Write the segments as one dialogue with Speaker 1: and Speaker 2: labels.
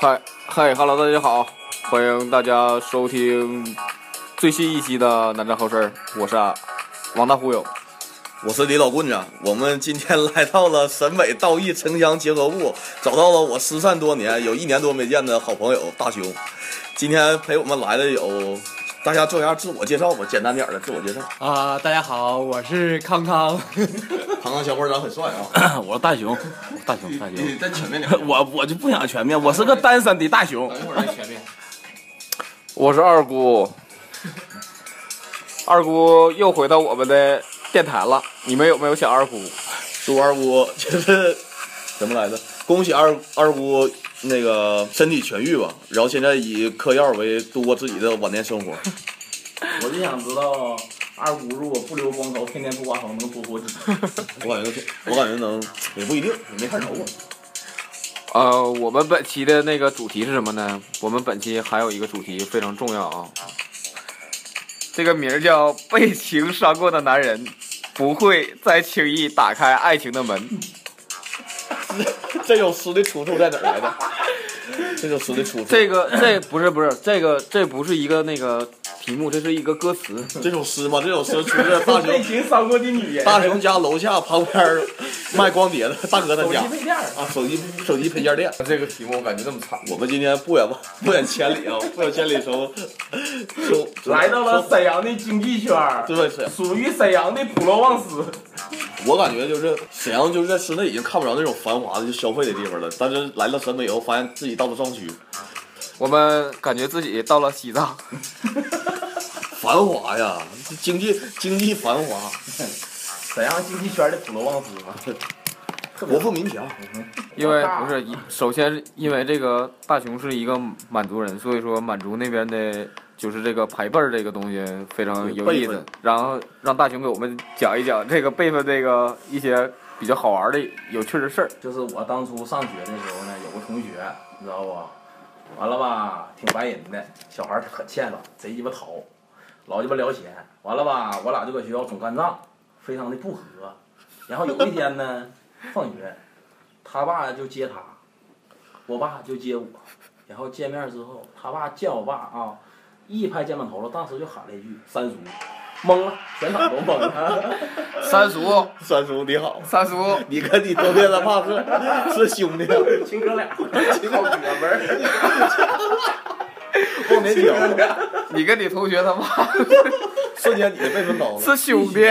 Speaker 1: 嗨嗨哈喽，大家好，欢迎大家收听最新一期的《南站后事儿》，我是啊王大忽悠。
Speaker 2: 我是李老棍子，我们今天来到了沈北道义城乡结合部，找到了我失散多年、有一年多没见的好朋友大熊。今天陪我们来的有，大家做一下自我介绍吧，简单点儿的自我介绍。
Speaker 3: 啊、大家好，我是康康。
Speaker 2: 唐唐小伙长很帅 啊，
Speaker 4: 我是大熊，大熊，大熊，
Speaker 2: 再全面点，
Speaker 4: 我我就不想全面，我是个单身的大熊。
Speaker 2: 一会儿再全面。
Speaker 1: 我是二姑，二姑又回到我们的电台了。你们有没有想二姑？
Speaker 2: 祝二姑就是什么来着？恭喜二二姑那个身体痊愈吧，然后现在以嗑药为度过自己的晚年生活。
Speaker 4: 我就想知道二姑如果不留光头，天天不刮头，能多活几年？
Speaker 2: 我感觉，我感觉能也不一定，也没看着过。
Speaker 1: 呃，我们本期的那个主题是什么呢？我们本期还有一个主题非常重要啊，这个名儿叫“被情伤过的男人不会再轻易打开爱情的门”。
Speaker 2: 这首诗的出处在哪儿来的？这首诗的出处，
Speaker 1: 这个这不是不是这个这不是一个那个题目，这是一个歌词。
Speaker 2: 这首诗嘛，这首诗出自大
Speaker 4: 被
Speaker 2: 熊
Speaker 4: 情伤过的女人。
Speaker 2: 大熊家楼下旁边儿卖光碟的大哥他
Speaker 4: 手机
Speaker 2: 家
Speaker 4: 配件儿
Speaker 2: 啊，手机手机配件店。
Speaker 1: 这个题目我感觉那么惨，
Speaker 2: 我们今天不远万不远千里啊，不远千里从从
Speaker 4: 来到了沈阳的经济圈儿，
Speaker 2: 对是，
Speaker 4: 属于沈阳的普罗旺斯。
Speaker 2: 我感觉就是沈阳就是在室内已经看不着那种繁华的就消费的地方了，但是来了沈北以后，发现自己到了藏区，
Speaker 1: 我们感觉自己到了西藏。
Speaker 2: 繁华呀，经济经济繁华，
Speaker 4: 沈阳经济圈儿的普罗旺斯嘛。
Speaker 2: 国富民强。
Speaker 1: 因为不是，一首先是因为这个大熊是一个满族人，所以说满族那边的，就是这个排辈儿这个东西非常有意
Speaker 2: 辈
Speaker 1: 思
Speaker 2: 分。
Speaker 1: 然后让大熊给我们讲一讲这个辈分这个一些比较好玩的、有趣的事儿。
Speaker 4: 就是我当初上学的时候呢，有个同学，你知道不？完了吧，挺白人的，小孩儿可欠了，贼鸡巴淘，老鸡巴聊钱。完了吧，我俩就搁学校总干仗，非常的不和。然后有一天呢，放学，他爸就接他，我爸就接我。然后见面之后，他爸见我爸啊，一拍肩膀头子，当时就喊了一句“三叔”，懵了，全场都懵了。
Speaker 1: 三叔，
Speaker 2: 三叔你好，
Speaker 1: 三叔，
Speaker 2: 你跟你多变的爸是是兄弟，
Speaker 4: 亲哥俩，好哥们儿，
Speaker 2: 忘年交，
Speaker 1: 你跟你同学他妈
Speaker 2: 瞬间你的辈分高了。
Speaker 1: 是兄弟。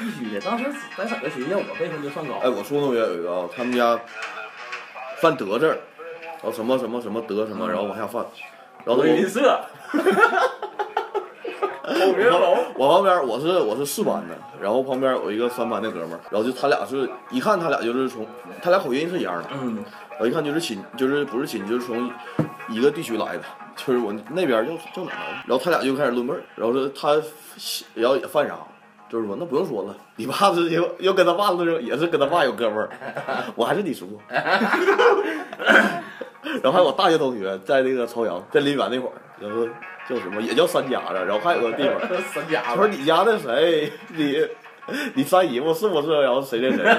Speaker 4: 必须的。当时在哪个学校，我辈分就算高。
Speaker 2: 哎，我初中同学有一个啊，他们家犯德字儿，然后什么什么什么德什么，然后往下犯，然
Speaker 4: 嗯
Speaker 2: 后我
Speaker 4: 社， 孔云龙，
Speaker 2: 我旁边我是我是四班的，然后旁边有一个三班的哥们儿，然后就他俩是一看他俩就是从他俩口音是一样的，
Speaker 4: 嗯，
Speaker 2: 我一看就是亲，就是不是亲，就是从一个地区来的，就是我那边叫叫哪来的。然后他俩就开始论辈儿，然后说他，然后也犯傻，就是说那不用说了，你爸是又又跟他爸那种，也是跟他爸有哥们儿，我还是你叔。 然后还有我大学同学在那个朝阳，在林园那会儿，然后叫什么也叫三家子，然后还有个地方，
Speaker 4: 三家
Speaker 2: 他说你家那谁，你你三姨夫是不是？然后谁谁 谁，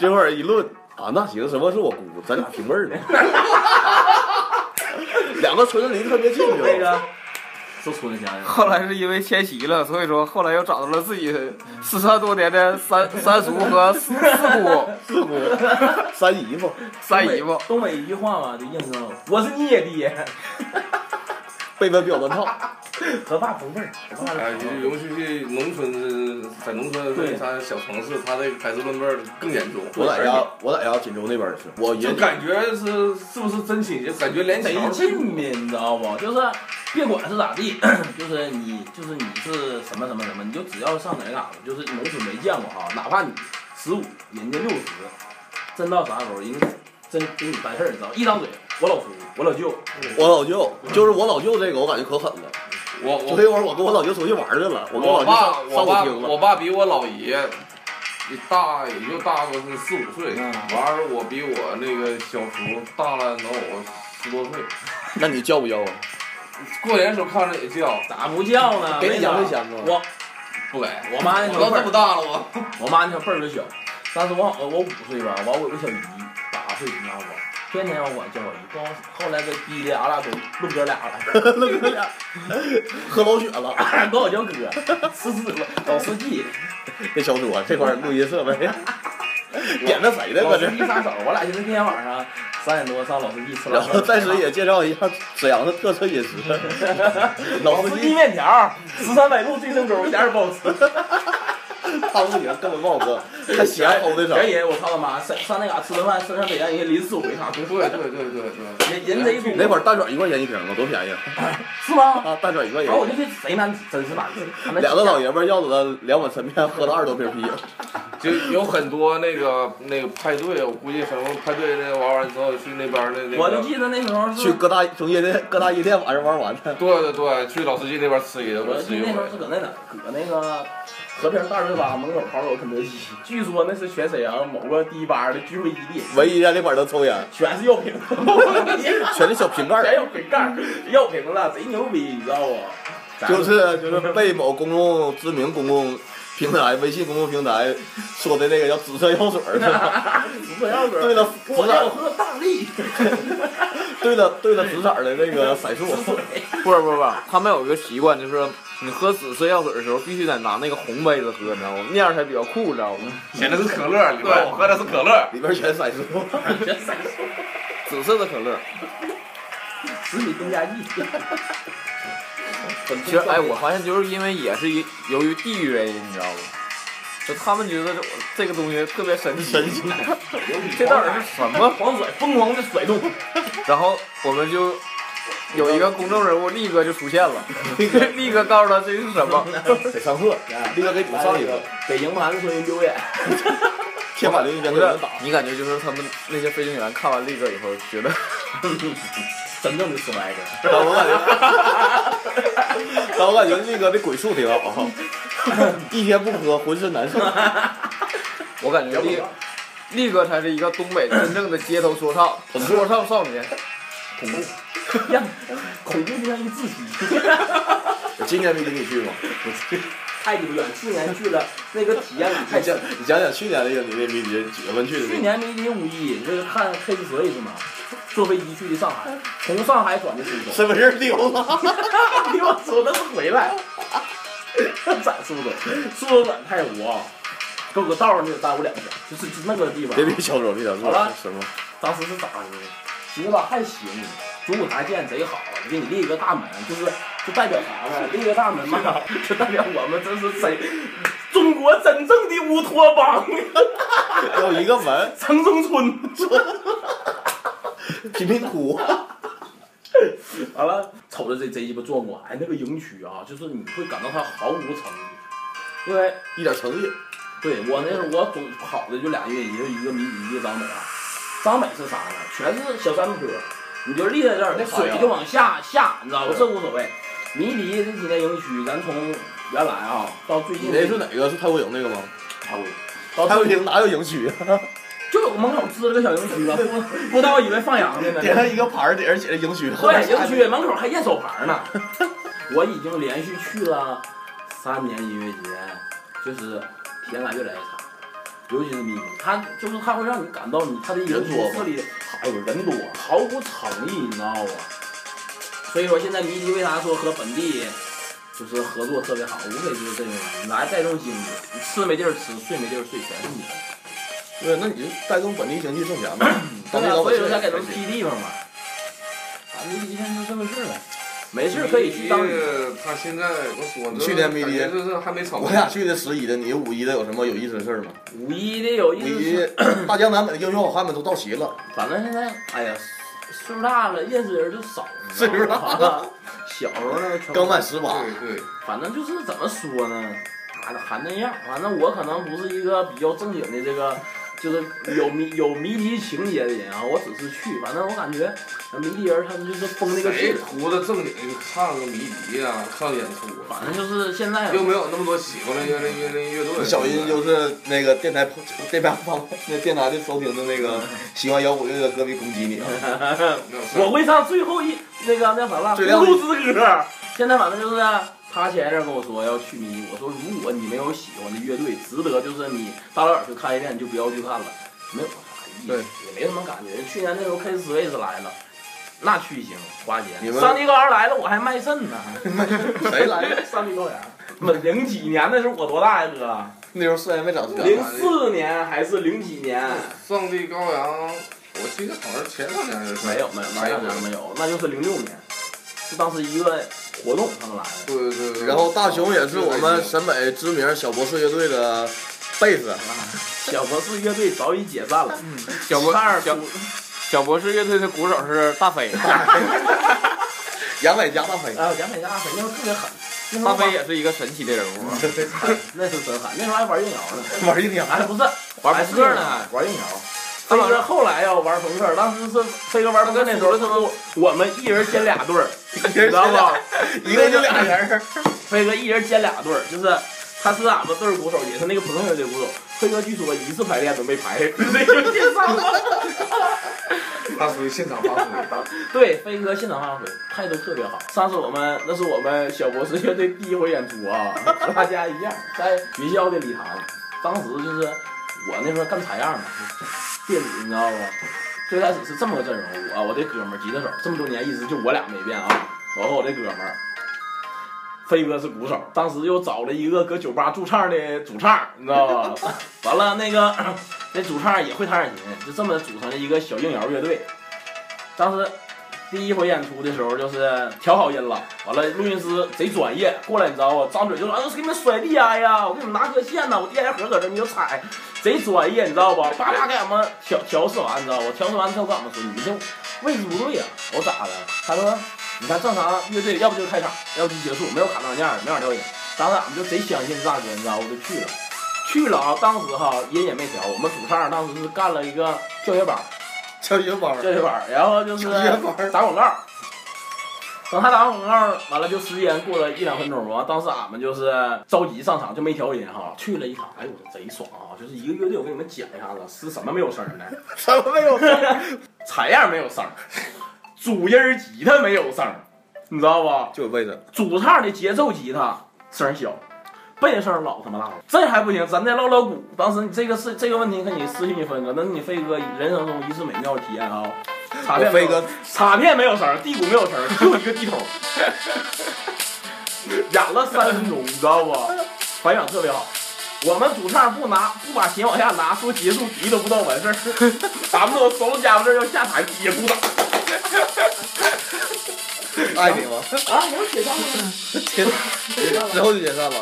Speaker 2: 这会儿一论啊，那行，什么是我姑，咱俩平辈 儿呢，两个村子离特别近，
Speaker 4: 那
Speaker 2: 那
Speaker 4: 个是春香呀，
Speaker 1: 后来是因为迁徙了，所以说后来又找到了自己失散多年的三 三叔和四四姑
Speaker 2: 四姑三姨夫，
Speaker 1: 三姨夫。
Speaker 4: 东北一句话嘛，就硬生生，我是你也爹，
Speaker 2: 辈分比较乱套，
Speaker 4: 和爸同辈儿，和爸
Speaker 1: 哎
Speaker 5: 啊，尤尤其是农村，在农村或者啥小城市，他这个排斥论辈儿更严重。
Speaker 2: 我在家我在家锦州那边儿去，我爷
Speaker 5: 就感觉哎是是不是真亲戚，感觉连
Speaker 4: 贼
Speaker 5: 桥儿
Speaker 4: 近的，你知道不？就是别管是咋地， 就是你就是你是什么什么什么，你就只要上哪嘎达，就是农村没见过哈，哪怕你十五，人家六十，真到啥时候人家真给你办事儿，你知道吗？一张嘴，我老叔，我老舅，
Speaker 2: 我老舅，就是我老舅这个我感觉可狠了，
Speaker 5: 我
Speaker 2: 就
Speaker 5: 我
Speaker 2: 那会儿我跟我老舅出去玩儿去了，我跟
Speaker 5: 我
Speaker 2: 老舅
Speaker 5: 爸
Speaker 2: 上
Speaker 5: 我
Speaker 2: 上
Speaker 5: 爸
Speaker 2: 舞厅
Speaker 5: 我
Speaker 2: 了，
Speaker 5: 爸比我老爷大也就大个是四五岁，
Speaker 4: 嗯
Speaker 5: 完儿我比我那个小叔大了能有十多岁。
Speaker 2: 那你叫不叫啊？
Speaker 5: 过年时候看着也叫，
Speaker 4: 咋不叫呢？
Speaker 2: 给你压岁
Speaker 4: 没
Speaker 2: 钱
Speaker 4: 啥
Speaker 2: 吗
Speaker 4: 我
Speaker 5: 不给。
Speaker 4: 我妈那
Speaker 5: 我
Speaker 4: 小
Speaker 5: 都
Speaker 4: 辈
Speaker 5: 这么
Speaker 4: 儿，
Speaker 5: 大了，我
Speaker 4: 呃我妈那小辈儿就小，当时我好我我五岁吧，完我有个小姨八岁，你知道不？天天让我教育，光后来给逼的，俺俩都录哥俩了，
Speaker 2: 那哥俩喝老血了，
Speaker 4: 俺俩都叫哥，死死了，老司机，
Speaker 2: 这小左这块儿录音设 备点的谁的
Speaker 4: 老
Speaker 2: 搁
Speaker 4: 司
Speaker 2: 这？
Speaker 4: 机杀手，我俩就是天天晚上三点多上老司机吃
Speaker 2: 然
Speaker 4: 老啊
Speaker 2: 后暂时也介绍一下沈阳的特色饮 食，老
Speaker 4: 老
Speaker 2: 司
Speaker 4: 司机
Speaker 2: 机
Speaker 4: 面条，十三纬路最正宗，一点儿也不 好吃。
Speaker 2: 汤不行，根本不好 喝，他咸齁的
Speaker 4: 人
Speaker 2: 少。
Speaker 4: 也我操他妈，上上那嘎吃顿饭，身上得让人家临死回趟，
Speaker 5: 对对对对对，
Speaker 4: 人人贼多，
Speaker 2: 那会儿蛋卷一块钱一瓶了，多便 宜啊！
Speaker 4: 是吗？
Speaker 2: 啊，蛋卷一块
Speaker 4: 然后我
Speaker 2: 钱，
Speaker 4: 就觉得贼难吃，真哦是难吃。
Speaker 2: 两个老爷们儿要了两碗抻面，喝了二十多瓶啤酒。
Speaker 5: 就有很多那个那个派对，我估计什么派对那玩完之后去那边儿的那
Speaker 4: 我就
Speaker 5: 个，
Speaker 4: 记得那时候
Speaker 2: 去
Speaker 4: 是，
Speaker 2: 各大从夜店各大夜店晚上玩完的，
Speaker 5: 对对对，去老司机那边吃一顿，
Speaker 4: 我
Speaker 5: 吃
Speaker 4: 记
Speaker 5: 一
Speaker 4: 得那时
Speaker 5: 回
Speaker 4: 候。是搁那哪儿，搁那个和平大润发门口旁有肯德基， 据说那是全沈阳某个低班的聚会基地，
Speaker 2: 唯一在那块儿能抽烟，
Speaker 4: 全是药瓶，
Speaker 2: 全是小瓶盖
Speaker 4: 全
Speaker 2: 儿，
Speaker 4: 药瓶盖儿，药瓶了，贼牛逼，你知道不？
Speaker 2: 就是就是被某公众知名公共平台、微信公众平台说的那个叫紫色药 水儿是吧？
Speaker 4: 不要水，
Speaker 2: 对了，紫
Speaker 4: 我
Speaker 2: 色
Speaker 4: 要
Speaker 2: 儿，
Speaker 4: 喝大力，
Speaker 2: 对了，对了，紫色儿的那个色素，
Speaker 1: 不是不是不是，他们有一个习惯，就是你喝紫色药水的时候，必须得拿那个红杯子喝，你知道吗？那样才比较酷，知道吗？
Speaker 5: 显得是可乐，里边我喝的是可乐。
Speaker 2: 里边全色素。
Speaker 4: 真色素，
Speaker 1: 紫色的可乐。
Speaker 4: 食品添加 剂。
Speaker 1: 其实，哎，我发现就是因为也是一由于地域原因，你知道吗？就他们觉得这这个东西特别神奇，
Speaker 2: 神奇
Speaker 1: 这到底是什么？
Speaker 4: 狂甩，疯狂的甩动，
Speaker 1: 然后我们就有一个公众人物力哥就出现 了，力哥告诉他这是什么，
Speaker 2: 得上课，立刻给补上一个，
Speaker 4: 北京盘子村表演，
Speaker 2: 天马流星拳给人打。
Speaker 1: 你感觉就是他们那些飞行员看完力哥以后，觉 得
Speaker 4: 真正的吃麦哥，
Speaker 2: 但我感觉，但我感觉那个那鬼术挺好，啊一天不喝浑身难受。
Speaker 1: 我感觉力力哥才是一个东 北真正的街头说唱说唱少年。
Speaker 4: 让恐怖就像一自己。
Speaker 2: 我今年没跟你去吗？
Speaker 4: 太久远，去年去了，那个体验感太
Speaker 2: 你
Speaker 4: 强
Speaker 2: 讲。你讲讲去年那个你那迷笛几月份去的？
Speaker 4: 去年没零五一，这个看黑之所以是嘛，坐飞机去的上海，从上海转的苏州，
Speaker 2: 身份证丢了，
Speaker 4: 给我说的是回 来，在苏州，苏州转太湖啊，给我个道上就耽误两天，就是就那个地方
Speaker 2: 别。别敲手，别敲
Speaker 4: 好了
Speaker 2: 手，什么？
Speaker 4: 当时是咋的？寻思吧，还行，主舞台建贼好，啊给你立一个大门，就是就代表啥呢？立一个大门嘛，就代表我们这是谁？中国真正的乌托邦，
Speaker 2: 有一个门，
Speaker 4: 城中村。
Speaker 2: 贫民窟，
Speaker 4: 完了，瞅着这这鸡巴壮观，哎，那个营区啊，就是你会感到它毫无诚意，因为
Speaker 2: 一点诚意。
Speaker 4: 对我那时候我总跑的就俩乐，一个一个迷笛，一个张北啊。张北是啥呢？全是小山坡，你就立在这儿，那
Speaker 2: 啊
Speaker 4: 水就往下下，你知道吧？这无所谓。迷笛这几年营区，咱从原来啊到最
Speaker 2: 你
Speaker 4: 近
Speaker 2: 那是哪个？是太湖营那个吗？
Speaker 4: 啊我
Speaker 2: 太
Speaker 4: 到
Speaker 2: 湖
Speaker 4: 最近
Speaker 2: 营哪有营区啊？
Speaker 4: 就有门口支了个小营区啊，不不知道以为放羊的呢。
Speaker 2: 点上一个牌儿，顶上写着营区。
Speaker 4: 对，营区门口还验手牌呢。我已经连续去了三年音乐节，就是体验感越来越差，尤其是迷你，他就是他会让你感到你他的营
Speaker 2: 人
Speaker 4: 区
Speaker 2: 多吗
Speaker 4: 设立的好哎人多，毫无诚意，你知道吗？所以说现在迷笛为啥说和本地就是合作特别好，无非就是这个原因，你来带动经济，你吃没地儿吃，睡没地儿睡，全是你的。
Speaker 2: 对，那你就带动本地经济挣钱呗。当
Speaker 4: 对
Speaker 2: 地
Speaker 4: 啊，
Speaker 2: 老
Speaker 4: 所
Speaker 2: 百
Speaker 4: 以说才
Speaker 2: 姓
Speaker 4: 给他们批地方嘛。啊，迷笛现在就这么事儿呗，没事儿可以去当旅游。
Speaker 5: 他现在我说
Speaker 2: 去年迷笛
Speaker 5: 就是还没成。
Speaker 2: 我俩去的十一的，你五一的有什么有意思的事儿吗？
Speaker 4: 五一的有意
Speaker 2: 五
Speaker 4: 思
Speaker 2: 一
Speaker 4: 是，
Speaker 2: 大江南北的英雄好汉们都到齐了，
Speaker 4: 反正现在，哎呀，岁数大了，认识人就少，你知道吗
Speaker 2: 岁数大了，
Speaker 4: 小时候呢，全
Speaker 2: 刚满，十八。
Speaker 5: 对对，
Speaker 4: 反正就是怎么说呢，还还那样，反正我可能不是一个比较正经的这个。就是有 迷有迷笛情节的人啊，我只是去，反正我感觉迷笛人他们就是疯那个
Speaker 5: 谁
Speaker 4: 劲儿，
Speaker 5: 图的正经唱个迷笛啊，唱演出
Speaker 4: 反
Speaker 5: 啊，
Speaker 4: 正就是现在
Speaker 5: 又没有那么多喜欢的乐乐乐乐乐队。
Speaker 2: 小音就是那个电台电台方那电台的收听的那
Speaker 4: 嗯
Speaker 2: 个喜欢摇滚乐的歌迷攻击你啊！
Speaker 4: 我会唱最后一那个那啥了，
Speaker 2: 最亮的
Speaker 4: 孤独之歌。现在反正就是他前一阵跟我说要去迷，我说如果你没有喜欢的乐队，值得就是你大老远去看一遍，你就不要去看了。没有啥意思，也没什么感觉。去年那时候 K Space 来了，那去行花
Speaker 2: 你
Speaker 4: 钱。
Speaker 2: 们
Speaker 4: 上帝高原来了，我还卖肾呢。
Speaker 2: 谁来的？
Speaker 4: 上帝高原，那零几年那时候我多大呀，哥？
Speaker 2: 那时候四还没长全。
Speaker 4: 零四年还是零几年？
Speaker 5: 上帝羔羊，我记得好像前两年的事儿
Speaker 4: 没有没有，
Speaker 5: 哪
Speaker 4: 那
Speaker 5: 有
Speaker 4: 两年没有，那就是零六年，是当时一个活动他们来的。
Speaker 5: 对对对。
Speaker 2: 然后大熊也是我们陕北知名小博士乐队的贝斯，
Speaker 4: 小博士乐队早已解散了，
Speaker 1: 小博
Speaker 4: 三二
Speaker 1: 小
Speaker 4: 出
Speaker 1: 小博士乐队的鼓手是大 飞，
Speaker 2: 杨伟加大飞。
Speaker 4: 啊，杨美大肥那时候特别狠，那时候
Speaker 1: 大飞也是一个神奇的人物啊，
Speaker 4: 那是真狠，那时候还玩硬摇呢，
Speaker 2: 玩一听，
Speaker 4: 哎不是
Speaker 1: 玩
Speaker 4: 还
Speaker 1: 扑
Speaker 4: 是
Speaker 1: 克呢，
Speaker 4: 玩硬摇。飞哥后来要玩朋克，当时是飞哥玩朋克那时候，他说我们一人兼俩队儿，你知道不？
Speaker 2: 一个就俩人儿，
Speaker 4: 飞哥一人兼俩队儿，就是他是俺们队儿鼓手，也是那个朋克乐队鼓手。飞哥据说一次排练都没排， 那就解散了。
Speaker 5: 发挥现场发挥，
Speaker 4: 对，飞哥现场发挥，态度特别好。上次我们那是我们小博士乐队第一回演出啊， 和大家一样在学校的礼堂，当时就是我那时候干采样嘛，电子你知道吧？最开始是这么个阵容，我我这哥们儿吉他手，这么多年一直就我俩没变啊，我和我这哥们儿。飞哥是鼓手，当时又找了一个搁酒吧驻唱的主唱，你知道吧？ 完了那个 那主唱也会弹点琴，就这么组成了一个小硬摇乐队。当时第一回演出的时候，就是调好音了，完了录音师贼专业，过来你知道吧？张嘴就说：“哎呦，给你们甩地下呀，我给你们拿根线呐，我地下盒搁这你就踩，贼专业，你知道吧？”叭叭给俺们调调试完，你知道吧？调试完之后跟俺们说：“你们这位置不对呀、我说咋的？他说：“你看正常乐队，要不就是开场，要不就结束，没有卡当架，没法调音。”当时俺们就贼相信大哥，你知道吧，我就去了。去了啊，当时哈音也没调，我们主唱当时是干了一个教学板儿，
Speaker 2: 叫云宝，
Speaker 4: 教学板儿，然后就是
Speaker 2: 云宝，
Speaker 4: 打广告。等他打完广告，完了就时间过了一两分钟吧。当时俺们就是着急上场，就没调音哈，去了一场，哎呦我贼爽啊！就是一个乐队，我给你们讲一下子，是什么没有声儿呢？
Speaker 2: 什么没有？
Speaker 4: 采样没有声儿，主音儿吉他没有声儿，你知道吧？
Speaker 2: 就有贝斯，
Speaker 4: 主唱的节奏吉他声儿小，贝声儿老他妈大了。这还不行，咱再唠唠鼓。当时你这个是这个问题，跟你失去你分哥，那你飞哥人生中一次美妙的体验啊！擦
Speaker 2: 我
Speaker 4: 亮
Speaker 2: 飞哥
Speaker 4: 卡片没有声儿，地鼓没有声儿， 就一个地头儿，演了三分钟，你知道不？反响特别好。我们主唱不拿不把琴往下拿，说结束笛都不知道完事儿， 咱们都手家伙这要下台也鼓掌
Speaker 2: 爱你吗？
Speaker 4: 啊！有解 散了。
Speaker 2: 解散之后就解散了。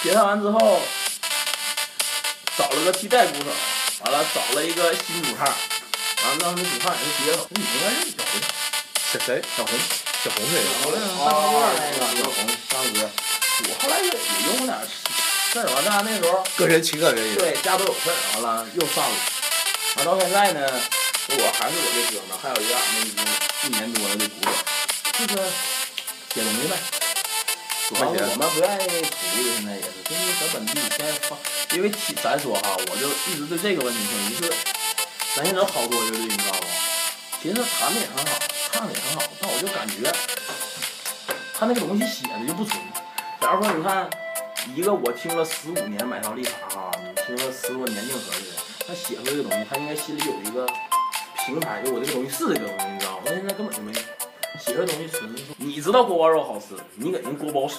Speaker 4: 解散完之后，找了个替代鼓手，完了找了一个新主唱，完了当时主唱也是接手，你应该认识小红，
Speaker 2: 谁谁？
Speaker 4: 小红，
Speaker 2: 小红谁？
Speaker 4: 啊，那个小红，当时我后来也也有点事儿，完了那时候
Speaker 2: 个人情感原因。
Speaker 4: 对家都有事儿，完了又上了，完到现在呢，我还是我这哥们儿，还有一个俺们已经一年多了的鼓手，就是写东西呗。主要是我们不愿意出去，现在也是，就是在本地现在放，因为起咱说哈，我就一直对这个问题挺疑是，咱现在有好多乐队，你知道吗？其实弹的也很好，唱的也很好，但我就感觉他那个东西写的就不纯。假如说你看一个我听了十五年买套丽卡哈，你听了十多年硬核的人，他写出这个东西，他应该心里有一个平台，就我这个东西是这个东西，你知道吗？我现在根本就没有。写这东西纯是说，你知道锅包肉好吃，你给人锅包屎，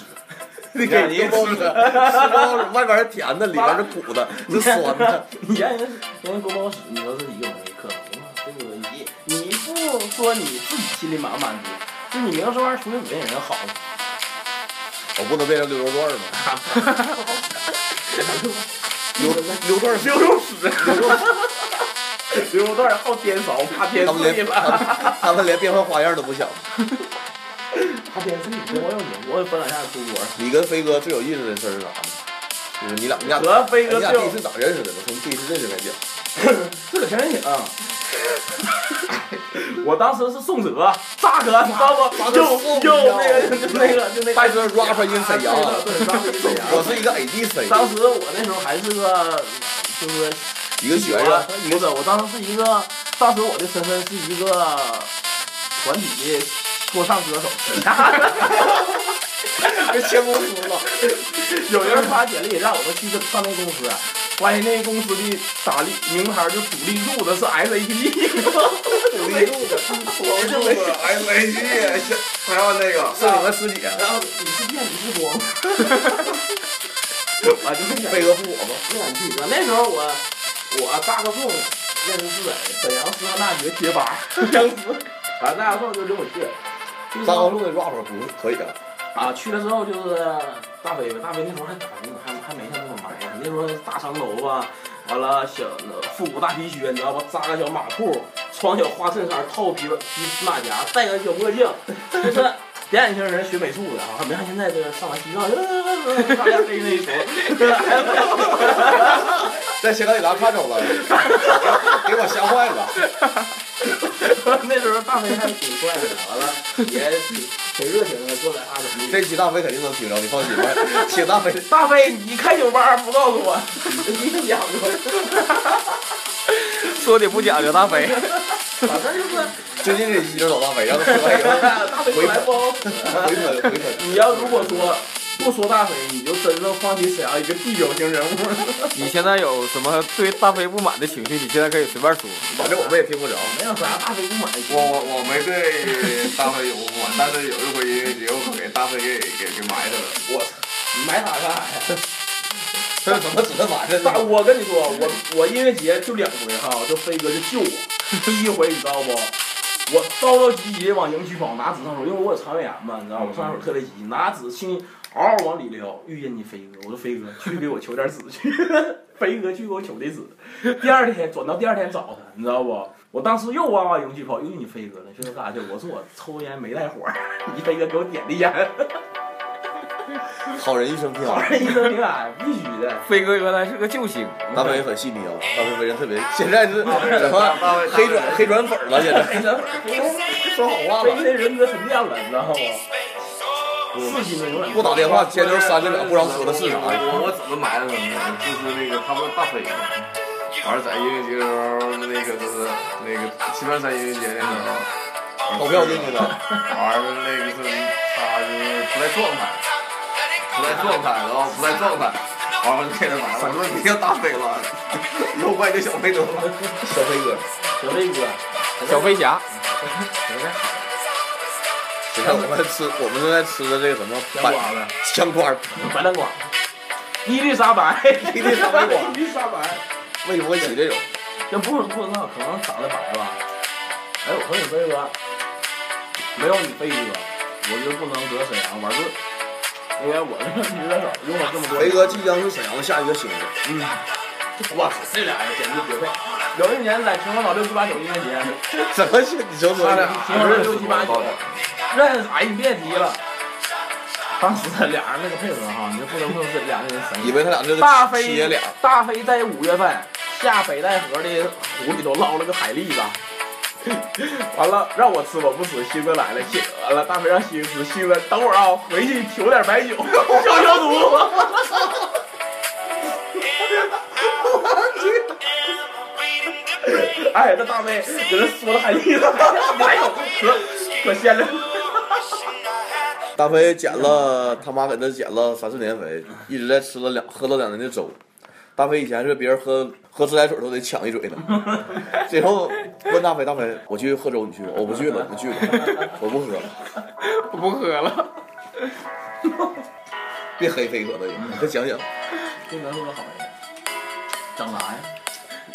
Speaker 2: 你给人包子，吃包子外边是甜的，里边是苦 的，是酸的。
Speaker 4: 你让人让人锅包屎，你说是一个没克服吗？对不对？你你不说你自己心里满不满足，就你明说玩意儿出去比人 好，
Speaker 2: 我不能变成刘肉段儿吗？
Speaker 4: 有
Speaker 2: 刘段儿，
Speaker 4: 溜溜屎， 溜溜段好天勺，怕天
Speaker 2: 他们
Speaker 4: 碎
Speaker 2: 连
Speaker 4: 了，
Speaker 2: 他们连变换花样都不想。
Speaker 4: 怕天碎。我有你，我有分两下出国。
Speaker 2: 你跟飞哥最有意思的事儿是啥呢？就是你俩，你俩，
Speaker 4: 和飞哥
Speaker 2: 你俩
Speaker 4: 就
Speaker 2: 第一哎次咋认识的？我从第一次认识开讲。
Speaker 4: 自个儿全啊。 我当时是宋哲，啊大哥，你知道不？
Speaker 2: 大哥
Speaker 4: 又
Speaker 2: 宋哲
Speaker 4: 又那个就那个就那
Speaker 2: 拜
Speaker 4: 个。
Speaker 2: 哥 rapper in 沈阳，
Speaker 4: 对，当时沈阳
Speaker 2: 我是一个 ADC，
Speaker 4: 当时我那时候还是个，就是
Speaker 2: 一个学生， 一
Speaker 4: 不
Speaker 2: 个
Speaker 4: 是，我当时是一个，当时我的身份是一个团体的说唱歌手。
Speaker 2: 签公司了。
Speaker 4: 有人发简历让我们去上那公司，
Speaker 6: 发现那公司的打立名牌就主力入的是 SAP，
Speaker 5: 主力度的，我就没哎没去，台湾那个
Speaker 6: 是你们师姐。
Speaker 5: 然后你是电子之光，
Speaker 4: 我啊就是
Speaker 2: 飞哥不火吗？
Speaker 4: 不敢去。我那时候我我大个凤认识在沈阳师范大学贴吧，当时反正大个凤就领我去了，去之
Speaker 2: 大高
Speaker 4: 后
Speaker 2: 中的 rap 不是可以啊？
Speaker 4: 啊去了之后就是大飞呗，大飞那时候还打工，还还没像那么埋汰，那时候大长头发，完了小复古大皮靴，你知道吧？扎个小马裤，穿小花衬衫，套皮皮皮马甲，戴个小墨镜，就是典典型人学美术的啊，没像现在这个上完西藏，大家黑那一坨。
Speaker 2: 在香港给咱看着了，给我吓坏了。
Speaker 4: 那时候大飞还挺帅的，完 了也挺挺热情的，过来哈着。
Speaker 2: 这期大飞肯定能听着，你放心吧。请大飞，
Speaker 4: 大飞，你开酒吧不告诉我，你可讲 究。
Speaker 1: 说的不讲究，大 飞。
Speaker 4: 反正就是
Speaker 2: 最近这期就找大飞，让他喝完以后
Speaker 4: 大飞过来不好使。
Speaker 2: 回喷回喷。
Speaker 4: 你要如果说不说大飞，你就真正放弃沈阳一个地表型人物了。
Speaker 1: 你现在有什么对大飞不满的情绪？你现在可以随便说。
Speaker 2: 反正我们 也听不着。
Speaker 4: 没有啥大飞不满意。
Speaker 5: 我我我没对大飞有不满，但是有一回音乐节我可给大飞给给给埋汰了。
Speaker 4: 你埋他干啥呀？
Speaker 2: 这是什么指的玩意
Speaker 4: 大，
Speaker 2: 儿？
Speaker 4: 我跟你说，我我音乐节就两回哈，就飞哥就救我。 第一回你知道不？我着着急急地往营区跑，拿纸上手，因为我有肠胃炎嘛，你知道吗？我上手特别急，拿纸轻嗷嗷往里撩，遇见你飞哥，我说飞哥去给我求点纸去， 飞哥去给我求的纸。第二天转到第二天早上，你知道不？我当时又往往营区跑，遇见你飞哥了，飞哥干啥去？我说我抽烟没带火儿， 你飞哥给我点的烟，
Speaker 2: 好人一生平安。
Speaker 4: 一声挺矮，必须的。
Speaker 1: 飞哥原来是个救星，
Speaker 2: 大飞也很细腻啊，大飞为人特别，现在是什
Speaker 5: 大
Speaker 2: 么
Speaker 5: 大
Speaker 2: 黑转黑转粉儿了？现在
Speaker 4: 哎，咱们
Speaker 2: 说好话
Speaker 4: 飞哥
Speaker 2: 了，
Speaker 4: 的人格沉淀了，你知道吗？刺激的有点
Speaker 2: 不打电话尖头三个秒，不知道说的是啥。
Speaker 5: 我我怎么埋汰他呢？就是那个他不是大飞吗？完了在音乐节的时候，那个就是那个西边山音乐节的时候，
Speaker 2: 投票进去的，
Speaker 5: 完了那个是他就是不在状态，不在状态，然
Speaker 2: 哦
Speaker 5: 后不在状态。完了，这人埋汰，我说你要大飞 了，又怪这小飞得了。
Speaker 2: 小飞哥，
Speaker 4: 小飞哥，
Speaker 1: 小飞 侠。
Speaker 2: 你看我们吃，我们正在吃的这个什么
Speaker 6: 香
Speaker 2: 板
Speaker 6: 瓜子，
Speaker 2: 香瓜儿，
Speaker 4: 白南瓜，伊丽莎白，
Speaker 2: 伊丽莎白
Speaker 4: 伊丽莎白，
Speaker 2: 为什么会起这种？
Speaker 4: 这不不知道，可能长得白吧。哎，我说你飞哥，没有你飞哥，我就不能搁沈阳玩棍，因为我这娱乐手用了这么多
Speaker 2: 飞
Speaker 4: 年，
Speaker 2: 哥即将是沈阳的下一个星人，
Speaker 4: 哇塞，这俩人简直绝配。有一年在秦皇岛六七八九音乐节，
Speaker 2: 什么星？你瞅瞅
Speaker 4: 他，俩啊秦皇岛六七八九，认识哎你别提了。当时俩人那个配合哈，你就不能不能这俩人神。
Speaker 2: 以为他俩这是
Speaker 4: 大飞
Speaker 2: 切脸，
Speaker 4: 大飞在五月份下北戴河的湖里头捞了个海蛎子， 完了让我吃我不吃，星哥来了，星完了大飞让星吃，星哥等会儿啊，回去求点白酒消消毒。 哎，那大飞搁那说了海蛎子，哎呦，可可鲜了。
Speaker 2: 大飞减了他妈给他减了三四年肥，一直在吃了两喝了两年的粥。大飞以前是别人喝喝自来水都得抢一嘴 呢，最后问大飞大飞，我去喝粥你去吗？我不去了，你去吧，我不喝了，
Speaker 1: 我不喝了。
Speaker 2: 别黑飞哥了，你再讲讲，
Speaker 4: 这能说好呀？
Speaker 6: 整啥呀？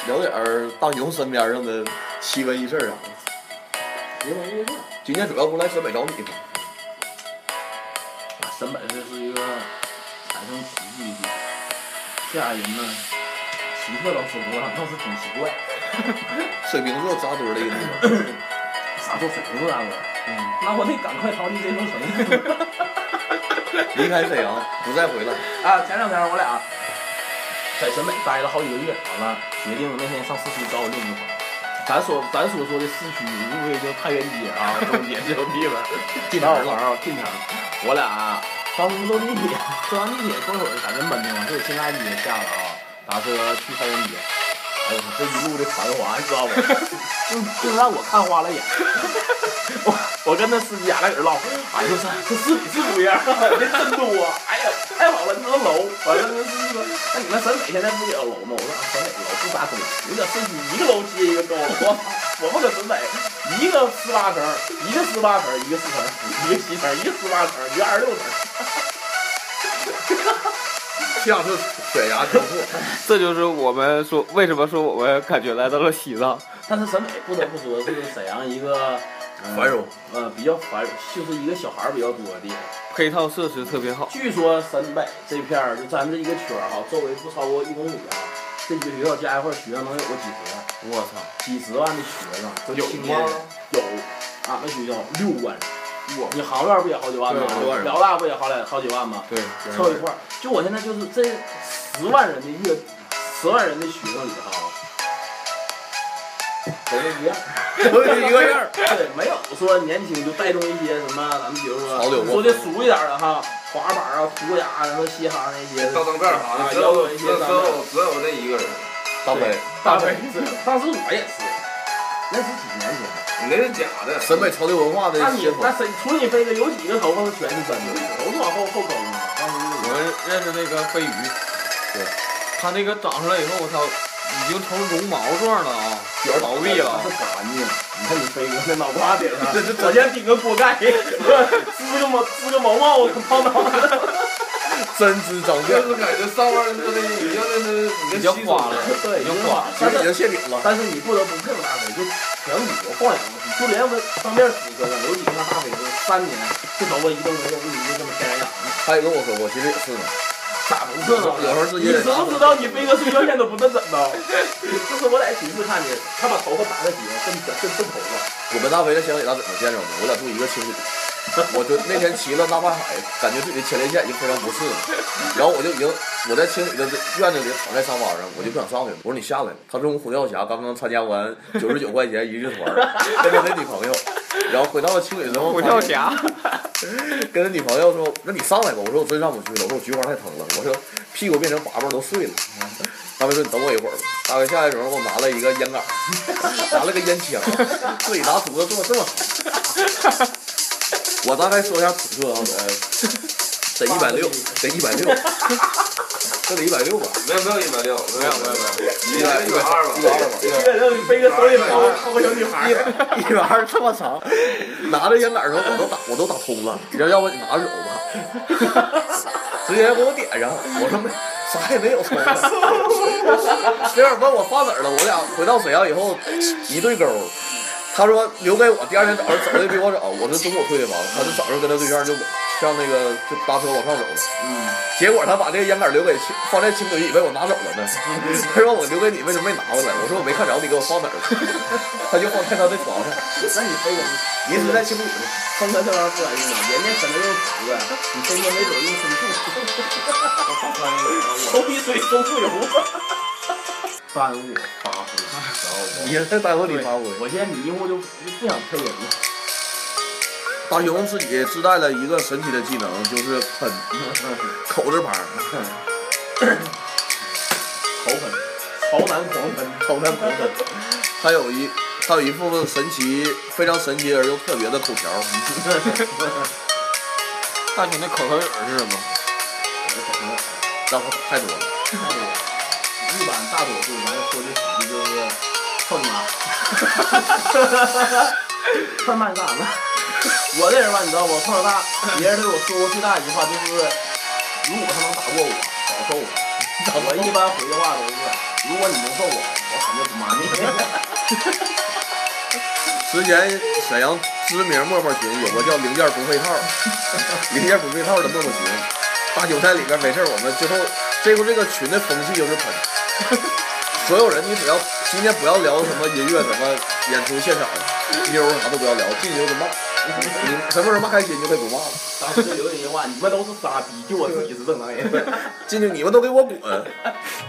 Speaker 2: 聊点儿大牛身边上的奇闻异事啊。
Speaker 4: 灵魂乐队。
Speaker 2: 今天主要不来沈北找你吗？
Speaker 6: 沈北这是一个产生奇迹的地方，这俩人呢，奇特到什么地倒是挺奇怪，
Speaker 2: 水瓶座扎堆儿的一个地方，
Speaker 6: 啥都谁啊都大哥，
Speaker 4: 那我得赶快逃离这座城。
Speaker 2: 离开沈阳不再回来，
Speaker 4: 啊，前两天我俩在沈北待了好几个月，完了决定那天上市区找我另一个朋友。咱所咱所说的市区，无非就太原街啊、中街这种地方，
Speaker 2: 进
Speaker 4: 哪
Speaker 2: 哪
Speaker 4: 儿
Speaker 2: 儿
Speaker 4: 哪
Speaker 2: 了？
Speaker 4: 儿啊进城。我俩上公坐地铁，坐完地铁过会儿在这闷腾，这新安街下了啊，打车去太原街。哎呦， 这一路的繁华，你知道吗？就就让我看花了眼。我
Speaker 7: 我跟那司机俩俩搁这唠，哎呦我操，这是你是不一样，这真多，哎呀，太好了，你这个楼，完了那司机说，那你们沈北现在不也有楼吗？我说啊，沈北楼不咋多，你搁市区一个楼接一个高楼，我操啊我们搁沈北一个十八层，一个十八层，一个四层，一个七层，一个十八层，一个二十六层。
Speaker 2: 像是悬崖天赋，
Speaker 1: 这就是我们说为什么说我们感觉来到了西藏。
Speaker 4: 但是沈北不得不说是沈阳一个
Speaker 2: 繁荣。
Speaker 4: 呃比较繁，就是一个小孩儿比较多的地方。
Speaker 1: 配套设施特别好。
Speaker 4: 据说沈北这片儿，就咱们这一个圈儿哈，周围不超过一公里啊，这几个学校加一块儿学生能有个几十万，
Speaker 1: 我操！
Speaker 4: 几十万的学生，都
Speaker 2: 有
Speaker 4: 青
Speaker 2: 吗
Speaker 4: 年人有，啊俺们学校六万
Speaker 2: 哇
Speaker 4: 人，你航院不也好几万吗
Speaker 2: 对好几万？人
Speaker 4: 辽大不也好两好几万吗？
Speaker 1: 对，
Speaker 4: 凑一块儿，就我现在就是这十万人的乐，十万人的学生里啊哈，都是 一样。
Speaker 2: 都一个样儿。
Speaker 4: 对，没有说年轻就带动一些什么，咱们比如说
Speaker 2: 潮流文化啊
Speaker 4: 说的俗一点的哈，滑板啊、涂鸦啊、什么嘻哈那些，
Speaker 5: 到灯盖儿啥
Speaker 4: 啊，
Speaker 5: 的，只
Speaker 4: 摇
Speaker 5: 有
Speaker 4: 滚一
Speaker 5: 只
Speaker 4: 些
Speaker 5: 有只
Speaker 4: 咱们
Speaker 5: 有只有那一个人，
Speaker 2: 大飞，
Speaker 4: 大飞， 当时我也是，那是几年前，
Speaker 5: 你那是假的。
Speaker 2: 审美潮流文化的
Speaker 4: 那你
Speaker 2: 先锋
Speaker 4: 那，谁除你飞哥有几个头发是全是真的，都是往后后坑啊，当时
Speaker 1: 我
Speaker 4: 我
Speaker 1: 们认识那个飞鱼，对，他那个长上来以后，我操，已经成绒毛状了啊，倒闭了
Speaker 4: 那。是干净，你看你飞哥那脑瓜顶上，
Speaker 2: 这这
Speaker 4: 我先顶个锅盖， 织个毛织个毛帽子， 泡脑袋。
Speaker 2: 真知长
Speaker 5: 就
Speaker 2: 见，
Speaker 5: 是感觉上班就那，你像那是你
Speaker 1: 已
Speaker 5: 这
Speaker 1: 经
Speaker 5: 西
Speaker 1: 花
Speaker 5: 装
Speaker 1: 了，
Speaker 4: 对
Speaker 1: 已经花了。
Speaker 2: 其实已经谢顶了。
Speaker 4: 但是你不得不佩服大飞，就全国放养问题，就连温方便死磕上，有几个大飞哥三年这头发一动没动，一直就这么天然养的，
Speaker 2: 他也跟我说，我其实也是呢。
Speaker 4: 咋不是呢？
Speaker 2: 有时候自己
Speaker 4: 你
Speaker 2: 也
Speaker 4: 知不知道你飞哥睡觉前都不那枕头？这是我在寝室看见，他把头发打个结，这么这这头发，
Speaker 2: 我跟大飞在香港打怎么见着呢？我俩住一个青旅。我就那天骑了大半海，感觉自己的前列腺已经非常不适了。然后我就已经我在青旅的院子里躺在沙发上，我就不想上去了。我说你下来吧。他跟我虎跳峡刚刚参加完九十九块钱一日团儿，跟他的女朋友。然后回到了青旅之后，
Speaker 1: 虎跳峡，
Speaker 2: 跟他女朋友说：“那你上来吧。”我说：“我真上不去了。”我说：“我菊花太疼了。”我说：“屁股变成粑粑都碎了。”他们说：“你等我一会儿吧。”大哥下来的时候，给我拿了一个烟杆儿，拿了个烟枪，自己拿竹子做的这么好。我大概说一下尺寸啊，呃，得一百六，得一百六， 这得一百六吧，
Speaker 5: 没有没有一百六，没有没有没有，一百一百二吧，
Speaker 2: 一百二吧。
Speaker 5: 一
Speaker 4: 对，然后你飞哥手
Speaker 2: 哎
Speaker 4: 里
Speaker 5: 拿个
Speaker 4: 掏个小女孩
Speaker 2: 一。百一百二这么长，拿着烟杆儿的时候我都打我都打通了，你知道要不你拿走吧，直接给我点上，我说没啥也没有抽了。这样问我放哪儿了，我俩回到沈阳以后一对勾儿，他说留给我，第二天早上走的比我早，我是中午退的房，他是早上跟他对象就上那个就搭车往上走了，
Speaker 4: 嗯
Speaker 2: 结果他把这个烟杆儿留给青放在青旅以为我拿走了呢，他说我留给你为什么没拿回来？我说我没看着你给我放哪儿了，他就放在他的床上。
Speaker 4: 那你飞哥，
Speaker 2: 你是在青旅吗？
Speaker 4: 风哥这玩意儿不敢用，人家可能用竹子，你飞哥没准用松树， 头一水松树油。
Speaker 7: 耽误发挥，然后我
Speaker 2: 你是在单位里发挥。
Speaker 4: 我现在迷糊就就不想配人了。
Speaker 2: 大雄自己自带了一个神奇的技能，就是 喷，口字旁，
Speaker 4: 头喷，潮男狂喷，
Speaker 2: 口喷口喷。他有一他有一副神奇、非常神奇而又特别的口条。
Speaker 1: 大熊的口头语儿是什么？
Speaker 2: 然后太多了，
Speaker 4: 一般大多数咱说的主题就是操你妈，他骂你干啥呢？我这人吧，你知道吗？从小大，别人对我说过最大一句话就是，如果他能打过我，少揍我。我一般回的话都是，如果你能揍我，我肯定不骂你。
Speaker 2: 之前沈阳知名陌陌群有个叫“零件不配套”，零件不配套的陌陌群，大熊在里边没事儿，我们最后最后这个群的风气就是喷。所有人，你只要今天不要聊什么音乐、什么演出现场、妞儿啥都不要聊，进去就骂。你什么时候骂开心就可以不骂了。
Speaker 4: 当时就留一句话：你们都是傻逼，就我自己是正常人，
Speaker 2: 进去你们都给我滚，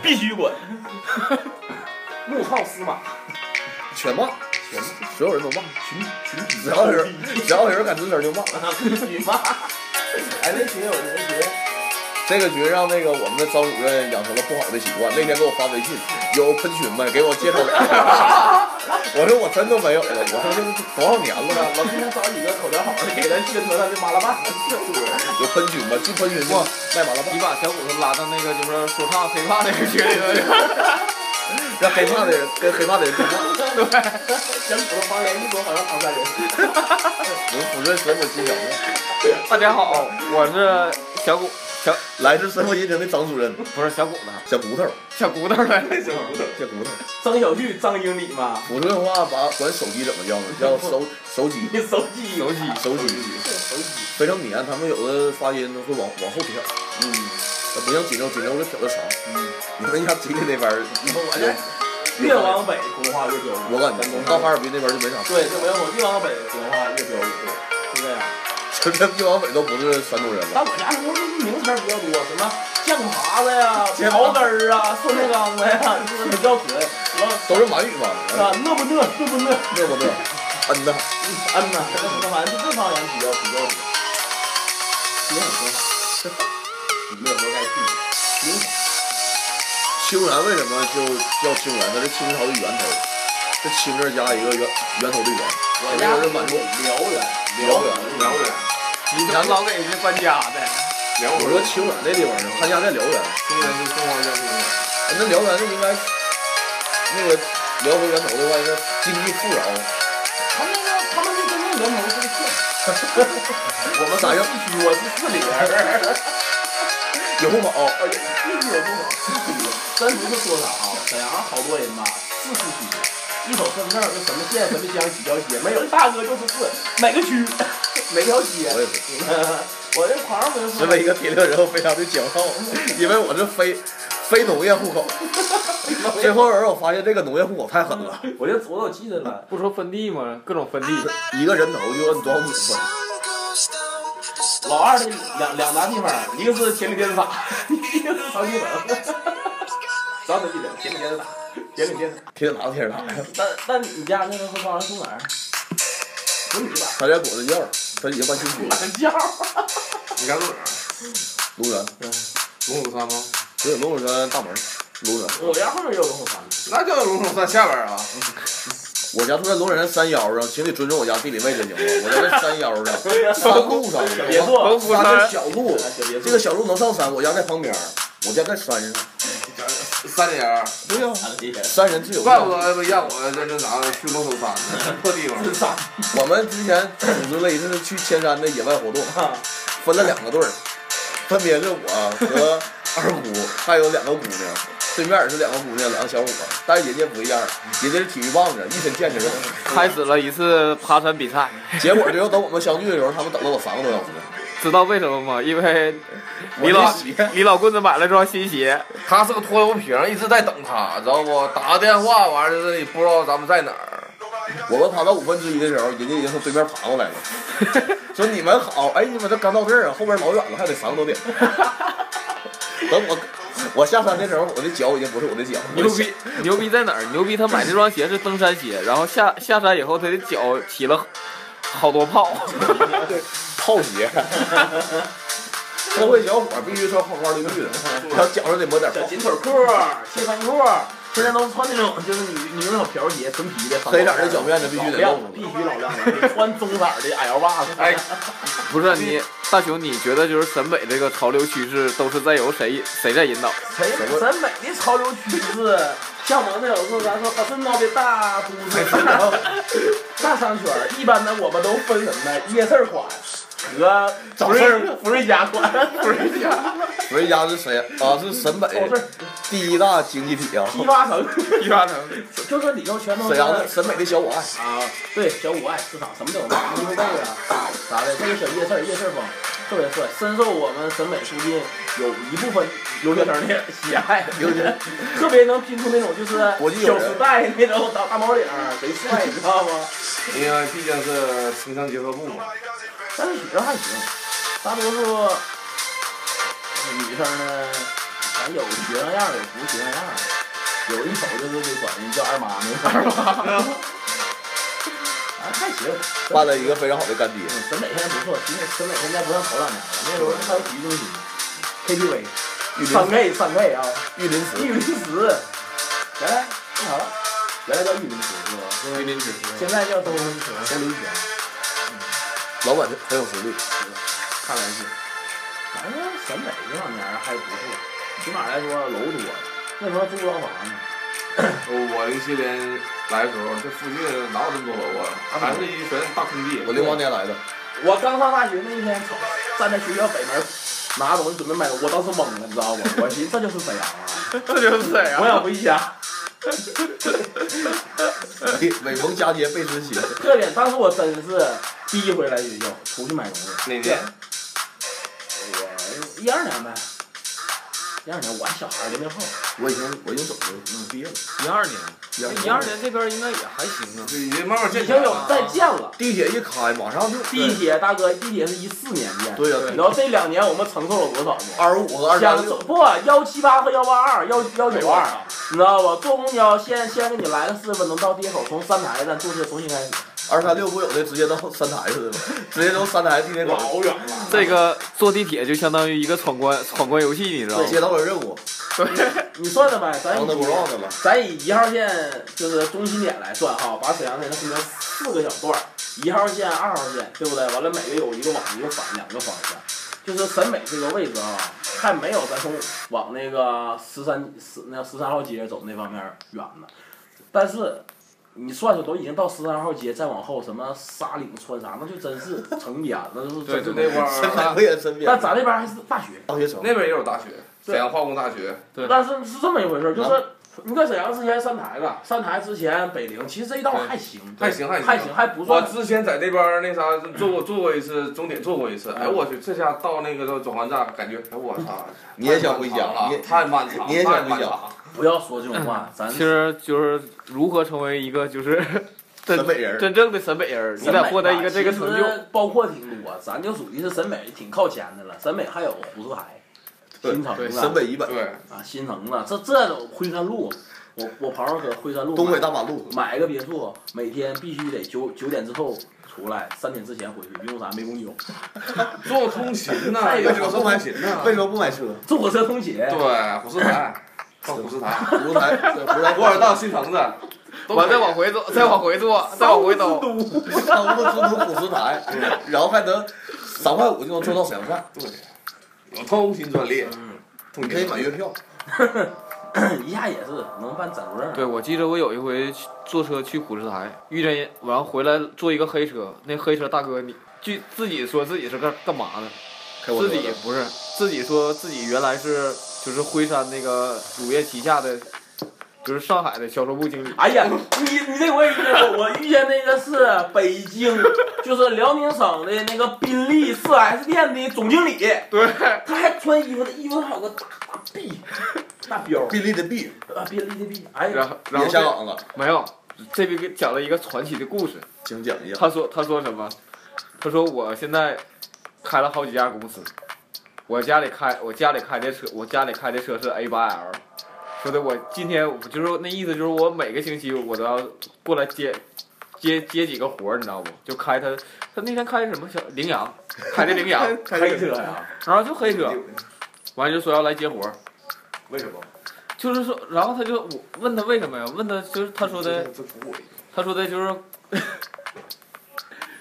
Speaker 4: 必须滚。 怒号司马，
Speaker 2: 全骂，全骂，所有人都骂，
Speaker 4: 群群体
Speaker 2: 只要有人只要有人敢吱声就骂。
Speaker 4: 必须骂。哎，那群有人觉得。
Speaker 2: 这个局让那个我们的张主任养成了不好的习惯。那天给我发微信，有喷群吗？给我介绍俩。 我说我真的没有了，我说这多少年了呢？
Speaker 4: 我今天找几个口条好的，给咱借车咱这麻辣拌。
Speaker 2: 有喷菌吗？进喷菌就
Speaker 1: 哇
Speaker 2: 卖完了吧
Speaker 1: 你？把小骨头拉到那个就是说唱黑怕那个群里头去。
Speaker 2: 让黑怕的人跟黑怕的人对话，
Speaker 4: 小骨头方言一说好像唐山人，
Speaker 2: 我们抚顺水母金城的，
Speaker 1: 大家好，我是小骨小
Speaker 2: 来自水母金城的张主任，
Speaker 1: 不是小骨头，
Speaker 2: 小骨头，
Speaker 1: 小骨头呗。
Speaker 2: 小骨头。
Speaker 4: 张小旭、张经理嘛，
Speaker 2: 抚顺话把管手机怎么叫呢？叫手手机，
Speaker 4: 你手机
Speaker 1: 手机
Speaker 2: 手机。非常黏，他们有的发音都会往往后挑，
Speaker 1: 嗯，
Speaker 2: 它不像锦州，锦州是挑的长。嗯，你们家吉林那边儿，
Speaker 4: 我这越往北普通话越标准。
Speaker 2: 我感觉到哈尔滨那边就没啥。
Speaker 4: 对，这没有我越往北普通话越标准，是这样。
Speaker 2: 真的一往北都不是山东人了。
Speaker 4: 但我家那都是名词儿比较多，什么酱粑子 呀、刨根儿啊、酸菜缸子 呀，就是比较准。然后
Speaker 2: 都是满语嘛，
Speaker 4: 啊，那不那，那不那。
Speaker 2: 那不那，嗯呐，
Speaker 4: 嗯呐，这不反正这方言比较比较多。也很多，你乐活该去。
Speaker 2: 清源为什么就叫清源？它是清朝的源头，这清字加一个源源头的源，
Speaker 4: 我
Speaker 2: 这
Speaker 4: 家
Speaker 2: 就是
Speaker 4: 是
Speaker 2: 满
Speaker 4: 满
Speaker 2: 洲
Speaker 4: 洲辽源，
Speaker 2: 辽源。
Speaker 5: 辽源，
Speaker 1: 以前老给人家搬家的，
Speaker 5: 辽
Speaker 2: 我说清远那地方呢，他家在辽源，
Speaker 5: 中原就中华交通了。
Speaker 2: 啊那辽源就应该那个辽河源头的话，应该经济富饶。
Speaker 4: 他们那个他们那真正源头是个县。我们
Speaker 2: 咋样
Speaker 4: 地区？我是四里人。
Speaker 2: 有不好，
Speaker 4: 哎，地区有多少？四区，咱不是说啥啊？沈阳好多人吧，四四区，一瞅身份证就什么县、什么乡、几条街，没有大哥就是四，每个区、每条街。
Speaker 2: 我也是。
Speaker 4: 我这旁边
Speaker 2: 身为一个铁岭人，我非常的骄傲，因为我是非非农业户口。 最后人我发现这个农业户口太狠了，
Speaker 4: 我就昨天我记得了，
Speaker 1: 不说分地吗？各种分地。
Speaker 2: 一个人头就按多少米分。
Speaker 4: 老二的两两大地方，一个是铁岭电子塔，一个是长青城。咱们记得铁岭电子塔，铁岭电子塔。
Speaker 2: 铁岭塔铁岭塔，
Speaker 4: 但但你家那个会帮人住哪儿？不是你吧？
Speaker 2: 他家果子窖，他已经搬新区了。
Speaker 4: 玩笑。
Speaker 5: 你看路哪儿？
Speaker 2: 龙源，
Speaker 5: 龙虎山吗？
Speaker 2: 不是龙虎山大门，龙源。
Speaker 4: 我家后面也有个后山。
Speaker 5: 那叫龙虎山下边儿啊。
Speaker 2: 我家住在龙山山腰上，啊请你尊重我家地理位置行吗？我家在山腰上，山啊路上，
Speaker 4: 别坐，
Speaker 1: 龙虎
Speaker 2: 山
Speaker 1: 山
Speaker 2: 是小路，
Speaker 4: 别
Speaker 2: 这
Speaker 4: 坐。
Speaker 2: 个小路能上山，我家在旁边，我家在山上。
Speaker 5: 三里儿，
Speaker 2: 对呀、山人自有
Speaker 5: 怪
Speaker 2: 道。
Speaker 5: 不得让我在那啥去龙虎山呢，破地方。
Speaker 2: 我们之前组织了一次去千山的野外活动，分了两个队儿，分别是我和二姑，还有两个姑娘。对面也是两个姑娘，两个小伙子，但是人家不一样，人家是体育棒子，一身腱子肉。
Speaker 1: 开始了一次爬山比赛，
Speaker 2: 结果最后等我们相聚的时候，他们等了我三个多小时。
Speaker 1: 知道为什么吗？因为
Speaker 2: 我
Speaker 1: 李老
Speaker 2: 这鞋
Speaker 1: 李老棍子买了双新鞋，
Speaker 5: 他是个拖油瓶，一直在等他，知道不？打个电话完了，这里不知道咱们在哪儿。
Speaker 2: 我们爬到五分之一的时候，人家已经从对面爬过来了，说你们好，哎，你们这刚到这儿啊，后边老远了，还得三个多点。等我我下山的时候，我的脚已经不是我的脚，我
Speaker 1: 牛
Speaker 2: 的
Speaker 1: 逼牛逼在哪儿？牛逼他买这双鞋是登山鞋，然后下下山以后他的脚起了好多泡。
Speaker 2: 泡 鞋。社会小伙必须穿花花绿绿的，然后脚上得抹点泡
Speaker 4: 小。紧腿裤、西装裤，现在都穿那种就是女女那种瓢鞋，纯皮的，
Speaker 2: 黑色的脚面子必须得露
Speaker 4: 亮，必
Speaker 2: 出
Speaker 4: 须老亮了，得穿棕色的矮腰袜子。
Speaker 5: 哎，
Speaker 1: 不是你大雄，你觉得就是陕北这个潮流趋势都是在由谁谁在引导？
Speaker 4: 谁咱美的潮流趋势，像我这种作家说，把这闹的大都市、大商圈，一般的我们都分什么呢？掖事儿款和找事儿、福瑞家款、福瑞家、
Speaker 2: 所以家是谁啊？是沈北
Speaker 4: 找事儿、
Speaker 2: 第一大经济体啊！
Speaker 4: 批发城，
Speaker 1: 一般城
Speaker 4: 就是里头全都
Speaker 2: 沈
Speaker 4: 是
Speaker 2: 阳的沈北的小我爱，
Speaker 4: 啊，对，小五爱市场什么都有卖，牛肉啊啥的，这个小夜市儿夜市儿风特别帅，深受我们审美附近有一部分留学生的喜爱，
Speaker 2: 留学生
Speaker 4: 特别能拼出那种就是
Speaker 2: 国际友
Speaker 4: 九
Speaker 2: 人
Speaker 4: 十代那种大大毛领儿，贼帅，你知道吗？
Speaker 5: 因为毕竟是城乡结合部嘛。
Speaker 4: 但是女生还行，大多数女生呢，咱有学生样儿，有不学生样儿，有一瞅就是就管人叫二妈那二 妈， 啊还行，
Speaker 2: 办了一个非常好的干爹。
Speaker 4: 嗯审美现在不错，其实审美现在不像头两年了，那时候还有体育中心、KTV、
Speaker 2: 玉林
Speaker 4: 三 K、三 K 啊，
Speaker 2: 玉林祠
Speaker 4: 玉林祠，来来，那啥了，原来叫玉林区是吧？
Speaker 5: 嗯
Speaker 2: 玉林区，
Speaker 4: 现在叫东风区，叫林区。啊
Speaker 2: 老板很有实力。
Speaker 4: 看来是，反正陕北这两年还不错，起码来说楼多，那时候租不着房呢。
Speaker 5: 我零七年来的时候，这附近哪有这么多楼啊？还是一全大空地。
Speaker 2: 我零八年来的，
Speaker 4: 我刚上大学那一天，操，站在学校北门拿东西准备买，我当时懵了，你知道吗？我寻思这就是沈阳啊，
Speaker 1: 这就是这
Speaker 4: 我
Speaker 1: 样。
Speaker 4: 想回家。
Speaker 2: 美美逢佳节倍思亲。
Speaker 4: 特点，当时我真是第一回来学校，出去买东西。
Speaker 5: 哪年？
Speaker 4: 我一二年呗，一二年我小孩零零后，
Speaker 2: 我已经我已经走了，嗯，毕业了。
Speaker 1: 一二年，
Speaker 2: 一
Speaker 1: 一二年这边应该也还行啊。
Speaker 5: 已经慢慢
Speaker 4: 已
Speaker 5: 建
Speaker 4: 经
Speaker 5: 成
Speaker 4: 有
Speaker 5: 了。
Speaker 4: 再见了。
Speaker 2: 地铁一开，马上就
Speaker 4: 地铁大哥，地铁是一四年建，
Speaker 2: 对呀，
Speaker 4: 你知道这两年我们承受了多少吗？
Speaker 2: 二十五和二十
Speaker 4: 想
Speaker 2: 六，
Speaker 4: 不啊幺七八和幺八二幺幺九
Speaker 1: 哎
Speaker 4: 二，你知道吧？坐公交先先给你来个四十分钟，到街口从三台站坐车重新开始，
Speaker 2: 二三六不有的直接到三台似的吗？直接从三台地铁口，
Speaker 4: 远了。
Speaker 1: 这个坐地铁就相当于一个闯关闯关游戏，你知道
Speaker 2: 对，接
Speaker 1: 吗？
Speaker 2: 到了任务，
Speaker 4: 哎你算算呗，咱
Speaker 2: 当的
Speaker 4: 以
Speaker 2: b l o g 了。
Speaker 4: 咱以一号线就是中心点来算哈，把沈阳那分成四个小段儿，一号线、二号线，对不对？完了，每个有一个往一个反两个方向，就是沈北这个位置啊，还没有咱从往那个十三十那十三号街走那方面远呢。但是你算算，都已经到十三号街，再往后什么沙岭川啥，那就真是城边了，那就是
Speaker 1: 对
Speaker 4: 真
Speaker 5: 就是那
Speaker 4: 那。
Speaker 5: 块
Speaker 2: 沈
Speaker 5: 儿，
Speaker 2: 阳也身边
Speaker 4: 但，咱这边还是大学，
Speaker 2: 大学城
Speaker 5: 那边也有大学，沈阳化工大学。
Speaker 1: 对
Speaker 4: 但是是这么一回事儿，就是你看沈阳之前三台子，三台之前北陵，其实这一道还行，
Speaker 5: 还行还行
Speaker 4: 还行，还不
Speaker 5: 我
Speaker 4: 算。
Speaker 5: 之前在那边儿那啥做过做过一次终点做过一次，
Speaker 4: 嗯
Speaker 5: 哎我去，这下到那个转换站感觉，哎我操，
Speaker 2: 你也想回家
Speaker 5: 太漫长
Speaker 2: 你也
Speaker 5: 了，太漫长，
Speaker 2: 你也想回家
Speaker 5: 太漫长了
Speaker 4: 不要说这种话，咱
Speaker 1: 嗯其实就是如何成为一个就是 真
Speaker 2: 沈北人
Speaker 1: 真正的陕北人，你
Speaker 4: 沈北
Speaker 1: 得
Speaker 4: 吧
Speaker 1: 获得一个这个成
Speaker 4: 其
Speaker 1: 就。
Speaker 4: 实包括挺多，咱就属于是沈北挺靠前的了。沈北还有胡四台、
Speaker 2: 对
Speaker 4: 新城啊，
Speaker 1: 对
Speaker 2: 沈北以北，
Speaker 5: 对，
Speaker 4: 啊，新城啊，这这种辉山路，我我朋友搁辉山路
Speaker 2: 东北
Speaker 4: 买
Speaker 2: 大马路，
Speaker 4: 买个别墅，每天必须得九九点之后出来，三点之前回去，用啥没公交，
Speaker 5: 坐通勤呢，
Speaker 4: 太
Speaker 5: 有
Speaker 2: 为
Speaker 5: 时
Speaker 2: 什么
Speaker 5: 候坐
Speaker 2: 不
Speaker 5: 通
Speaker 2: 买
Speaker 5: 勤呢，
Speaker 2: 为什么不买车？
Speaker 4: 坐火车通勤。
Speaker 5: 对，虎视台，到虎视台，
Speaker 2: 不是台，不是台，
Speaker 5: 偶尔到新城子，都
Speaker 1: 完再往回走，再往回坐，再往回走。
Speaker 2: 商务出租五十台，然后还能三块五就能坐到沈阳站，
Speaker 5: 对，有通勤专列，
Speaker 2: 你可以买月票。
Speaker 4: 一下也是能办暂住证。
Speaker 1: 对，我记得我有一回去坐车去虎石台，遇见完回来坐一个黑车，那黑车大哥你据自己说自己是干干嘛的，
Speaker 2: 开我
Speaker 1: 自
Speaker 2: 车
Speaker 1: 己不是自己说自己原来是就是辉山那个乳业旗下的，就是上海的销售部经理。
Speaker 4: 哎呀，你你这我也遇见过，我遇见那个是北京，就是辽宁省的那个宾利 4S 店的总经理，
Speaker 1: 对，
Speaker 4: 他还穿衣服，那衣服上有个大大 B，大标，
Speaker 2: 宾利的 B
Speaker 4: 啊，宾利的 B，哎呀，
Speaker 1: 然后然
Speaker 2: 也下
Speaker 1: 后
Speaker 2: 岗了，
Speaker 1: 没有，这边给讲了一个传奇的故事。
Speaker 2: 请讲一下。
Speaker 1: 他说他说什么？他说我现在开了好几家公司，我家里开我家里开的车，我家里开的车是 A 八 L，说的我今天我就是那意思就是我每个星期我都要过来接接接几个活儿，你知道不？就开他他那天开的什么小羚羊，开的羚羊，
Speaker 4: 黑车呀，
Speaker 1: 然后就黑车，完就说要来接活儿，
Speaker 5: 为什么？
Speaker 1: 就是说，然后他就我问他为什么呀？问他就是他说的。
Speaker 5: 这鼓我一
Speaker 1: 他说的就是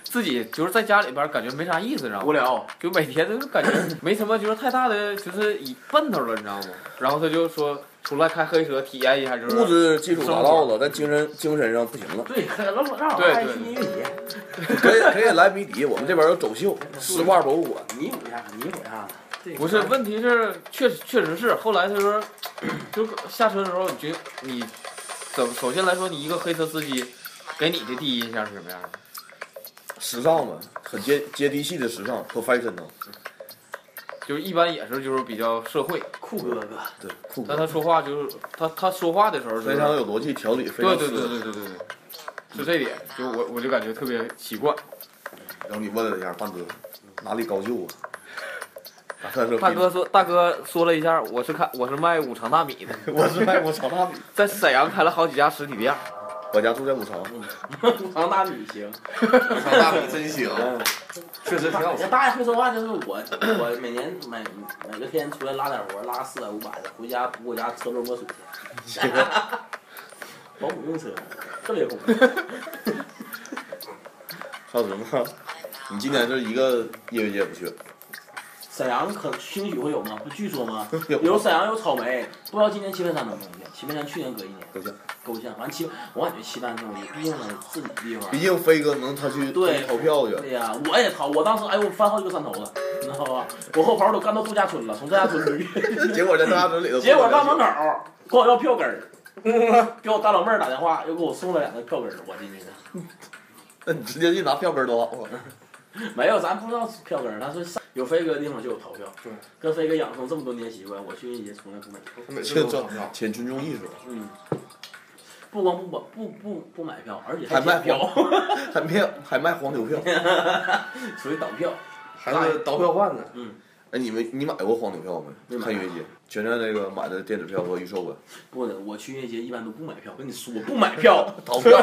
Speaker 1: 自己就是在家里边儿感觉没啥意思，然
Speaker 4: 无
Speaker 1: 后
Speaker 4: 聊，
Speaker 1: 就每天就是感觉没什么就是太大的就是以奔头了，你知道吗？然后他就说出来开黑车体验一下，就是
Speaker 2: 物质基础达到了，但精神精神上不行了。
Speaker 4: 对，让我让我
Speaker 1: 对
Speaker 4: 爱
Speaker 1: 对
Speaker 4: 去音乐节，
Speaker 2: 可以可以来迷笛，我们这边有走秀、丝袜博物馆。
Speaker 4: 弥补一下，弥补一下，这个
Speaker 1: 不是，问题是确实确实是。后来他说， 就下车的时候，你觉得你怎么？首先来说，你一个黑车司机给你的第一印象是什么样的？
Speaker 2: 时尚嘛，很接接地气的时尚和 fashion 呢。
Speaker 1: 就是一般也是就是比较社会，
Speaker 4: 酷哥哥，
Speaker 2: 对，酷
Speaker 1: 但
Speaker 2: 哥
Speaker 1: 他说话就是他他说话的时候、就是，
Speaker 2: 非常有逻辑条理，非
Speaker 1: 对
Speaker 2: 常
Speaker 1: 对对
Speaker 2: 思
Speaker 1: 对对对对，是这点，就我我就感觉特别奇怪。
Speaker 2: 然后你问了一下大哥，哪里高就啊？大哥说
Speaker 1: 大哥，说，大哥说了一下，我是开我是卖五常大米的，
Speaker 2: 我是卖五常大米，
Speaker 1: 在沈阳开了好几家实体店。
Speaker 2: 我家住在五常，
Speaker 4: 王大米行，
Speaker 5: 我上大米真行，
Speaker 2: 嗯
Speaker 5: 确实挺好吃
Speaker 4: 人。大爷会说话，就是我，我每年每每个天
Speaker 2: 啊
Speaker 4: 出来拉点活，拉四百五百的，回家补我家车轮磨水去。保姆用车，特别酷。
Speaker 2: 还有什么？你今年这一个音乐节不去？
Speaker 4: 沈阳可兴许会有吗？不据说吗？
Speaker 2: 有
Speaker 4: 有沈阳有草莓，不知道今年棋盘山能不能去？棋盘山去年隔一年
Speaker 2: 不去。
Speaker 4: 勾线，完棋，我感觉棋盘这种，毕竟自己地 方
Speaker 2: 毕。竟飞哥能他去
Speaker 4: 对
Speaker 2: 投票去，
Speaker 4: 对呀、我也操！我当时哎呦，我翻好几个山头了，你知道吧？我后跑都干到度假村了，从度假村驴，
Speaker 2: 结果在大家嘴里头，
Speaker 4: 结果到门口儿管我要票根儿，给我大老妹儿打电话，又给我送了两个票根儿，我进去的。
Speaker 2: 那你直接去拿票根儿多好啊！
Speaker 4: 没有，咱不知道是票根儿，他说上有飞哥的地方就有逃票。对，跟飞哥养成这么多年习惯，我去音节从来不买票。
Speaker 5: 每次
Speaker 2: 这
Speaker 5: 都
Speaker 2: 这
Speaker 5: 抢票，
Speaker 2: 请尊重艺术，
Speaker 4: 嗯，不光不不不不不买票，而且
Speaker 2: 还卖
Speaker 4: 捡票，
Speaker 2: 还卖还卖黄牛票。
Speaker 4: 属于倒票。
Speaker 5: 还是倒票贩子，
Speaker 2: 哎，你们你买过黄牛票吗
Speaker 4: 没？买
Speaker 2: 看音乐节，全站那个买的电子票和预售的，
Speaker 4: 不的，我去音乐节一般都不买票，跟你说不 买票。
Speaker 2: 逃票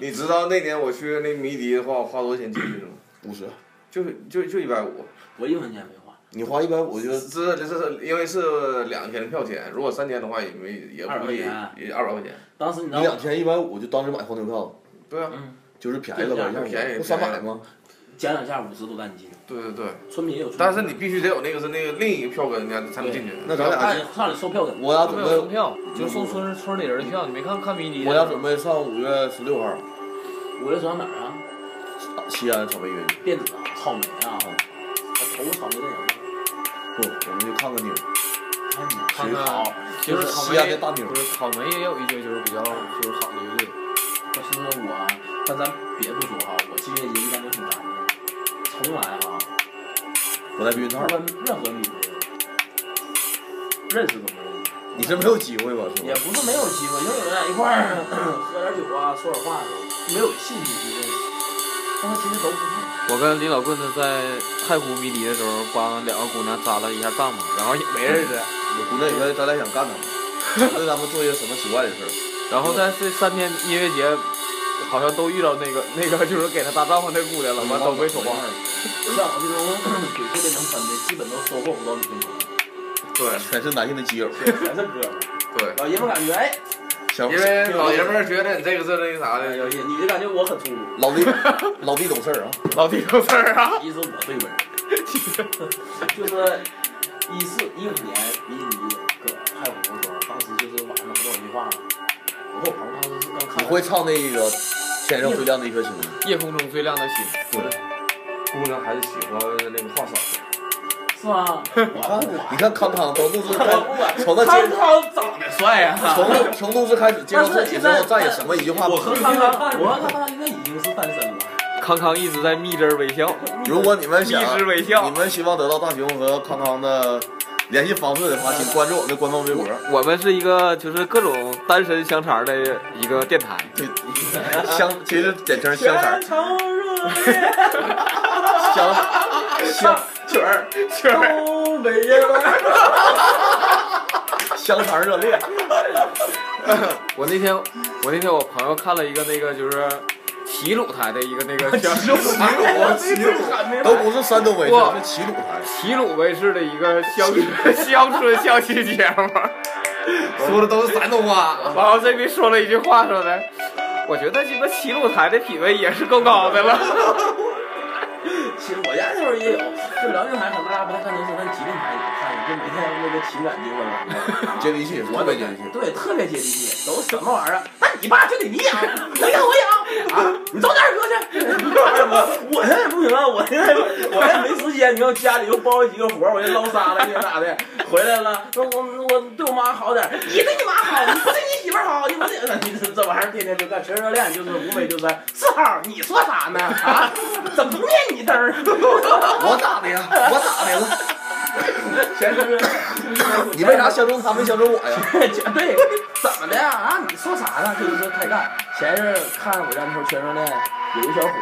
Speaker 5: 你知道那年我去那迷笛的话，我花多少钱进去吗？
Speaker 2: 五十，
Speaker 5: 就就就一百五，
Speaker 4: 我一分钱没花，
Speaker 2: 你花一百五就
Speaker 5: 这这这是因为是两天的票钱，如果三天的话也没也
Speaker 4: 200
Speaker 5: 不
Speaker 4: 块
Speaker 5: 也
Speaker 4: 钱
Speaker 5: 也二百块钱，
Speaker 4: 当时你
Speaker 2: 你
Speaker 4: 知道
Speaker 2: 两
Speaker 4: 吗？
Speaker 2: 千一百五就当时买黄牛票，
Speaker 5: 对啊，
Speaker 4: 嗯，
Speaker 2: 就是便宜了吧？一下
Speaker 5: 对便宜
Speaker 2: 不三
Speaker 5: 便宜
Speaker 2: 百吗？
Speaker 4: 讲两下五十多带你进，
Speaker 5: 对对对，
Speaker 4: 村民也有村民。
Speaker 5: 但是你必须得有那个是那个另一个票根，你才能进去。
Speaker 2: 那咱俩
Speaker 4: 上上来售票的，
Speaker 2: 我俩
Speaker 1: 没
Speaker 2: 准
Speaker 1: 有送
Speaker 2: 备，
Speaker 1: 票，就送村村里人的票。你没看看迷你？
Speaker 2: 我俩准备上五月十六号，啊
Speaker 4: 五月上哪儿啊？
Speaker 2: 西安草莓音乐节，
Speaker 4: 电子啊，草莓啊，还投个草莓的人。
Speaker 2: 不，我们就看看妞。
Speaker 4: 哎你
Speaker 1: 看
Speaker 4: 谁
Speaker 1: 看
Speaker 4: 好？
Speaker 1: 就是草
Speaker 2: 西安
Speaker 1: 莓
Speaker 2: 的大妞
Speaker 1: 不是草莓也有一些就是比较就是好的乐队。
Speaker 4: 但是我啊，但咱别不说哈，我去音乐节一般都挺干净，从来啊哈
Speaker 2: 我在避孕
Speaker 4: 不
Speaker 2: 套，
Speaker 4: 跟任何女的认识都没认识。
Speaker 2: 你是没有机会吧？是
Speaker 4: 也
Speaker 2: 吧？
Speaker 4: 不是没有机会，因为有人在一块 儿喝点酒啊，说点话的时候，没有兴趣去认识，但是其实都不是。
Speaker 1: 我跟李老棍子在太湖迷笛的时候，帮两个姑娘扎了一下帐篷，然后也没认识。
Speaker 2: 有姑娘以为咱俩想干他们，对他们做一些什么奇怪的事儿？
Speaker 1: 然后在这三天音乐节，好像都遇到那个那个就是给他搭帐篷那姑娘了，完都被手
Speaker 2: 忘
Speaker 1: 忘
Speaker 2: 了
Speaker 1: 了。
Speaker 4: 像我这种 嘴特别能喷的，基本都收获不到女性朋友，
Speaker 5: 对
Speaker 2: 全是男性的基友，
Speaker 4: 全是哥们儿。
Speaker 5: 对，
Speaker 4: 老爷们儿感觉哎，
Speaker 2: 小
Speaker 5: 因为老爷们儿觉得你这个是那个啥的，
Speaker 4: 有意思女的感觉我很粗鲁，
Speaker 2: 老弟老弟懂事儿啊，
Speaker 1: 老弟有事儿啊！
Speaker 4: 其实我对味儿。就是一四一五年迷你搁太湖的时候，当时就是晚上不都有一句话吗？我跟我朋友当时是刚看
Speaker 2: 你
Speaker 4: 完
Speaker 2: 会唱那个天上最亮的一颗星 吗？
Speaker 1: 夜空中最亮的星，
Speaker 5: 姑娘还是喜欢那个话少。
Speaker 4: 是吗？
Speaker 2: 啊你看康康从录制开
Speaker 4: 我不管
Speaker 2: 从那
Speaker 4: 康
Speaker 2: 接
Speaker 4: 康长得帅呀、
Speaker 2: 从从录制开始接受自
Speaker 4: 但是
Speaker 2: 己
Speaker 4: 现
Speaker 2: 之
Speaker 4: 在
Speaker 2: 后，再也什么一句话
Speaker 4: 我
Speaker 2: 不
Speaker 4: 和
Speaker 2: 说。
Speaker 4: 康康，我和康康应该已经是单身了。
Speaker 1: 康康一直在蜜汁儿微笑，
Speaker 2: 如果你们
Speaker 1: 蜜
Speaker 2: 想
Speaker 1: 汁微笑
Speaker 2: 你。们希望得到大熊和康康的联系方式的话，请关注我们的官方微博。
Speaker 1: 我们是一个就是各种单身香肠的一个电台，
Speaker 2: 对，香其实简称香肠，
Speaker 4: 城热烈，
Speaker 2: 香香
Speaker 4: 曲儿曲儿，东北爷们儿。
Speaker 2: 香肠热烈。
Speaker 1: 我那天我那天我朋友看了一个那个就是齐鲁台的一个那个叫
Speaker 4: 我骑着
Speaker 2: 都不是山东卫视，
Speaker 1: 哇
Speaker 2: 是齐鲁台。
Speaker 1: 齐鲁卫视的一个乡村乡村相亲节目，
Speaker 5: 说的都是山东话，
Speaker 1: 然后这边说了一句话说的，我觉得这个齐鲁台的品味也是够高的了。
Speaker 4: 其实我家那边也有，就辽宁台可能大家啊不太看电视，但吉林台也看，就每天那个情感纠纷。
Speaker 2: 接地气，河北接地气。
Speaker 4: 对，特别接地气，都什么玩意儿啊？那你爸就得你养，能养我养啊？你找你二哥去。我我现在也不明白，我现在我现在没时间，你看家里又包几个活儿，我又捞沙了，又咋的？回来了，说我我对我妈好点儿，你对你妈好，你不对你媳妇儿好，你不对，你这这玩意儿天天就干，全热恋就是无非就是是号，你说啥呢？啊，怎么不念你灯儿？
Speaker 2: 我咋的呀？我咋的了？
Speaker 4: 全是热恋，
Speaker 2: 你为啥相中他没相中我呀？
Speaker 4: 对，怎么的呀？啊，你说啥呢？就是说太干。前日看我家那头全说呢，有一小伙儿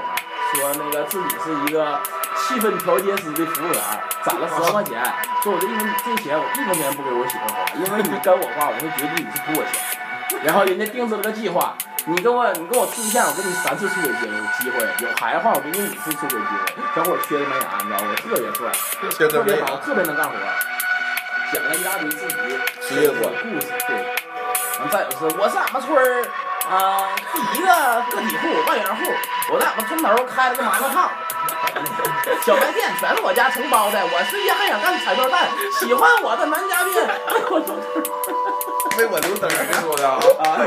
Speaker 4: 说那个自己是一个气氛调节师的服务员，攒了十万块钱，说我这一分这钱我一分钱不给我媳妇花，因为你跟我花，我会决定你是不我钱。然后人家定制了个计划，你跟我你跟我处对象，我给你三次出轨机会，机会有孩子的话，我给你五次出轨机会。小伙儿缺的没啥，你知道吗？特别帅，
Speaker 2: 缺
Speaker 4: 特
Speaker 2: 根
Speaker 4: 别
Speaker 2: 肋
Speaker 4: 好，
Speaker 2: 啊！
Speaker 4: 特别能干活，讲了一大堆自己
Speaker 2: 职业观，
Speaker 4: 故事，对。完再有是，我是俺们村儿啊，啊，第一个个体户、万元户，我在我们村头开了个麻辣烫，小卖店全是我家承包的。我是夜还想干彩票蛋，喜欢我的男嘉 宾，为我留
Speaker 5: 为我留灯儿，
Speaker 6: 说的啊，
Speaker 1: 哎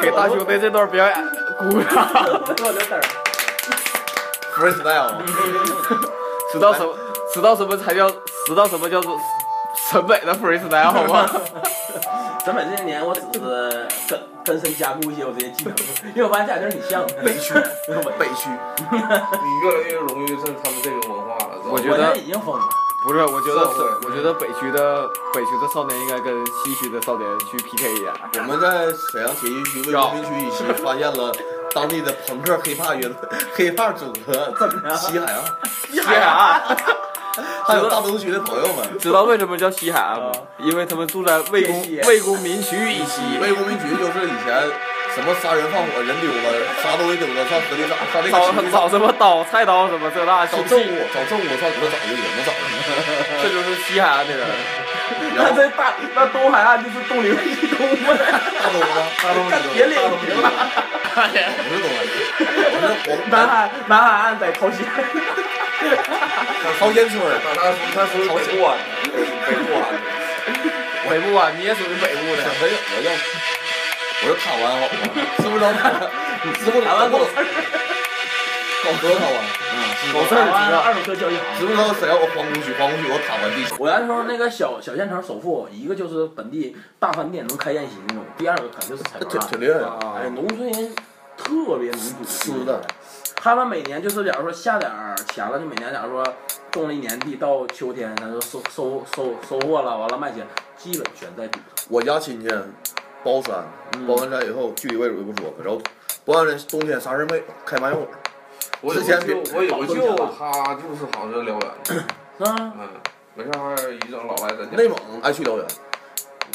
Speaker 1: 给大兄弟这段表演鼓掌。
Speaker 4: 为我留灯儿。
Speaker 5: 不是 style，
Speaker 1: 知道什么？知道什么才叫知道什么叫做审美的 freestyle 好吗？
Speaker 4: 咱们这些年，我只是根根深加固一些我这些技能，因为我发现这俩地儿挺像的。
Speaker 5: 北区，北区，
Speaker 6: 你越来越融入这他们这个文化了。知道吗
Speaker 1: 我觉
Speaker 4: 我
Speaker 1: 得
Speaker 4: 这已经疯了。
Speaker 1: 不是，我觉得
Speaker 5: 社会
Speaker 1: 我觉得北区的北区的少年应该跟西区的少年去 PK 一下。
Speaker 2: 我们在沈阳铁西区、卫生区一期发现了当地的朋克黑怕乐队、 黑怕组合在西海岸，
Speaker 1: 西海岸，
Speaker 2: 啊还有大东区的朋友们，
Speaker 1: 知道为什么叫西海岸吗？因为他们住在魏公
Speaker 4: 西
Speaker 1: 魏公民区以西。
Speaker 2: 卫公民局就是以前什么杀人放火、人丢了，啥东西丢了，上河里找，上那
Speaker 1: 找
Speaker 2: 个区
Speaker 1: 找什么刀、菜刀什么这那，
Speaker 2: 找
Speaker 1: 去
Speaker 2: 证物，找证物，上河找就也能找着。
Speaker 1: 这就是西海啊岸的人。
Speaker 4: 那这大那东海岸就是东陵一东了，
Speaker 2: 大东吗？大东，
Speaker 4: 那别领平了。
Speaker 2: 我是东安，我是我
Speaker 4: 南海南海岸在朝鲜，
Speaker 2: 朝鲜村儿，
Speaker 5: 他他他属于北部安的，北部安的。
Speaker 1: 啊北部啊，你也属于北部的。
Speaker 2: 没有我叫，我是塔湾好吗？是不是老塔？是不是
Speaker 4: 台
Speaker 2: 老
Speaker 4: 湾
Speaker 2: 搞
Speaker 4: 够
Speaker 2: 搞哥塔湾？
Speaker 1: 嗯有事
Speaker 4: 台
Speaker 1: 儿
Speaker 4: 湾
Speaker 1: 知道。
Speaker 4: 二手车交易行。
Speaker 2: 知不知道沈啊阳我皇姑区？皇姑区我塔湾地
Speaker 1: 啊
Speaker 2: 区。
Speaker 4: 我原来说那个小小县城首富，一个就是本地大饭店能开宴席那种，第二个肯定是采购
Speaker 2: 挺
Speaker 4: 案。
Speaker 2: 挺厉害的，
Speaker 1: 啊
Speaker 4: 哎，农村人特别能赌，
Speaker 2: 是的。
Speaker 4: 他们每年就是，假如说下点儿钱了，就每年假如说种了一年地，到秋天，他就收收收收获了，完了卖钱，基本全在赌上。
Speaker 2: 我家亲戚包山，包完山以后具体位置我就不说了，然后包完山冬天啥事儿没有，开麻药馆。
Speaker 5: 我有
Speaker 2: 之
Speaker 5: 个
Speaker 2: 前
Speaker 5: 舅，我有个舅，他就是好像辽源的，
Speaker 4: 是啊，
Speaker 5: 嗯，没事儿一整老来咱家。
Speaker 2: 内蒙爱去辽源，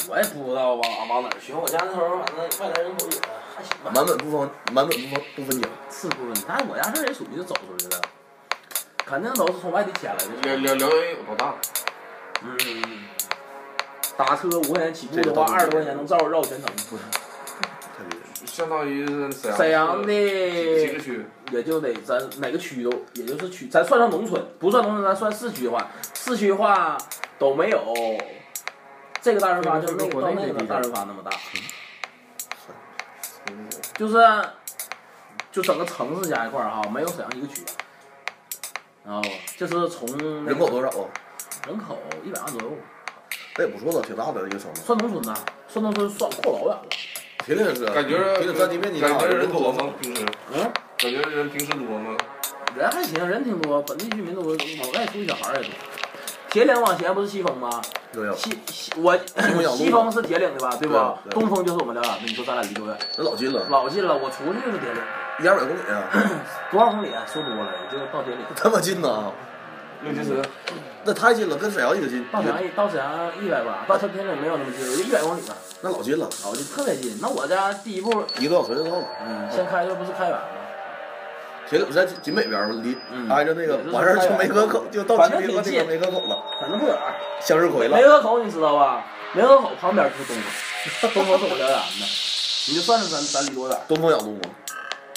Speaker 4: 我也不知道往往哪儿学。我家那时候反正外来人口也还行吧，
Speaker 2: 满本不分，满本不分不分家。
Speaker 4: 是不分。但是我家这儿也属于是走出去的，肯定都是从外地迁来
Speaker 5: 辽
Speaker 4: 的。
Speaker 5: 辽辽源有多大？
Speaker 4: 嗯，打车五块钱起步的话，二十块钱能绕绕全城。
Speaker 2: 太厉害了
Speaker 5: 相当于是沈阳。
Speaker 4: 沈阳的
Speaker 5: 几个区？
Speaker 4: 也就得咱哪个区都，也就是区，咱算上农村，不算农村，咱算市区的话，市区的话都没有这个大润发，就那个到那个大润发那么大，就是就整个城市加一块儿哈，没有沈阳一个区，啊然后这是从那
Speaker 2: 人
Speaker 4: 个
Speaker 2: 口多少啊？
Speaker 4: 人口一百万左右，
Speaker 2: 那也不错了，挺大的一个城市。
Speaker 4: 算农村的，算农村算扩老远了，
Speaker 2: 铁岭是，
Speaker 5: 感觉
Speaker 2: 铁岭占地面积
Speaker 5: 感
Speaker 2: 大，
Speaker 5: 觉
Speaker 2: 人
Speaker 5: 人
Speaker 2: 口
Speaker 5: 多
Speaker 2: 多
Speaker 5: 吗？平时？
Speaker 4: 嗯，
Speaker 5: 感觉人平时多吗？
Speaker 4: 人还行，人挺多，本地居民多，往外出去小孩儿也多。铁岭往前不是西风吗？
Speaker 2: 对呀，
Speaker 4: 西西我
Speaker 2: 风养路
Speaker 4: 西风是铁岭的吧，
Speaker 2: 对
Speaker 4: 对吧
Speaker 2: 啊？对啊
Speaker 4: 东风就是我们辽远的，你说咱俩离多远？
Speaker 2: 那老近了，
Speaker 4: 老近了，我出去就是铁岭，
Speaker 2: 一二百公里啊，
Speaker 4: 多少公里啊？说多了，也就到铁岭。
Speaker 2: 他妈近呐！
Speaker 5: 六七
Speaker 2: 嗯
Speaker 5: 十。
Speaker 2: 那太近了，跟沈阳一个近，
Speaker 4: 到沈阳一到沈阳一百八，到铁岭没有那么近，我就一百公里吧，
Speaker 2: 那老近了，
Speaker 4: 老近特别近。那我家第一步，
Speaker 2: 一个多小时就到了。
Speaker 4: 嗯，先开这不是开远了，
Speaker 2: 铁岭在锦北边儿嘛，离
Speaker 4: 嗯
Speaker 2: 挨着那个
Speaker 4: 也就是
Speaker 2: 完事儿
Speaker 4: 太
Speaker 2: 就
Speaker 4: 远
Speaker 2: 梅河口，就到
Speaker 4: 反
Speaker 2: 吉
Speaker 4: 正
Speaker 2: 林河那
Speaker 4: 挺
Speaker 2: 个
Speaker 4: 近
Speaker 2: 梅河口了，
Speaker 4: 反正不远。
Speaker 2: 向日葵了
Speaker 4: 梅。河口你知道吧？梅河口旁边就是东风，东风是我们辽源的，你就算算咱咱离多远？
Speaker 2: 东风养路吗？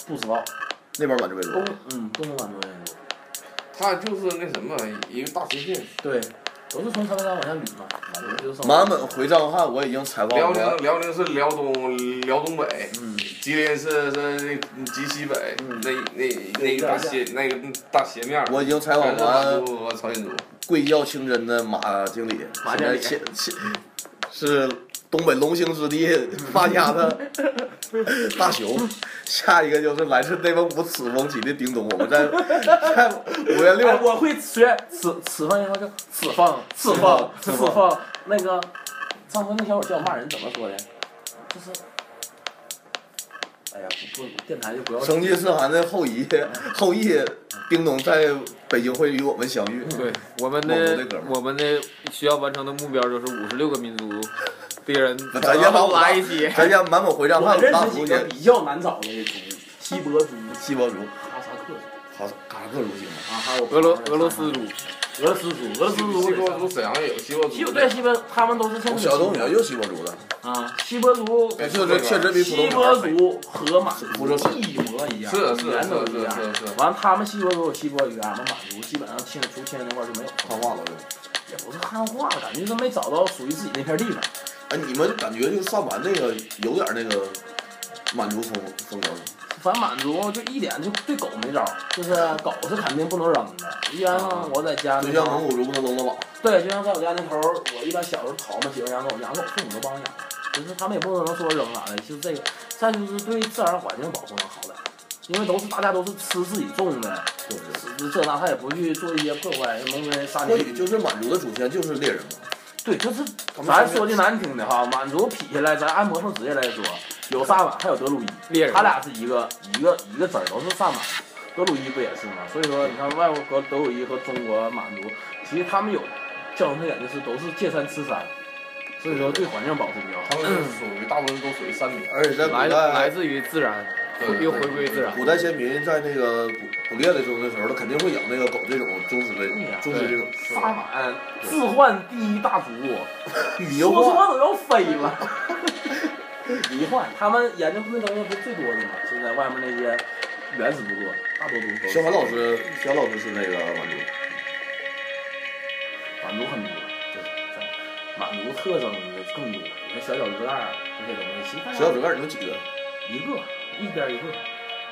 Speaker 4: 不知道
Speaker 2: 那边满洲
Speaker 4: 东
Speaker 2: 路。
Speaker 4: 嗯东风满洲人多，
Speaker 5: 他就是那什么一个大斜线，
Speaker 4: 对，都是从长白山往下捋嘛，满洲就是
Speaker 2: 满本回藏汉我已经采访
Speaker 5: 辽
Speaker 2: 过
Speaker 5: 宁，辽宁是辽东，辽东北，
Speaker 4: 嗯。
Speaker 5: 吉林是是那吉西北，那那那
Speaker 4: 对
Speaker 5: 一大斜那个大斜面儿，
Speaker 2: 嗯我已经采访
Speaker 5: 全是满
Speaker 2: 完
Speaker 5: 族和朝鲜族。
Speaker 2: 贵校清真的马经理，
Speaker 4: 马
Speaker 2: 现在
Speaker 4: 经
Speaker 2: 现现是东北龙兴之 地发家的 大熊，下一个就是来自内蒙古赤峰旗的叮咚，我们 在在五月
Speaker 4: 哎，
Speaker 2: 六。
Speaker 4: 我会学此此方一说叫此方此方此方那个，上回那小伙叫我骂人怎么说的？就是，哎呀，不不，电台就不要
Speaker 2: 成吉思汗的后裔，后裔叮咚在北京会与我们相遇。
Speaker 1: 对，我们
Speaker 2: 蒙古
Speaker 1: 的
Speaker 2: 那哥们儿
Speaker 1: 我们的需要完成的目标就是五十六个民族的人，
Speaker 2: 咱先把我
Speaker 1: 拉一起。
Speaker 2: 咱家满本回藏
Speaker 4: 我
Speaker 2: 汉
Speaker 4: 认
Speaker 2: 大
Speaker 4: 识
Speaker 2: 族
Speaker 4: 几
Speaker 2: 的
Speaker 4: 个比较难找的族，锡伯族、
Speaker 2: 西伯族，
Speaker 4: 哈萨克族
Speaker 2: 哈萨克族行吗？
Speaker 4: 啊，还有
Speaker 1: 俄罗俄罗斯族，
Speaker 4: 俄斯族，俄斯族
Speaker 5: 西伯族沈阳也有西伯
Speaker 4: 西
Speaker 5: 族，
Speaker 4: 对西伯，他们都是从
Speaker 2: 哦小东也就西伯族的，
Speaker 4: 啊，西伯族
Speaker 2: 也确实确实比普
Speaker 4: 西
Speaker 2: 通
Speaker 4: 伯
Speaker 2: 族
Speaker 4: 族和满
Speaker 2: 不
Speaker 4: 族
Speaker 2: 是
Speaker 4: 一模一样，
Speaker 5: 是啊是
Speaker 4: 语言都
Speaker 5: 是
Speaker 4: 一样。
Speaker 5: 是是
Speaker 4: 完，他们西伯族有西伯语言，那满族基本上清除清那块儿就没有，
Speaker 2: 汉化了就。
Speaker 4: 也不是汉化，感觉都没找到属于自己那片地方。
Speaker 2: 哎，你们感觉就萨满那个有点那个满族风风格吗？
Speaker 4: 反正满族就一点就对狗没招儿，就是狗是肯定不能扔的。一般我在家
Speaker 2: 就
Speaker 4: 那
Speaker 2: 像
Speaker 4: 头
Speaker 2: 蒙古族不能扔的宝，
Speaker 4: 对，就像在我家那头儿，我一般小时候淘嘛，喜欢养狗，养狗父母都帮我养，就是他们也不能说扔啥的，就是这个。再就是对自然环境的保护能好点儿，因为都是大家都是吃自己种的，
Speaker 2: 就是
Speaker 4: 这这那他也不去做一些破坏，农村杀
Speaker 2: 或许
Speaker 4: 鸡。
Speaker 2: 就是满族的祖先就是猎人嘛。
Speaker 4: 对，就是
Speaker 2: 他们
Speaker 4: 咱
Speaker 2: 是
Speaker 4: 说句难听的哈，满族劈下来，咱按魔兽职业来说，有萨满，还有德鲁伊，
Speaker 1: 猎人
Speaker 4: 他俩是一个一个一个籽儿，都是萨满。德鲁伊不也是吗？所以说，你看外国德鲁伊和中国满族，其实他们有共同特点，就是都是见山吃山，所以说对环境保护比较好。
Speaker 5: 他们是属于大部分都属于山民，
Speaker 2: 而且在古
Speaker 1: 来来
Speaker 2: 代，
Speaker 1: 自于自然，
Speaker 5: 对对
Speaker 1: 又回归自然。
Speaker 2: 古代先民在那个捕捕猎的时候的时候，他肯定会养那个狗这种忠实
Speaker 4: 对呀
Speaker 2: 的忠实这种。
Speaker 4: 萨满哎置换第一 大族，
Speaker 2: 你
Speaker 4: 说
Speaker 2: 又
Speaker 4: 说
Speaker 2: 不
Speaker 4: 话都要飞 了。一换，他们研究那东西不是最多的吗？现在外面那些原始部落，大多都是
Speaker 2: 小凡老师，小凡老师是那个满族，
Speaker 4: 满族很多，对，满族特征的更多。你看小脚趾盖儿这些东西，其实大家
Speaker 2: 小小主干你们几个？
Speaker 4: 一个一边儿一个，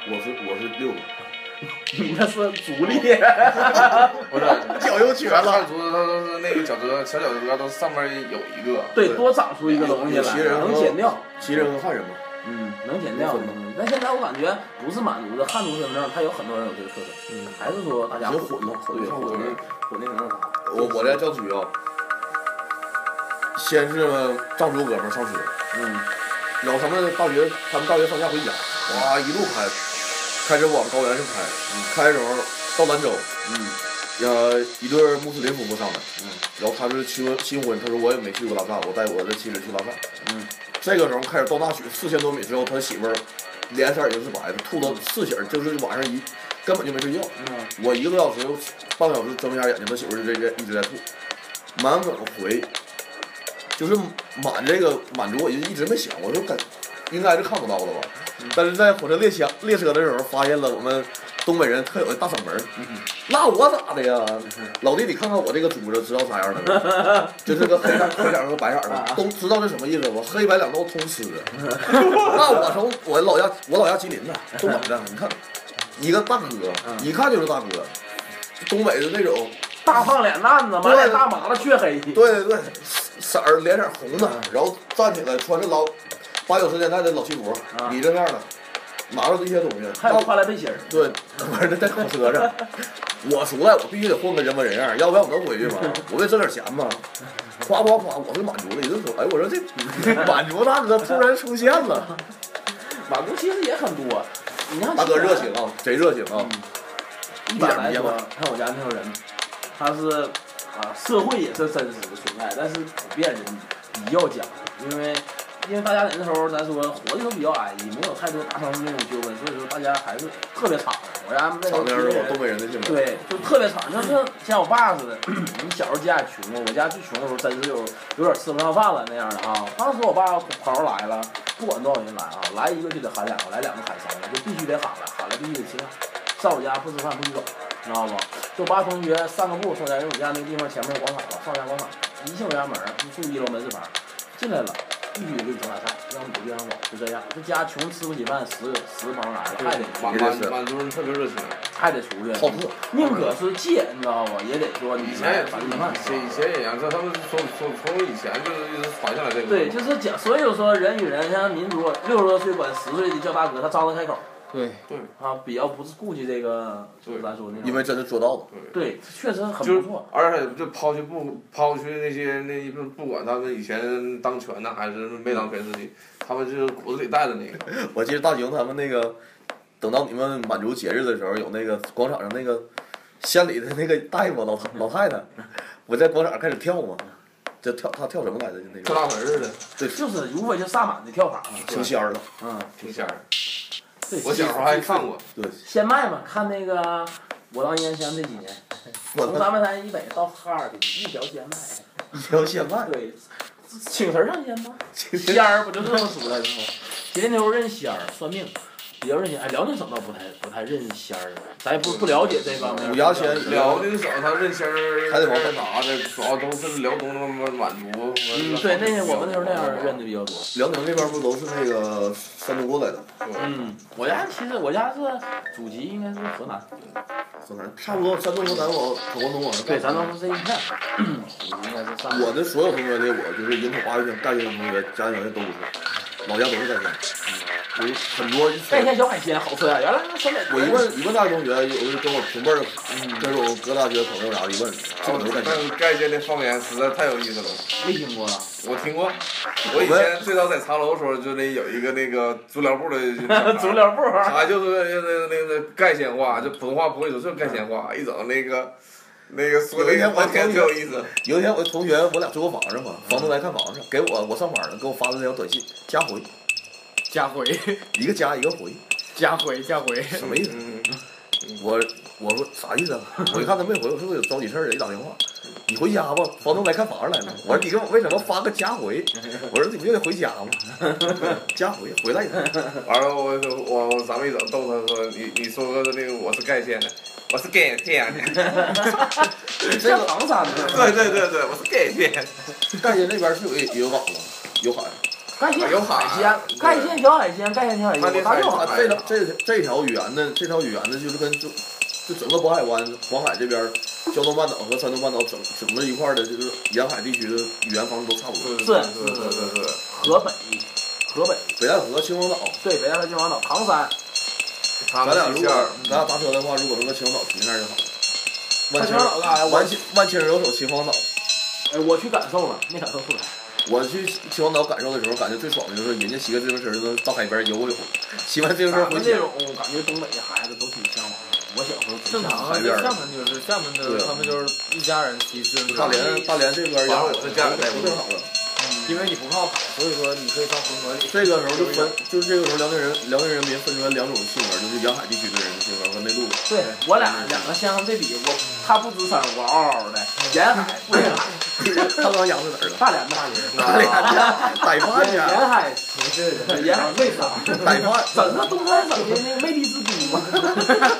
Speaker 2: 我是我是六个，
Speaker 4: 你那是族列，
Speaker 5: 不是
Speaker 2: 脚又瘸
Speaker 5: 汉。族他都是那个脚趾小脚趾边都上面有一个，
Speaker 4: 对，多长出一个东西
Speaker 2: 有
Speaker 4: 来
Speaker 2: 旗人，和
Speaker 4: 能减掉。
Speaker 2: 旗人和汉人嘛，
Speaker 4: 嗯，能减掉的东西。但现在我感觉不是满族的汉族身份证，他有很多人有这个特征，
Speaker 1: 嗯
Speaker 4: 还是说大家
Speaker 2: 已经混了，混
Speaker 4: 对
Speaker 2: 了
Speaker 4: 混
Speaker 2: 混了
Speaker 4: 的。混的那啥。
Speaker 2: 我我在郊区啊，先是藏族哥们儿上学，
Speaker 4: 嗯，
Speaker 2: 然后他们大学，他们大学放假回家，哇，一路开，开始往高原上开，嗯开的时候到兰州，嗯，呃，一对穆斯林夫妇上来，嗯，然后他是新婚新婚，他说我也没去过拉萨，我带我的妻子去拉萨，
Speaker 4: 嗯，
Speaker 2: 这个时候开始到大雪四千多米之后，他媳妇儿脸色已经是白的，吐到四醒，就是晚上一根本就没睡觉，
Speaker 4: 嗯
Speaker 2: 我一个多小时，半个小时睁不下眼睛，他媳妇儿就这个一直在吐，满往回，就是满这个满足，我就一直没想，我说感应该是看不到了吧，但是在火车列车列车的时候发现了我们东北人特有的大嗓门儿，那我咋的呀？老弟，你看看我这个珠子，知道啥样的没？就是个黑色儿、黑色儿和白色儿的，都知道是什么意思吧？黑白两道通吃。那我从我老家，我老家吉林的，东北的，你看一个大哥，一看就是大哥，东北的那种，
Speaker 4: 大胖脸蛋子，满脸大麻子，黢黑。
Speaker 2: 对对对，色儿脸色儿红的，然后站起来穿着老八九十年代的老西服，
Speaker 4: 啊
Speaker 2: 理正面的，拿着这些东西，
Speaker 4: 还有
Speaker 2: 到
Speaker 4: 跨栏背心儿。
Speaker 2: 对，完了在火车上， 我出来我必须得混个人模人样儿，要不然我能回去 吗？我为挣点钱嘛，夸夸夸，我是满族的，一顿说，哎，我说这 满族大哥突然出现 了，
Speaker 4: 满族其实也很多，你看
Speaker 2: 大哥热情。啊，贼热情啊，
Speaker 4: 嗯一般来说，看我家那种人，他是啊，社会也是真实的存在，但是普遍人比较讲究，因为因为大家那时候咱说活的都比较安逸，没有太多大城市那种纠纷，所以说大家还是特别敞亮。我家那时候
Speaker 2: 敞亮
Speaker 4: 其
Speaker 2: 是
Speaker 4: 实
Speaker 2: 吧？东北人的性格。
Speaker 4: 对，就特别惨，就是像我爸似的。 你小时候家也穷啊，我家最穷的时候真是有有点吃不上饭了那样的啊。当时我爸朋友来了，不管多少人来啊，来一个就得喊两个，来两个喊三个，就必须得喊了，喊了必须得吃饭。上我家不吃饭不许走，你知道吗？就我爸同学散个步，上家因为我家那个地方前面有广场嘛，上我家广场，一进我家门儿就住一楼门市房，进来了。必须得给你整点菜，要不你不让走，就这样。这家穷吃不起饭，十个十个朋友来了，还得
Speaker 5: 满
Speaker 2: 也
Speaker 5: 满
Speaker 2: 是
Speaker 5: 满族人特别热情，
Speaker 4: 还得出去。
Speaker 2: 好客，
Speaker 4: 宁可是借，你知道吗？也得说你
Speaker 5: 以前也是，
Speaker 4: 反正
Speaker 5: 以前以前也一样，这他们是从从从以前就是一直传下来这个，
Speaker 4: 对，就是讲，所以说人与人像民族，六十多岁管十岁的叫大哥，他张得开口
Speaker 1: 对，
Speaker 4: 啊，比较不是顾忌这个，就是
Speaker 5: 对
Speaker 4: 咱说那
Speaker 2: 你
Speaker 4: 种。
Speaker 2: 们真的做到了。
Speaker 4: 对，确实很
Speaker 5: 就
Speaker 4: 不
Speaker 5: 是
Speaker 4: 错。，
Speaker 5: 而且就抛去不抛去那些那一不不管他们以前当权呢还是没当权时期，他们就是骨子里带着那个，
Speaker 2: 我记得大熊他们那个，等到你们满族节日的时候，有那个广场上那个县里的那个大爷吧，老头老太太，我在广场上开始跳嘛，就跳他跳什么来着？就那
Speaker 5: 跟
Speaker 2: 个
Speaker 5: 大盆似的，
Speaker 4: 就是无非就萨满的跳法嘛，
Speaker 2: 成仙儿了。
Speaker 4: 嗯，
Speaker 5: 挺仙儿。
Speaker 4: 对，
Speaker 5: 我小时候还看过，
Speaker 2: 对，
Speaker 4: 先卖嘛，看那个《我当烟枪》这几年，从三万山以北到哈尔滨一条街卖，
Speaker 2: 一条线 外，
Speaker 4: 对，请神上仙吗？仙儿不就这么说的吗？吉林牛肉认 仙儿，算命。比较认仙，哎，辽宁省倒不太不太认仙儿，咱也不不了解这方面。
Speaker 2: 五牙仙
Speaker 5: 辽宁省他认仙儿
Speaker 2: 还得往上
Speaker 5: 啥的，主要都是辽东那么满族。
Speaker 4: 嗯，对，那些我们那时候那样认的比较多。
Speaker 2: 辽宁这边不都是那个山东过来的，
Speaker 4: 嗯，我家其实我家是祖籍应该是河南，
Speaker 2: 河南差不多，山东河南往广东往上
Speaker 4: 对，
Speaker 2: 干。
Speaker 4: 咱都是这一片，嗯祖籍应该是上。
Speaker 2: 我的所有同学里，我就是人口八月份干县同学，家庭条件都不错，老家都是干县，有很多一
Speaker 4: 那
Speaker 2: 村。
Speaker 4: 天小海鲜好吃啊，原来那小海鲜
Speaker 2: 我一问一问大学同学，有的跟我平辈儿，跟我哥大学朋友啥的，一问，这我都是干县。
Speaker 5: 但盖县的方言实在太有意思了，
Speaker 4: 没听过啊，
Speaker 5: 我听过。我以前最早在茶楼的时候，就那有一个那个足疗部的
Speaker 4: 足疗部儿
Speaker 5: 他就是那那那盖县话，就普通话不会说，就是盖县话，一整那个那个说
Speaker 2: 有一
Speaker 5: 那
Speaker 2: 天我
Speaker 5: 个完全
Speaker 2: 同
Speaker 5: 挺有意思。
Speaker 2: 有一天我同学，我俩租个房子嘛，房东来看房子，给我我上班呢，给我发了那条短信，加回
Speaker 3: 加回，
Speaker 2: 一个加一个回，
Speaker 3: 加回，加回。
Speaker 2: 什么意思？
Speaker 5: 嗯，
Speaker 2: 我我说啥意思啊？ 我一看他没回，我说我有着急事儿，一打电话，你回家吧，房东来看房来了。我说你跟我为什么发个家回？我说你不就得回家吗？ 家回回来一趟，
Speaker 5: 完了我就我我咱们一整逗他说你你说个那个我是盖县的，我是盖县的，
Speaker 4: 像唐山的。
Speaker 5: 对对对对，我是盖县。
Speaker 2: 大街那边是有也有网吗？有海。
Speaker 4: 盖县小海鲜，盖县小海鲜，盖县小海鲜，我大 舅好
Speaker 2: 啊，这条这这条远的这条远的就是跟就就整个渤海湾、黄海这边儿，胶东半岛和山东半岛整整个一块儿的，就是沿海地区的语言方式都差不多。
Speaker 5: 是
Speaker 4: 是
Speaker 5: 是是是是，
Speaker 4: 河北，河北
Speaker 2: 北戴河、秦皇岛，
Speaker 4: 对北戴河金华岛，唐山，
Speaker 2: 咱
Speaker 5: 他们
Speaker 2: 俩
Speaker 5: 那
Speaker 2: 如
Speaker 5: 片
Speaker 2: 果
Speaker 5: 儿
Speaker 2: 咱俩
Speaker 4: 嗯
Speaker 2: 搭车的话，如果能搁秦皇岛停那儿就好了。
Speaker 4: 他
Speaker 2: 万青
Speaker 4: 金华岛干啥呀？哎我
Speaker 2: 万青万青人有首秦皇岛，
Speaker 4: 哎，我去感受了，没感受出来。
Speaker 2: 我去秦皇岛感受的时候，感觉最爽的就是人家骑个自行车就能到海边游个泳，骑完自行车
Speaker 4: 咱
Speaker 2: 回
Speaker 4: 们这
Speaker 2: 家。
Speaker 4: 种感觉东北的孩子都挺向往的。我小时候挺
Speaker 3: 正
Speaker 4: 向往
Speaker 3: 常啊，
Speaker 2: 海边
Speaker 3: 在
Speaker 2: 儿
Speaker 3: 厦门就是厦门的，
Speaker 2: 对啊
Speaker 3: 他们就是一家人骑自行车
Speaker 2: 大。
Speaker 5: 嗯
Speaker 2: 连大连这边儿沿海
Speaker 5: 完了我是这样在乎
Speaker 2: 更好了。
Speaker 3: 因为你不靠海，所以说你可以上红河里。
Speaker 2: 嗯这个时候就分，就是这个时候辽宁人辽宁人民分出来两种性格，就是沿海地区的人的 性格和内陆。
Speaker 4: 对我俩两个相对比，我他不吱声，我嗷嗷的，沿海不沿海，
Speaker 2: 他刚养在哪儿
Speaker 5: 啊
Speaker 2: 了？
Speaker 4: 大连大连。
Speaker 2: 大连逮饭去，
Speaker 4: 沿海，
Speaker 3: 不是的，
Speaker 4: 沿海为啥？
Speaker 2: 逮饭，
Speaker 4: 整个东三省的那个魅力之都啊嘛。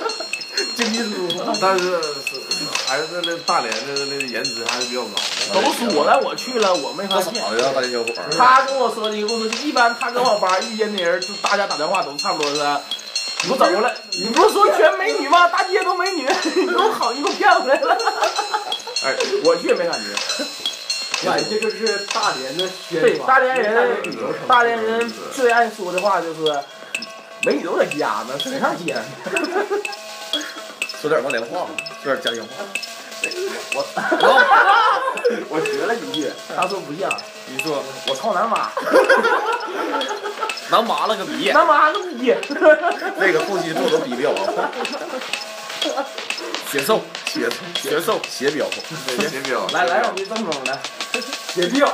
Speaker 2: 经济输出。
Speaker 5: 但是是还是那大连的那颜值还是比较高的。
Speaker 4: 都说了，我去了，我没
Speaker 2: 他咋
Speaker 4: 发现。
Speaker 2: 的呀，大连小伙儿？
Speaker 4: 他跟我说的一个故事，就一般他跟我班遇见的人，就大家打电话都差不多是。你给我走过来，你不是说全美女吗？大街都美女， 你给我好，你给我骗回来了。
Speaker 5: 哎，
Speaker 4: 我去也没感觉。
Speaker 3: 感觉这就是大连的宣
Speaker 4: 对，
Speaker 3: 传。
Speaker 4: 大连人，大连人
Speaker 5: 是
Speaker 4: 最爱说的话就是，美女都在家呢，谁上街呢？
Speaker 2: 说点往脸话吧，说点家乡话。
Speaker 4: 我学了一句，他说不像，
Speaker 1: 你说
Speaker 4: 我操 南妈，
Speaker 1: 能麻了个逼，
Speaker 4: 南妈个逼。
Speaker 2: 那个后期做的比较 啊，
Speaker 1: 节奏
Speaker 2: 写
Speaker 1: 节 奏，
Speaker 2: 写表，
Speaker 5: 对写表
Speaker 4: 来来，我给你正宗来，
Speaker 3: 铁票，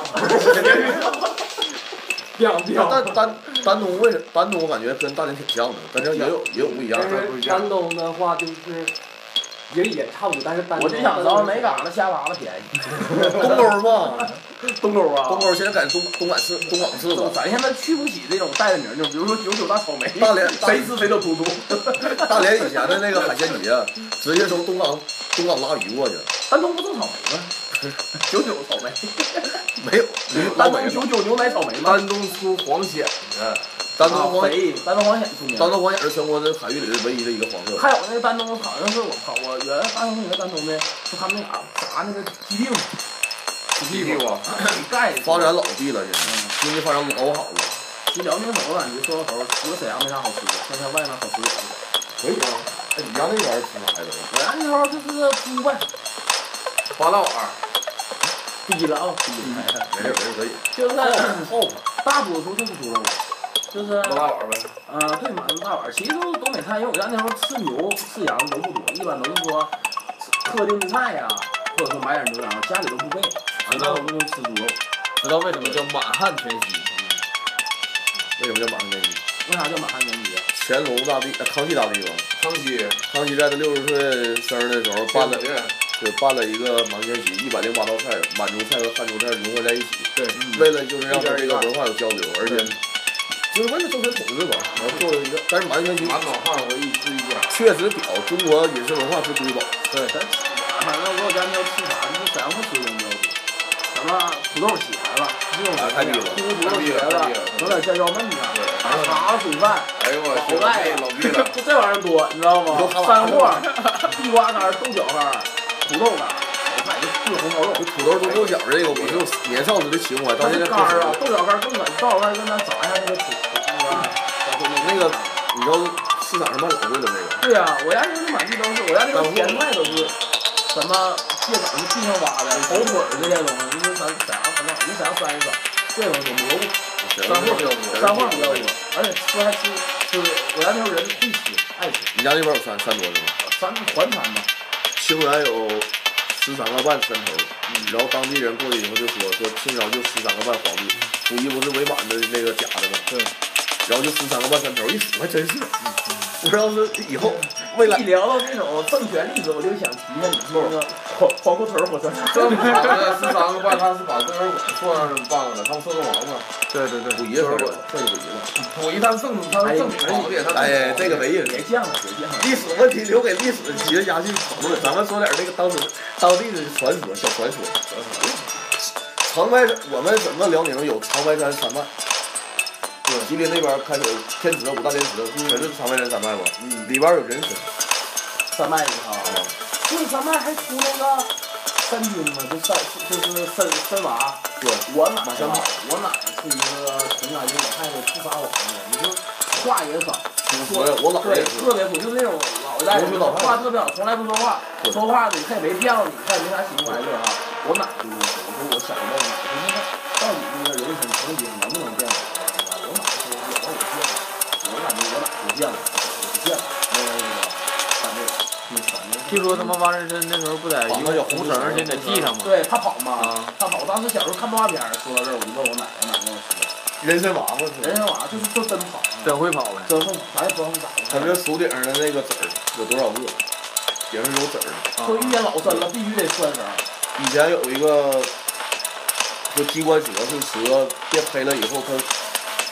Speaker 3: 表表。
Speaker 2: 但丹丹东为什丹东我感觉跟大连挺像的，但是也有也有不一样
Speaker 3: 但
Speaker 2: 的。
Speaker 3: 是丹东的话就是，也也差不多，但是丹东
Speaker 4: 我就想知道哪嘎达虾粑粑便宜。
Speaker 2: 东沟嘛，
Speaker 4: 东沟啊
Speaker 2: 东沟现在改东东莞市东莞市了。
Speaker 4: 咱现在去不起这种带着名儿，就比如说九九大草莓，
Speaker 2: 大连大
Speaker 4: 谁吃谁都突突。
Speaker 2: 大连以前的那个海鲜节，啊直接从东港东港拉鱼过去，
Speaker 4: 丹东不种草莓吗？九九草莓，
Speaker 2: 没有老
Speaker 4: 丹东
Speaker 2: 美
Speaker 4: 九九牛奶草莓吗？啊
Speaker 5: 丹东出黄蚬的，
Speaker 2: 丹东黄
Speaker 4: 肥，丹东黄蚬出名。
Speaker 2: 丹东黄眼是全国的海域里的唯一的一个黄色。
Speaker 4: 还有那个丹东，好像是我靠，我原来大学同学丹东的，就他们那嘎达啥那个基地嘛，
Speaker 5: 屁屁
Speaker 2: 啊
Speaker 5: 股。
Speaker 4: 盖
Speaker 2: 发展老地了，现在经济发展老好了。
Speaker 4: 其实辽宁省我感觉说到头，除了沈阳没啥好吃的，剩下外面好吃点儿。
Speaker 2: 可以啊，哎，你家那边儿出啥呀？
Speaker 4: 我家那时候就是猪呗，
Speaker 5: 八道碗，
Speaker 4: 低了啊，低 了，
Speaker 2: 没事没事可以。
Speaker 4: 就是
Speaker 2: 后边
Speaker 4: 大多数就是猪肉，就是
Speaker 5: 八道碗呗。
Speaker 4: 啊，对，满足大碗儿。其实都是东北菜，因为我家那时候吃牛吃羊都不多，一般都是说特定的菜呀、或者说买点牛羊，家里都不备，完了我们就吃猪肉。
Speaker 1: 知道为什么叫满汉全席？
Speaker 2: 为什么叫马上天一？
Speaker 4: 为啥叫满汉全席？啊
Speaker 2: 乾隆大帝、呃康熙大帝吧，
Speaker 5: 康熙，
Speaker 2: 康熙在他六十岁生日的时候办了
Speaker 5: 对
Speaker 2: 是办了一个满千席，一百零八道菜，满洲菜和汉中菜融合在一起，
Speaker 4: 对，
Speaker 2: 为了就是让这个文化有交流，而且就是为了政权统治嘛，然后做了一个，但是满千席
Speaker 5: 满脑汉回忆是一家。
Speaker 2: 确实屌，中国饮食文化之瑰宝。
Speaker 4: 对，咱反正我咱要吃啥，你咱会水准标准。什么土豆茄子，这种
Speaker 2: 太牛了
Speaker 4: 土豆茄子，整点酱椒焖子，啥水饭，
Speaker 5: 哎呦我去，
Speaker 4: 老外啊
Speaker 5: 老毕了，
Speaker 4: 就这玩意儿多，你知道吗
Speaker 2: 你都？看
Speaker 4: 三
Speaker 2: 完
Speaker 4: 货，地瓜干儿、豆角干儿、土豆干儿，我买的炖红烧肉。
Speaker 2: 这土豆炖豆角这个，我就年少时的情怀，到
Speaker 4: 它
Speaker 2: 现在
Speaker 4: 是干儿啊，豆角干儿更敢，豆角干儿跟咱炸一下那个土土豆干儿。
Speaker 2: 那个你知道市场上卖老贵了那个，
Speaker 4: 对呀、我家就是满地都是，我家那个甜菜都是什么芥草、地上挖的、藕腿儿这些东西，就是咱咱家很老，因为咱酸一酸，这种东西蘑菇
Speaker 2: 全
Speaker 4: 三
Speaker 2: 是
Speaker 4: 货
Speaker 2: 标准
Speaker 4: 三花比较多，而且吃还吃吃，我家那头人会吃爱吃，
Speaker 2: 你家那边有山山多是吗？
Speaker 4: 咱还餐 吧，
Speaker 2: 青原有十三个半山头，然后当地人过去以后就说说清朝就十三个半皇帝，溥仪不是伪满的那个假的吗？
Speaker 4: 对。
Speaker 2: 然后就十三个半山头，一数还真是，不知道是以后未来
Speaker 4: 一聊到这种政权例子，我就想提那你那个黄黄瓜腿 儿火车站，
Speaker 5: 这么好的十三个半，他是把这根做上半了，他们孙王嘛，
Speaker 1: 对对对，
Speaker 2: 溥仪说的，这是溥仪了。
Speaker 5: 溥仪他正他正皇帝，他
Speaker 2: 哎，这个没意思。
Speaker 4: 别犟了，别犟了。
Speaker 2: 历史问题留给历史企业家去讨论，咱们说点那个当时当地的传说、小传说。长白山，我们整个辽宁有长白山山脉，对，吉林那边开始有天池、五大连池，全是长白山山脉吧？嗯，里边有人参，
Speaker 4: 山脉里头，就是山脉还出那个三军嘛，就三就是三三娃。
Speaker 2: 对，
Speaker 4: 我奶奶吧，我奶奶是一个从小就老太太不撒谎的，你就话也少，
Speaker 2: 我我姥爷
Speaker 4: 对，
Speaker 2: 也是，
Speaker 4: 特别苦，就是那种老一代人话特别少，从来不说话，
Speaker 2: 对
Speaker 4: 说话呢他也没骗你，他也没啥情怀，就是哈。我奶就是说，我说我小时候奶奶，到底那个人参成精能不能变老？我奶奶说，我我变了，我感觉我奶奶变了，我不变了，那个那个，反正挺烦的。
Speaker 1: 听说他妈挖人参那时候不
Speaker 4: 哦
Speaker 1: 在一个红绳儿先给系上吗？
Speaker 4: 对他跑嘛
Speaker 1: 啊，
Speaker 4: 他跑。我当时小时候看动画片儿，说到这儿，我就问我奶奶，奶奶跟我说，
Speaker 2: 人参娃娃
Speaker 4: 人
Speaker 2: 是，
Speaker 4: 参娃就是就真跑，
Speaker 1: 真会跑呗。
Speaker 4: 真会跑，咱也不知道是咋
Speaker 2: 他
Speaker 4: 的。
Speaker 2: 这手顶上的那个籽儿有多少个？也是有籽儿。
Speaker 4: 说遇见老参了，必须得拴绳儿。
Speaker 2: 以前有一个，就鸡冠蛇是蛇变黑了以后，它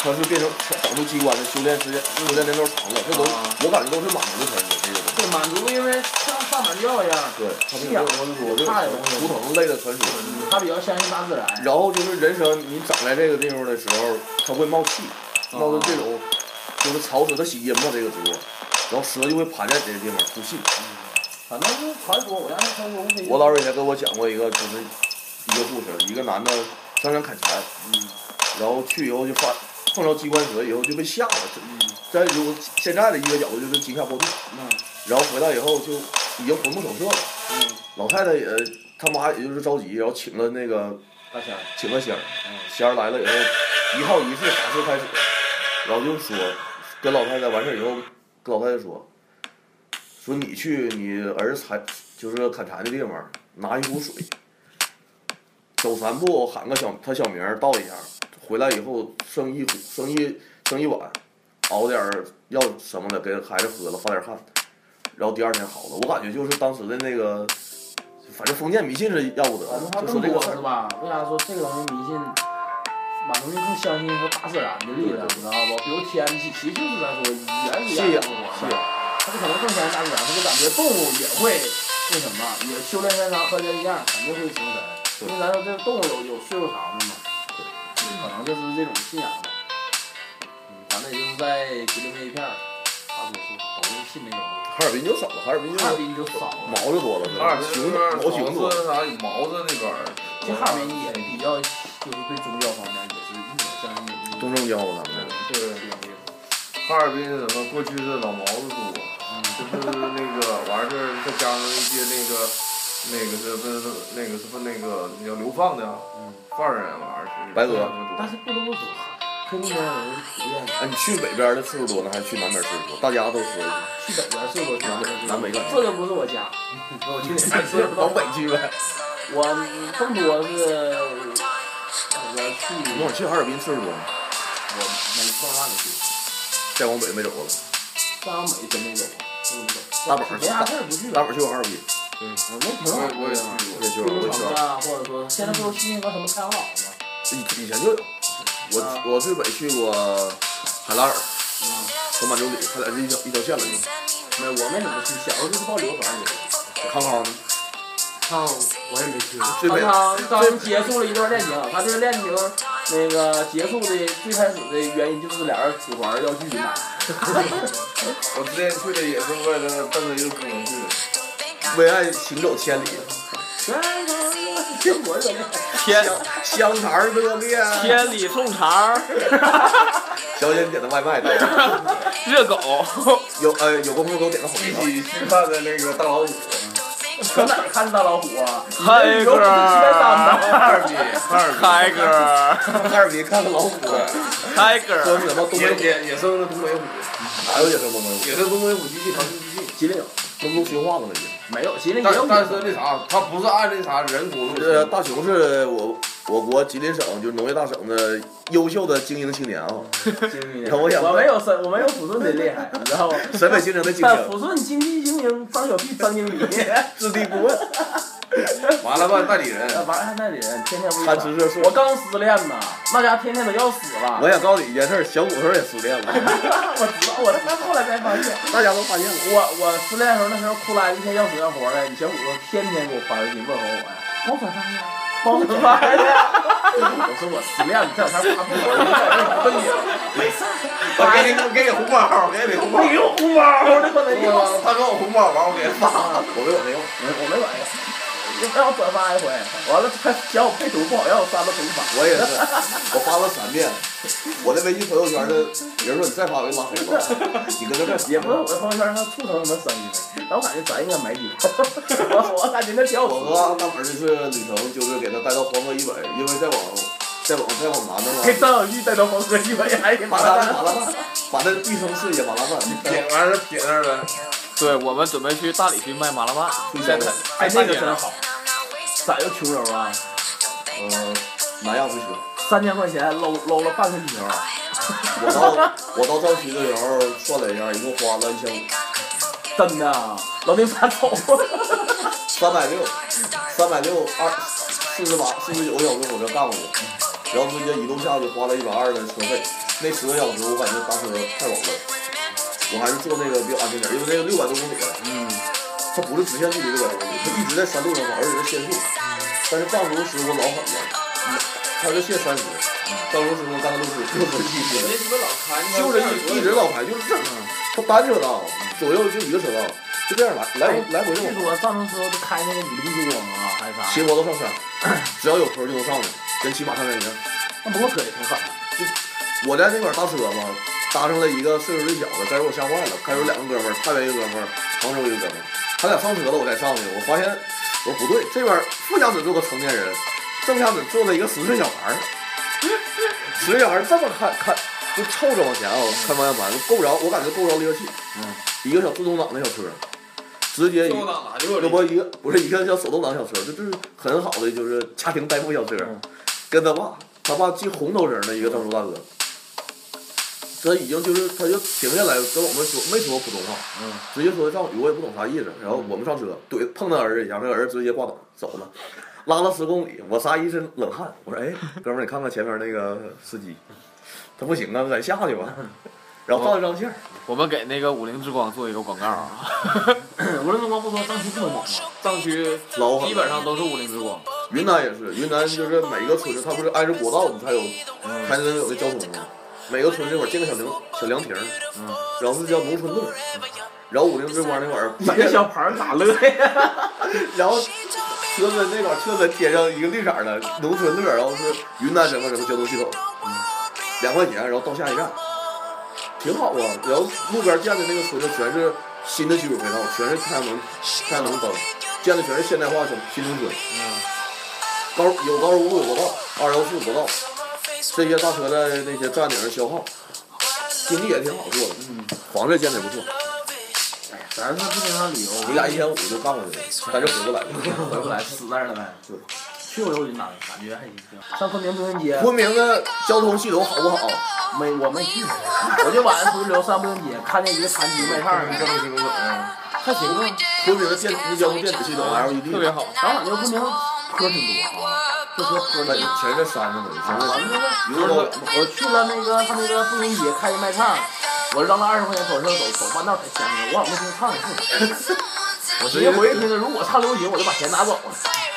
Speaker 2: 它是变成长出鸡冠的，修炼时间修炼年头长了，这都、
Speaker 1: 啊
Speaker 2: 我感觉都是满族传统这个东西。
Speaker 4: 对，满族因为像萨满教一样，
Speaker 2: 对，它
Speaker 4: 信仰东
Speaker 2: 我就
Speaker 4: 西，怕的东
Speaker 2: 图，
Speaker 4: 西
Speaker 2: 腾类的传说。
Speaker 4: 他嗯比较相信大自然。
Speaker 2: 然后就是人参，你长在这个地方的时候，它会冒气，冒出这种就是潮湿，它吸阴嘛这个植物，然后蛇就会盘在这个地方出气。
Speaker 4: 反正就是传说，我家那传说无非。
Speaker 2: 我姥爷以前跟我讲过一个，就是一个故事，一个男的上山砍柴，然后去以后就发碰着鸡冠蛇，以后就被吓了。在如果现在的医学角度就是惊吓过度，
Speaker 4: 嗯
Speaker 2: 然后回来以后就已经魂不守舍了。
Speaker 4: 嗯
Speaker 2: 老太太也他妈也就是着急，然后请了那个
Speaker 4: 大仙儿，
Speaker 2: 请了仙儿，仙儿来了以后，一号一式法事开始，然后就说跟老太太完事儿以后，跟老太太说，说你去你儿子采就是砍柴的地方拿一壶水，走三步喊个小他小名儿倒一下，回来以后剩一壶剩一剩一碗，熬点儿药什么的给孩子喝了发点汗，然后第二天好了。我感觉就是当时的那个，反正封建迷信是要不得
Speaker 4: 反正他
Speaker 2: 的，就说
Speaker 4: 更
Speaker 2: 这个
Speaker 4: 多
Speaker 2: 事儿
Speaker 4: 是。吧？为啥说这个东西迷信？满族人更相信和大自然的力量，你知道不？比如天气，其实就是咱说原始
Speaker 2: 信仰，
Speaker 4: 生活
Speaker 2: 信
Speaker 4: 嘛
Speaker 2: 仰。
Speaker 4: 他就可能更相信大自然，他就感觉动物也会那什么，也修炼山楂和人一样，肯定会成神。因为咱说这动物有有岁数长的嘛，可能就是这种信仰嘛。嗯，咱们也就是在吉林那一片儿，大多数都是信这东西。
Speaker 2: 哈尔滨就少了，哈尔滨就
Speaker 4: 哈尔滨就少了，
Speaker 2: 毛就多了，
Speaker 5: 二
Speaker 2: 熊
Speaker 5: 熊
Speaker 2: 毛熊多
Speaker 5: 毛。子啥毛子那边儿，
Speaker 4: 这哈尔滨也比较就是对宗教方面也是一直相信有
Speaker 2: 东正教他们
Speaker 5: 对哈尔滨什么过去是老毛子多，就是那个完事儿再加上一些那个那个是不是那个是不那个那叫流放的犯人玩意儿是
Speaker 2: 白俄
Speaker 4: 但是不得不说，啊黑龙江人普遍
Speaker 2: 哎，你去北边的次数多呢，还是去南边次数多？大家都说一
Speaker 4: 去北边睡过去，
Speaker 2: 南北感觉
Speaker 4: 这就不是我 家，我去
Speaker 5: 哎
Speaker 4: 哪儿睡
Speaker 2: 句，
Speaker 4: 不
Speaker 2: 往
Speaker 4: 到
Speaker 2: 北去呗。
Speaker 4: 我更多是那个去，
Speaker 2: 你往去哈尔滨次数多吗？
Speaker 4: 我没碰上你去，
Speaker 2: 再往北没走了。
Speaker 4: 上美真没走，真没走，
Speaker 2: 大宝儿
Speaker 4: 没啥事儿不去。
Speaker 2: 大宝儿去过哈尔滨，
Speaker 4: 我那挺好
Speaker 5: 我
Speaker 4: 的。
Speaker 5: 也我也去
Speaker 2: 也就
Speaker 5: 过，
Speaker 4: 冰
Speaker 2: 我
Speaker 4: 场
Speaker 2: 去玩
Speaker 4: 啊，或者说现在不都新兴个什么太阳岛吗？
Speaker 2: 以以前就有，
Speaker 5: 啊
Speaker 2: 我我最北去过海拉尔，
Speaker 5: 嗯
Speaker 2: 从满洲里，它俩是一条一条线了就。
Speaker 4: 没，我没怎么去，小时候就是报流传的。
Speaker 2: 康康呢？
Speaker 3: 看我也没去过。
Speaker 2: 最北
Speaker 4: 他当时结束了一段恋情，他这个恋情那个结束的最开始的原因就是俩人组团要聚嘛。
Speaker 5: 我之前去的也是为了奔着一个姑娘去的。
Speaker 2: 为爱行走千里，
Speaker 4: 结果怎么？
Speaker 1: 千
Speaker 2: 香肠热恋，
Speaker 1: 千里送肠儿，
Speaker 2: 小姐点的外卖到了，
Speaker 1: 热狗，
Speaker 2: 有呃有个朋友给我点的红烧，
Speaker 5: 一起去看的那个大老虎，
Speaker 4: 搁哪儿看大老虎啊？
Speaker 1: 嗨
Speaker 4: 有
Speaker 1: 哥
Speaker 4: 不是在
Speaker 1: 儿，
Speaker 4: 山
Speaker 5: 哈尔滨，哈尔滨，
Speaker 1: 嗨哥儿，
Speaker 2: 哈尔滨看看老虎，
Speaker 1: 嗨哥
Speaker 2: 说
Speaker 1: 儿，
Speaker 2: 是什么东北
Speaker 5: 也
Speaker 2: 虎，
Speaker 5: 也也是那东北虎，
Speaker 2: 哪有野生东北虎？
Speaker 5: 也是东北虎基地，唐山基地。
Speaker 4: 吉林有
Speaker 2: 那不都驯化了吗？
Speaker 4: 没有？吉林也有
Speaker 5: 但
Speaker 4: 野
Speaker 5: 但是
Speaker 4: 生
Speaker 5: 那
Speaker 4: 的。
Speaker 5: 啥，它不是按那啥人工
Speaker 2: 这个
Speaker 5: 的，
Speaker 2: 呃大熊是我我国吉林省就是农业大省的优秀的精英青年啊，
Speaker 4: 经
Speaker 2: 我
Speaker 4: 我
Speaker 2: 想问
Speaker 4: 没有深，我没有抚顺的厉害，你知道吗？
Speaker 2: 陕北精英的精
Speaker 4: 但
Speaker 2: 英，
Speaker 4: 抚顺经济精英张小屁张经 理，
Speaker 2: 质地不问，
Speaker 5: 完了吧，代理人。
Speaker 4: 完了那里人天天不
Speaker 2: 贪吃热
Speaker 4: 我
Speaker 2: 素。
Speaker 4: 刚失恋呢，那家天天都要死了。
Speaker 2: 我想告诉你一件事儿，小五时候也失恋了，
Speaker 4: 我知道，我知道，后来才发现，
Speaker 2: 大家都发现了。
Speaker 4: 我我失恋的时候，那时候哭来一天要死要活的，你小五子天天给我发微信问候我呀，我咋发现？我咋发现？我说我失恋了，这两天发不了，我问你，没事
Speaker 5: 我给你，我给你红包，我给你红包。
Speaker 4: 你给我红包，我他妈的，我
Speaker 5: 哎他给我红包，完我给他发了。
Speaker 2: 我没有没有，
Speaker 4: 我没管用，让我转发一回，完了他嫌我配图不好，让我删了重发。
Speaker 2: 我也是，我发了三遍，我的微信朋友圈的人说你再发我就拉黑了，你搁这干啥？
Speaker 4: 也不是我的朋友圈上促成什么生意，但我感觉咱应该买酒。我我感觉那小
Speaker 2: 我
Speaker 4: 伙子
Speaker 2: 和大门就是旅程，就是给他带到黄河以北，因为再往再往再往南的
Speaker 4: 给
Speaker 2: 话，
Speaker 4: 张小玉带到黄河一百哎呀
Speaker 2: 马
Speaker 4: 妈
Speaker 2: 拉
Speaker 4: 呀！
Speaker 2: 饭马拉饭，把那毕生事业马拉饭。
Speaker 5: 撇完了撇那儿了，
Speaker 1: 对我们准备去大理去卖麻辣拌，现在
Speaker 4: 哎，那个真好，咋又穷游啊？
Speaker 2: 呃，南亚不行。
Speaker 4: 三千块钱搂搂了半个地球，
Speaker 2: 我到我到赵区的时候算了一下，一共花了一千五，
Speaker 4: 真的啊，老丁咋走？
Speaker 2: 三百六，三百六二四十八四十九个小时我这干过去，然后直接一路下去花了一百二的车费，那十个小时我感觉搭车太晚了，我还是坐那个比较安全点，因为那个六百多公里，嗯，它不是直线距离六百多公里，它一直在山路上跑，而且在限速，但是藏族师傅老狠了，他是限三十，藏族师傅干到六十六十七十。
Speaker 5: 你们老看
Speaker 2: 就是一一直老排，就是这样，它单车道，左右就一个车道，就这样来来来回就
Speaker 4: 据说藏车都开那个女力珠光啊，还是啥？
Speaker 2: 骑摩托上山，只要有坡就能上去，跟骑马上山一样。
Speaker 4: 那不过可也挺狠的。
Speaker 2: 我在那块儿搭车嘛，搭上了一个岁数最小的，再给我吓坏了。开始两个哥们儿，太原一个哥们儿，杭州一个哥们儿，他俩上车了，我才上去。我发现我说不对，这边副驾驶坐个成年人，正驾驶坐了一个十岁小孩儿。十岁小孩儿这么看看，就凑着往前啊、开方向盘，够不着，我感觉够不着离合器。嗯，一个小自动挡的小车，直接一
Speaker 5: 右挡哪右
Speaker 2: 这
Speaker 5: 挡？
Speaker 2: 不一个不是一个叫手动挡小车，这就是很好的就是家庭代步小车，
Speaker 1: 嗯
Speaker 2: 跟他爸，他爸系红头绳的一个藏族大哥，这已经就是他就停下来跟我们说没说普通话，
Speaker 4: 嗯
Speaker 2: 直接说的藏语，我也不懂啥意思。然
Speaker 1: 嗯
Speaker 2: 后我们上车怼碰他儿子一下，那个儿子直接挂档走了，拉了十公里，我仨一身冷汗，我说哎哥们儿你看看前面那个司机，他不行啊，咱下去
Speaker 1: 嗯
Speaker 2: 吧，然后放一张线儿，
Speaker 1: 我们给那个五菱之光做一个广告啊，
Speaker 4: 无论怎么不说，藏区不能猛啊。
Speaker 1: 藏区
Speaker 2: 老狠
Speaker 1: 基本上都是五菱之光，
Speaker 2: 云南也是，云南就是每一个村子，它不是挨着国道，你才有，才能有那交通吗？每个村这块儿建个小凉小凉亭，嗯，然后是叫农村洞，然后五菱之光那块儿，
Speaker 4: 你这小孩儿咋乐呀？
Speaker 2: 然后车身那块儿车身贴上一个绿色儿的农村乐，然后是云南什么什么交通系统，嗯两块钱，然后到下一站，挺好啊。然后路边建的那个村子全是新的居委会道，全是太阳能太阳能灯，建的全是现代化小新农村。高有高速公路有国道，二幺四国道，这些大车在那些站顶上消耗，经济也挺好做的，房子建的也不错。
Speaker 4: 咱是不经常旅游，
Speaker 2: 我俩一千五就干过去了，但是回不来了。
Speaker 4: 回不来，死那儿了呗。
Speaker 2: 对
Speaker 4: 去过一回云南，感觉还行。上昆明步行街，
Speaker 2: 昆明的交通系统好不好？
Speaker 4: 没我没去，我就晚上出去溜上步行街，看见一个残疾卖唱的，
Speaker 5: 这么听懂？
Speaker 2: 还行啊，说比如电那交通电子系统 LED，
Speaker 1: 特别好。
Speaker 4: 然后感觉不明坡挺多哈，这车坡
Speaker 2: 本
Speaker 4: 挺多。
Speaker 2: 全是山上的，全是山上的
Speaker 4: 完
Speaker 2: 一
Speaker 4: 了
Speaker 2: 个
Speaker 4: 我
Speaker 2: 高
Speaker 4: 我去了那个他那个步行街开一卖唱，我扔了二十块钱跑车走走半道才签的，我老没听唱一次。 我寻思回去听着，如果唱流行，我就把钱拿走了。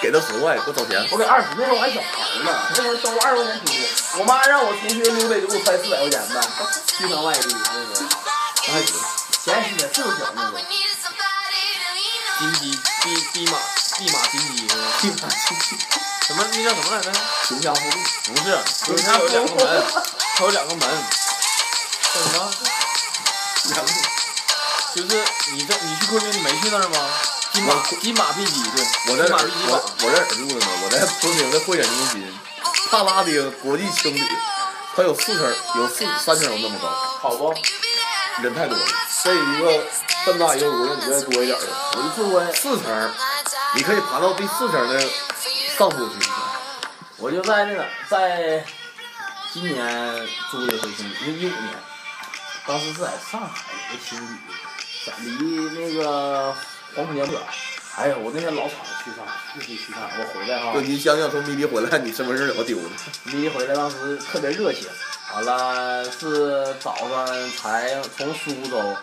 Speaker 2: 给他十块，给我找钱。
Speaker 4: 我给二十，那时候我还小孩儿呢，那时候收二十块钱挺多。我妈让我同学溜达就给我揣四百块钱呗，去趟外地那时候。哎，前十年岁数小那时候。
Speaker 1: 金鸡弼弼马弼马金鸡是吧？弼马金鸡，什么那叫什么来着？
Speaker 2: 穷家富路
Speaker 1: 不是，不是它有两个
Speaker 2: 哎
Speaker 1: 门，它有两个门，叫什么？
Speaker 2: 两个
Speaker 1: 就是你这你去昆明你没去那儿吗？金马金马弼鸡对，
Speaker 2: 我在
Speaker 1: 金
Speaker 2: 哪
Speaker 1: 马
Speaker 2: 儿
Speaker 1: 弼鸡堡
Speaker 2: 我我在哪儿住的呢？我在昆明的会展中心，帕拉丁国际青旅，它有四层，有四三层楼那么高，好不？人太多了，这一个这么大一个屋子，你再多一点儿的，我就住过四层，你可以爬到第四层的上坡去。
Speaker 4: 我就在那个在今年租的回青旅，一五年，当时是在上海一个青旅，在离那个黄浦江不远。哎呀，我那天老惨去上海，一直去上海，我回来哈
Speaker 2: 就，你想想，从迷离回来，你身份证怎么丢的？
Speaker 4: 离回来当时特别热情。完了是早上才从苏州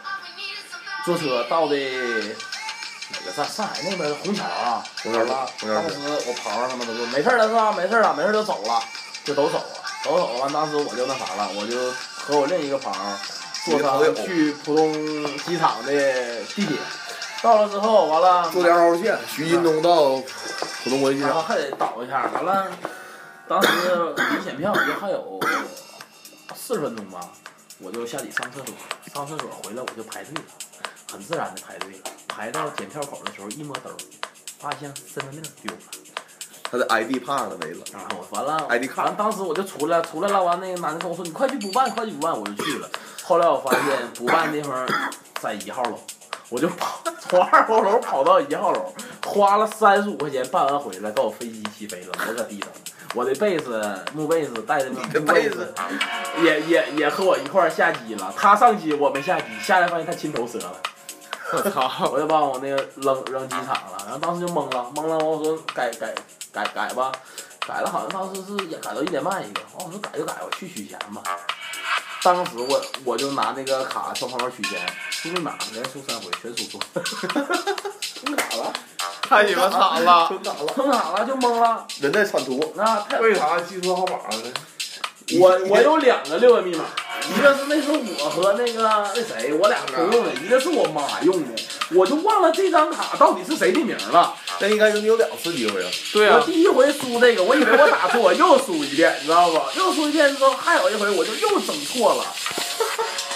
Speaker 4: 坐车到的哪个站？上海那边的虹桥啊，
Speaker 2: 红桥路
Speaker 4: 了。
Speaker 2: 红桥路
Speaker 4: 当时我朋友他们都说没事儿了是吧？没事儿了，没事儿就走了，就都走了，都走了。完当时我就那啥了，我就和我另一个朋友坐
Speaker 2: 你的朋友
Speaker 4: 上去浦东机场的地铁，到了之后完了
Speaker 2: 坐两号线，徐金东到浦东国际机
Speaker 4: 然后
Speaker 2: 场，
Speaker 4: 还得倒一下，完了，当时离检票也还有四十分钟吧，我就下地上厕所，上厕所回来我就排队了，很自然的排队了，排到检票口的时候一摸兜，发现身份证丢了，
Speaker 2: 他的 ID 怕了没了。
Speaker 4: 然后完了，
Speaker 2: ID 卡
Speaker 4: 完当时我就出来，出来了，完那个男的跟我说你快去补办，快去补办，我就去了，后来我发现补办地方在一号楼。我就跑从二号楼跑到一号楼，花了三十五块钱办完回来，到我飞机起飞了，我搁地上。我的贝斯木贝斯带着木贝斯，啊也也也和我一块儿下机了。他上机，我没下机，下来发现他亲头折了，
Speaker 1: 我操！
Speaker 4: 我就把我那个扔扔机场了。然后当时就懵了，懵了。我说改改改改吧，改了好像当时是也改到一点半一个。我说改就改吧，去取钱吧。当时我我就拿那个卡上旁边取钱，输密码连输三回，全输错。
Speaker 1: 太你妈惨了！
Speaker 2: 真打了，
Speaker 4: 坑卡了就懵了，
Speaker 2: 人在产途，
Speaker 4: 那太
Speaker 5: 为啥记错号码了呢？
Speaker 4: 我我有两个六位密码，一个是那时候我和那个那谁我俩合用的，一个是我妈用的，我就忘了这张卡到底是谁的名了。
Speaker 2: 那应该是你有两次机会啊。
Speaker 1: 对
Speaker 4: 我
Speaker 1: 啊，
Speaker 4: 第一回输这个，我以为我打错，又输一遍，你知道吧？又输一遍之后，还有一回我就又整错了。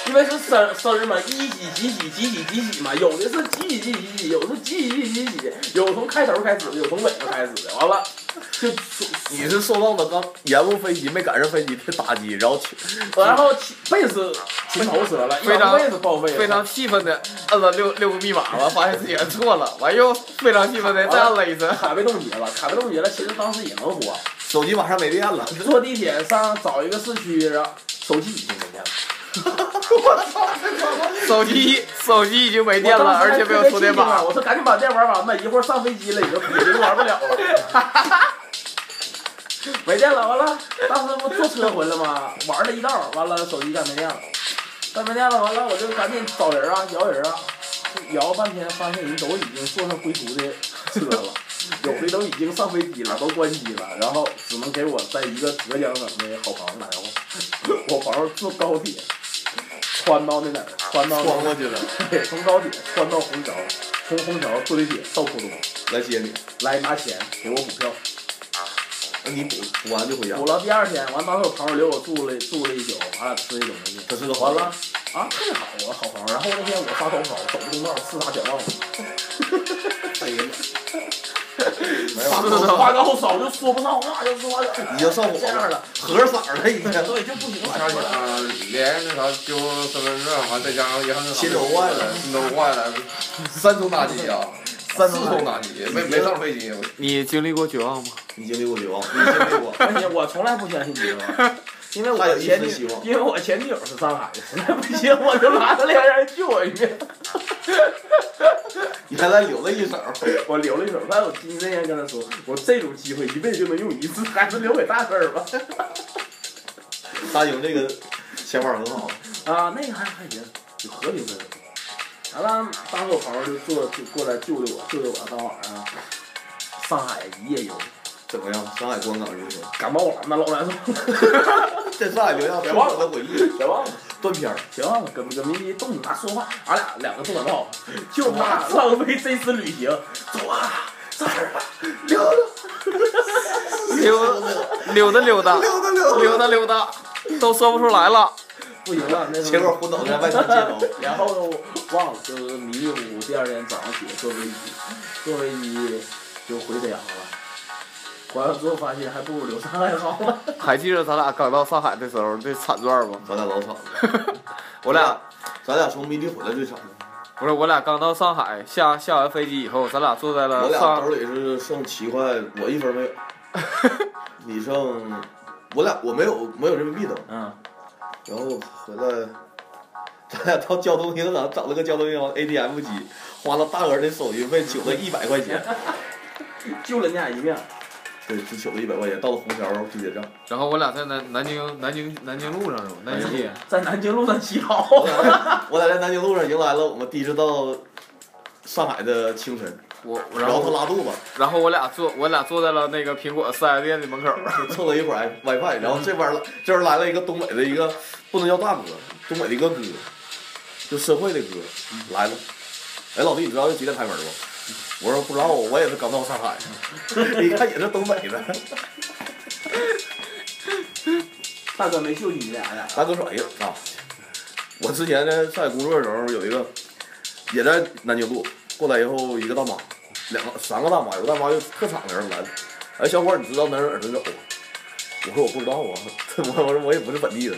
Speaker 4: 因为是生生日嘛，一几几几几几几几嘛，有的是几几几几几，有的是几几几几几，有从开头开始的，有从尾巴开始的，完了就输
Speaker 2: 你是受到了刚延误飞机没赶上飞机的打击，然后去
Speaker 4: 然后起贝斯琴头折了，
Speaker 1: 非常
Speaker 4: 贝斯报废了，
Speaker 1: 非常气愤的摁了六六个密码了，发现自己摁错了，完又非常气愤的再摁了一次。
Speaker 4: 卡被冻结了，卡被冻结了。其实当时也能活，
Speaker 2: 手机马上没电了。
Speaker 4: 坐地铁上找一个市区，然后手机已经没电了。
Speaker 1: 手机手机已经没电
Speaker 4: 我
Speaker 1: 了，
Speaker 4: 当时
Speaker 1: 而且没有充电
Speaker 4: 还特别气愤啊
Speaker 1: 宝
Speaker 4: 呢。我说赶紧把电玩完吧，一会儿上飞机了，已经已经玩不了了。 没电了，完了，当时不坐车回来吗？玩了一道，完了手机干没电了，干没电了，完了我就赶紧找人啊，摇人啊，摇半天发现人都已经坐上归途的车了，有的都已经上飞机了，都关机了，然后只能给我在一个浙江省的好朋友打电话， 我朋友坐高铁穿到那哪儿，穿到那
Speaker 2: 穿
Speaker 4: 个
Speaker 2: 过去了，
Speaker 4: 对，从高铁穿到虹桥，从虹桥坐地铁到浦东，
Speaker 2: 来接你，
Speaker 4: 来拿钱给我补票。
Speaker 2: 你补补完就回家
Speaker 4: 补。了第二天，完当时我朋友留我住了住了一宿，俺俩吃一宿没腻。
Speaker 2: 他是个好
Speaker 4: 完
Speaker 2: 人
Speaker 4: 了啊，特别好，我好朋友。然后那天我发高烧，走不动道，刺杀 全忘了。发高烧就说不上话，就说话就
Speaker 2: 已经上火
Speaker 4: 这样
Speaker 2: 了，
Speaker 4: 了，
Speaker 2: 盒色了已经。
Speaker 4: 对，就不行
Speaker 5: 加上
Speaker 4: 了。
Speaker 5: 啊连着那啥丢身份证，完再加上银行卡，
Speaker 2: 心都坏了
Speaker 5: 心都坏了，三重打 击啊，
Speaker 2: 三
Speaker 5: 四重打击，没没上飞机，我
Speaker 1: 你经历过绝望吗？
Speaker 2: 你经历过绝望，你经历过。
Speaker 4: 而且我从来不相信别人，因为
Speaker 2: 还有
Speaker 4: 我
Speaker 2: 一丝
Speaker 4: 前女
Speaker 2: 希望
Speaker 4: 因为我前女友是上海的，实在不行我就拉他俩人救我一命，
Speaker 2: 原来留了一手，
Speaker 4: 我留了一手。但我今天跟他说，我这种机会一辈子就能用一次，还是留给大哥儿吧。
Speaker 2: 大勇这个想法很好。
Speaker 4: 啊，那个还还行，有和平分手。完了，当时我朋友就坐就过来救救我，救救我。当晚上，上海一夜游，
Speaker 2: 怎么样？上海光港如何？
Speaker 4: 感冒了，那老难受。
Speaker 2: 在上海留下漂亮的回忆，
Speaker 4: 别忘了，
Speaker 2: 断片儿。
Speaker 4: 别忘了，跟跟迷动你妈说话，俺俩两个不管道，就怕浪费这次旅行。走啊，上海吧，溜达。
Speaker 1: 溜溜达溜达，溜达溜达溜达，都说不出来了。
Speaker 4: 不行了，那时候
Speaker 2: 结果昏倒在外滩街头。
Speaker 4: 然后呢，我忘了，就是迷迷糊糊，第二天早上起来坐飞机，坐飞机就回沈阳了。回来之后发现还不如留上海好了。
Speaker 1: 还记得咱俩刚到上海的时候这惨状吗？
Speaker 2: 咱俩老惨了，
Speaker 1: 我俩
Speaker 2: 咱俩从迷离回来最惨。
Speaker 1: 不是我俩刚到上海，下下完飞机以后，咱俩坐在
Speaker 2: 我
Speaker 1: 了
Speaker 2: 俩
Speaker 1: 上
Speaker 2: 兜里是剩七块，我一分没有。你剩，我俩我没有没有人民币都。
Speaker 4: 嗯。
Speaker 2: 然后回来，咱俩到交通银行找了个交通银行 ATM 机，花了大额的手续费，取了一百块钱。
Speaker 4: 救了你俩一命。
Speaker 2: 对，只取了一百块钱，到了虹桥去结账。
Speaker 1: 然后我俩在南南京南京南京路上是吧？南京街，
Speaker 4: 在南京路上乞讨。
Speaker 2: 我俩我俩在南京路上迎来了我们第一次到上海的清晨，
Speaker 1: 我
Speaker 2: 然
Speaker 1: 然
Speaker 2: 后他
Speaker 1: 后
Speaker 2: 拉肚子，
Speaker 1: 然后我俩坐我俩坐在了那个苹果四 S 店的门口，
Speaker 2: 蹭了一会儿 WiFi，然后这边儿这边儿来了一个东北的一个不能叫大哥，东北的一个哥，就社会的哥来了。哎，老弟，你知道这几点开门吗？我说不知道，我也是刚到上海， 一看也是东北的。
Speaker 4: 大哥没救你俩呀？
Speaker 2: 大哥说：“哎呀啊，我之前呢在工作的时候有一个，也在南京路过来以后，一个大妈，两个三个大妈，有个大妈就特敞亮来了，哎，小伙儿，你知道南人耳顺走吗？”我说我不知道啊， 我我说我也不是本地的。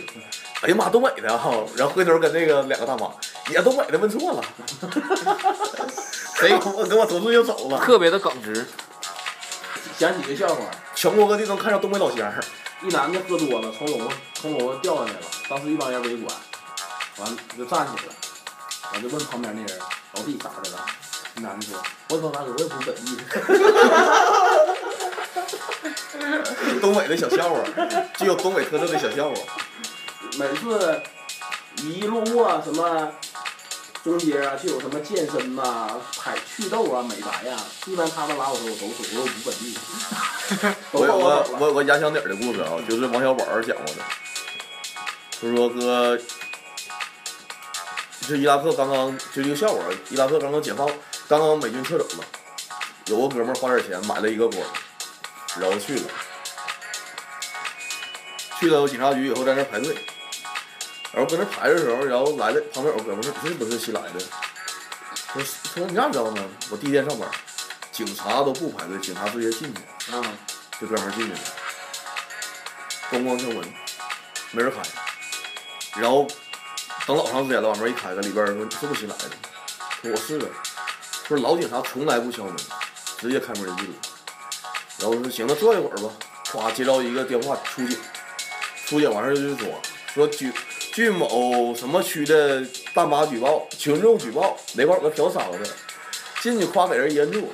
Speaker 2: 哎呀妈，东北的哈、然后回头跟那个两个大妈，也东北的问错了，
Speaker 1: 谁
Speaker 2: 我跟我同事就走了，
Speaker 1: 特别的耿直。
Speaker 4: 想起个笑话，
Speaker 2: 全国各地能看上东北老乡儿。
Speaker 4: 一男的喝多了，从楼上从楼上掉下来了，当时一帮人围观，完就站起来了，我就问旁边那人老弟咋的了？那男的说，我操大哥，我也不是本地的。
Speaker 2: 东北的小笑话，具有东北特色的小笑话。
Speaker 4: 每次一路过什么中街啊，就有什么健身呐、排祛痘啊、美白呀、一般他们拉我说我走走，我说我不本地的，
Speaker 2: 我
Speaker 4: 都
Speaker 2: 有
Speaker 4: 把
Speaker 2: 个
Speaker 4: 走了。
Speaker 2: 我我压箱底儿的故事啊，就是王小宝儿讲过的，就是说哥，就伊拉克刚刚就一个笑话儿，伊拉克刚刚解放，刚刚美军撤走了，有个哥们儿花点钱买了一个锅，然后去了，去了警察局以后在那儿排队，然后搁那儿排的时候，然后来了旁边有个哥们儿说你这不是新来的，说说你咋知道呢？我第一天上班，警察都不排队，警察直接进去。
Speaker 1: 嗯
Speaker 4: 啊，
Speaker 2: 就哥们儿进去了，咣咣敲门，没人开，然后等老长时间了，把门一开开，里边儿说你是不是新来的？说我是的，说老警察从来不敲门，直接开门就进了。然后我说行，那坐一会儿吧。咵接到一个电话，出警，出警完事儿就去抓，说据据某什么区的大妈举报，群众举报哪块儿有个嫖娼的，进去夸给人淹住，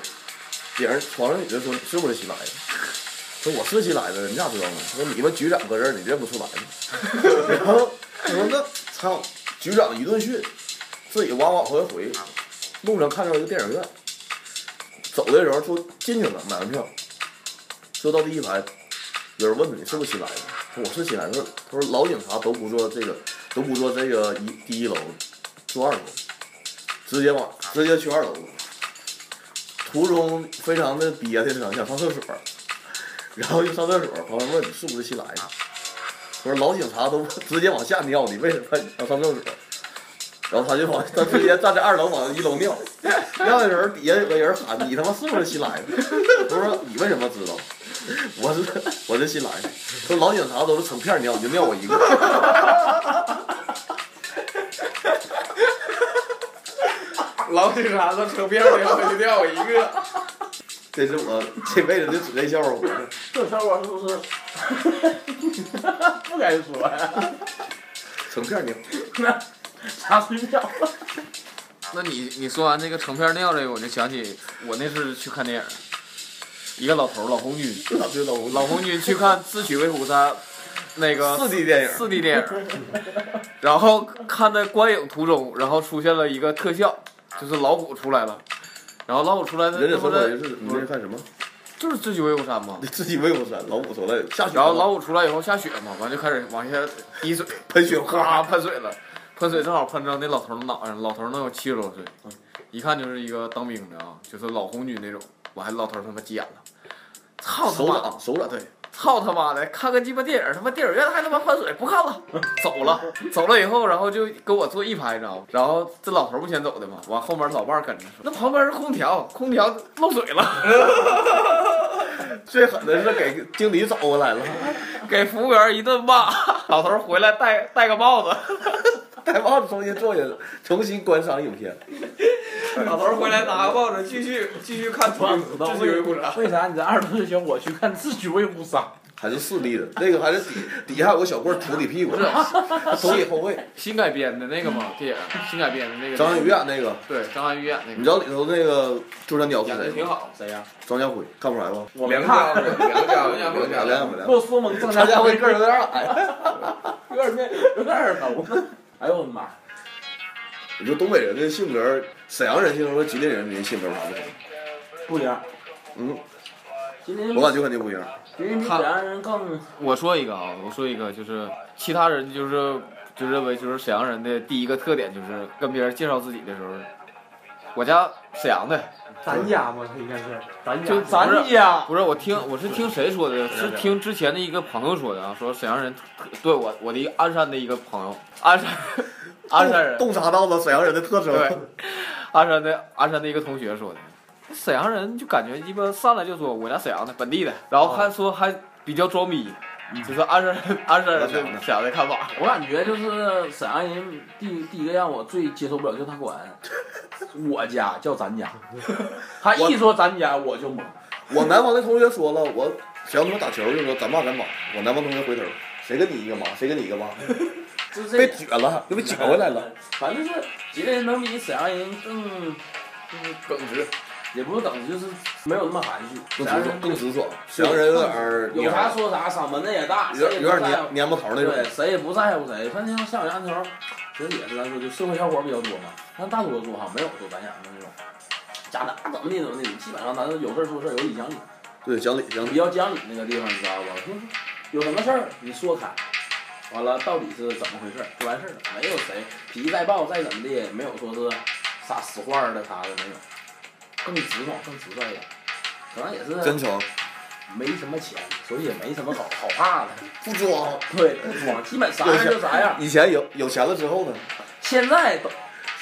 Speaker 2: 顶上床上女的说你是不是新来的？说我是新来的，你咋知道呢？说你们局长搁这儿，你认不出来吗？然后我说那操，局长一顿训，自己往往回回，路上看到一个电影院，走的时候说进去了，买完票，坐到第一排，有人问他你是不是新来的？说我是新来的。他说他说老警察都不坐这个，都不坐这个一第一楼，坐二楼，直接往直接去二楼了。途中非常的憋的想想上厕所，然后就上厕所，旁边问你是不是新来的，我说老警察都直接往下尿，你为什么要上厕所？然后他就往他直接站在二楼往一楼尿，尿的时候底下有个人喊你他妈是不是新来的？我说你为什么知道？我是我是新来的。说老警察都是成片尿，你就尿我一个。
Speaker 5: 老警察都成片了，然后就掉我一个。
Speaker 2: 这是我这辈子就只这笑话活着。
Speaker 4: 这种笑话是不是不该说 呀？
Speaker 2: 成片尿，
Speaker 4: 那啥睡觉？
Speaker 1: 那你你说完这个成片尿这个，我就想起我那次去看电影，一个老头儿老红军，
Speaker 2: 这咋知道？
Speaker 1: 老红军去看《智取威虎山》那个
Speaker 2: 四 D 电影，
Speaker 1: 四 D 电影，然后看在观影途中，然后出现了一个特效，就是老虎出来了，然后老虎出来的
Speaker 2: 忍者
Speaker 1: 那不
Speaker 2: 神龟
Speaker 1: 是
Speaker 2: 是你这是看什么？
Speaker 1: 就是《智取威虎山》吗？
Speaker 2: 你自己威虎山老虎出来下雪，
Speaker 1: 然后老虎出来以后下雪嘛，完就开始往下滴水，
Speaker 2: 喷雪
Speaker 1: 哗
Speaker 2: 花，
Speaker 1: 啊喷水了，喷水正好喷到那老头儿脑袋上，老头儿能有七十多岁，嗯一看就是一个当兵的啊，就是老红军那种。完还老头儿他妈急眼了，操他
Speaker 2: 手
Speaker 1: 妈！
Speaker 2: 掌手掌对，
Speaker 1: 操他妈的，看个鸡巴电影，他妈电影院还他妈喷水，不看了， 走了，走了以后，然后就跟我坐一排，你知道吗？然后这老头不先走的嘛，完后面老伴儿跟着说，那旁边是空调，空调漏水了，
Speaker 2: 最狠的是给经理找过来了，
Speaker 1: 给服务员一顿 骂，老头回来戴戴个帽子，
Speaker 2: 戴帽子重新坐下了，重新观赏影片。
Speaker 1: 老头回来拿个帽子继续继续看
Speaker 4: 我
Speaker 1: 团
Speaker 4: 知道
Speaker 1: 继续鼓掌。
Speaker 4: 为啥你这二十多岁小伙去看《智取威虎山》？
Speaker 2: 还是四 D 的，那个还是底底下有个小棍儿捅你屁股，捅你后背。
Speaker 1: 新改编的那个嘛电影，新改编的那个
Speaker 2: 张涵予演那个，
Speaker 1: 对张涵予演那
Speaker 2: 你
Speaker 1: 个
Speaker 2: 知道里头那个朱三雕是谁吗？
Speaker 1: 好，
Speaker 6: 谁呀？
Speaker 2: 张家辉，看不出来吧？
Speaker 4: 我没
Speaker 5: 梁
Speaker 4: 看。
Speaker 5: 家辉，梁家 辉，梁
Speaker 2: 俩
Speaker 5: 家辉，
Speaker 2: 两百来
Speaker 4: 给。我说蒙张
Speaker 2: 张啊家
Speaker 4: 家
Speaker 2: 辉
Speaker 4: 辉
Speaker 2: 个儿有点矮，
Speaker 4: 有点面有点耳熟。 哎呦我的妈！
Speaker 2: 你说东北人的性格，沈阳人性格和吉林人民性格有啥不同？
Speaker 4: 不一样。
Speaker 2: 嗯，
Speaker 4: 今天
Speaker 2: 我感觉肯定不一样。
Speaker 4: 今天比沈阳人更
Speaker 1: 我说一个啊，我说一个，就是其他人就是就认为就是沈阳人的第一个特点就是跟别人介绍自己的时候，我家沈阳的，
Speaker 3: 咱家嘛，他应该是
Speaker 4: 咱家
Speaker 1: 就
Speaker 4: 咱
Speaker 1: 不是啊
Speaker 4: 家
Speaker 1: 不是我听我是听谁说的，是听之前的一个朋友说的啊，说沈阳人特，对我我的一个鞍山的一个朋友，鞍山鞍山人，
Speaker 2: 洞察到了沈阳人的特
Speaker 1: 对
Speaker 2: 征。，
Speaker 1: 鞍山的鞍山的一个同学说的，沈阳人就感觉鸡巴上来就说我家沈阳的本地的，然后还说还比较装逼，
Speaker 2: 嗯
Speaker 1: 就是鞍山 人鞍山人对沈阳的看法。
Speaker 4: 我感觉就是沈阳人第第一个让我最接受不了，就是他管我家叫咱家，他一说咱家我就懵。
Speaker 2: 我南方的同学说了，我沈阳他们打球就说咱爸咱妈，我南方同学回头，谁跟你一个妈，谁跟你一个妈，
Speaker 4: 就是这
Speaker 2: 被撅了，又被撅回来了。。
Speaker 4: 反正是吉林人能比沈阳人更就是耿直，也不是耿直，就是没有那么含蓄。
Speaker 2: 更
Speaker 4: 沈阳
Speaker 2: 直爽，
Speaker 4: 人
Speaker 2: 更直爽。沈阳人有点儿
Speaker 4: 有啥说啥，嗓门子也大，
Speaker 2: 有
Speaker 4: 谁
Speaker 2: 点
Speaker 4: 也不
Speaker 2: 有点
Speaker 4: 在乎
Speaker 2: 黏黏不头那
Speaker 4: 对，
Speaker 2: 种。
Speaker 4: 谁也不在乎谁。反正像我家那头儿，其实也是咱说就社会小伙儿比较多嘛，但大多数哈没有说咱家的那种，家长怎么地怎么地，基本上咱都有事儿说事儿，有理讲理，
Speaker 2: 对，讲理讲理。
Speaker 4: 比较讲理那个地方，你知道吧？就是有什么事儿你说开，完了到底是怎么回事儿就完事儿了，没有谁脾气再暴再怎么地，没有说是啥使坏儿的啥的没有，更直爽更直率点儿，可能也
Speaker 2: 真
Speaker 4: 是
Speaker 2: 诚，
Speaker 4: 没什么钱，所以也没什么好好怕的。
Speaker 2: 不装。
Speaker 4: 对，不装，基本啥样就啥样。
Speaker 2: 以前有有钱了之后呢，
Speaker 4: 现在都，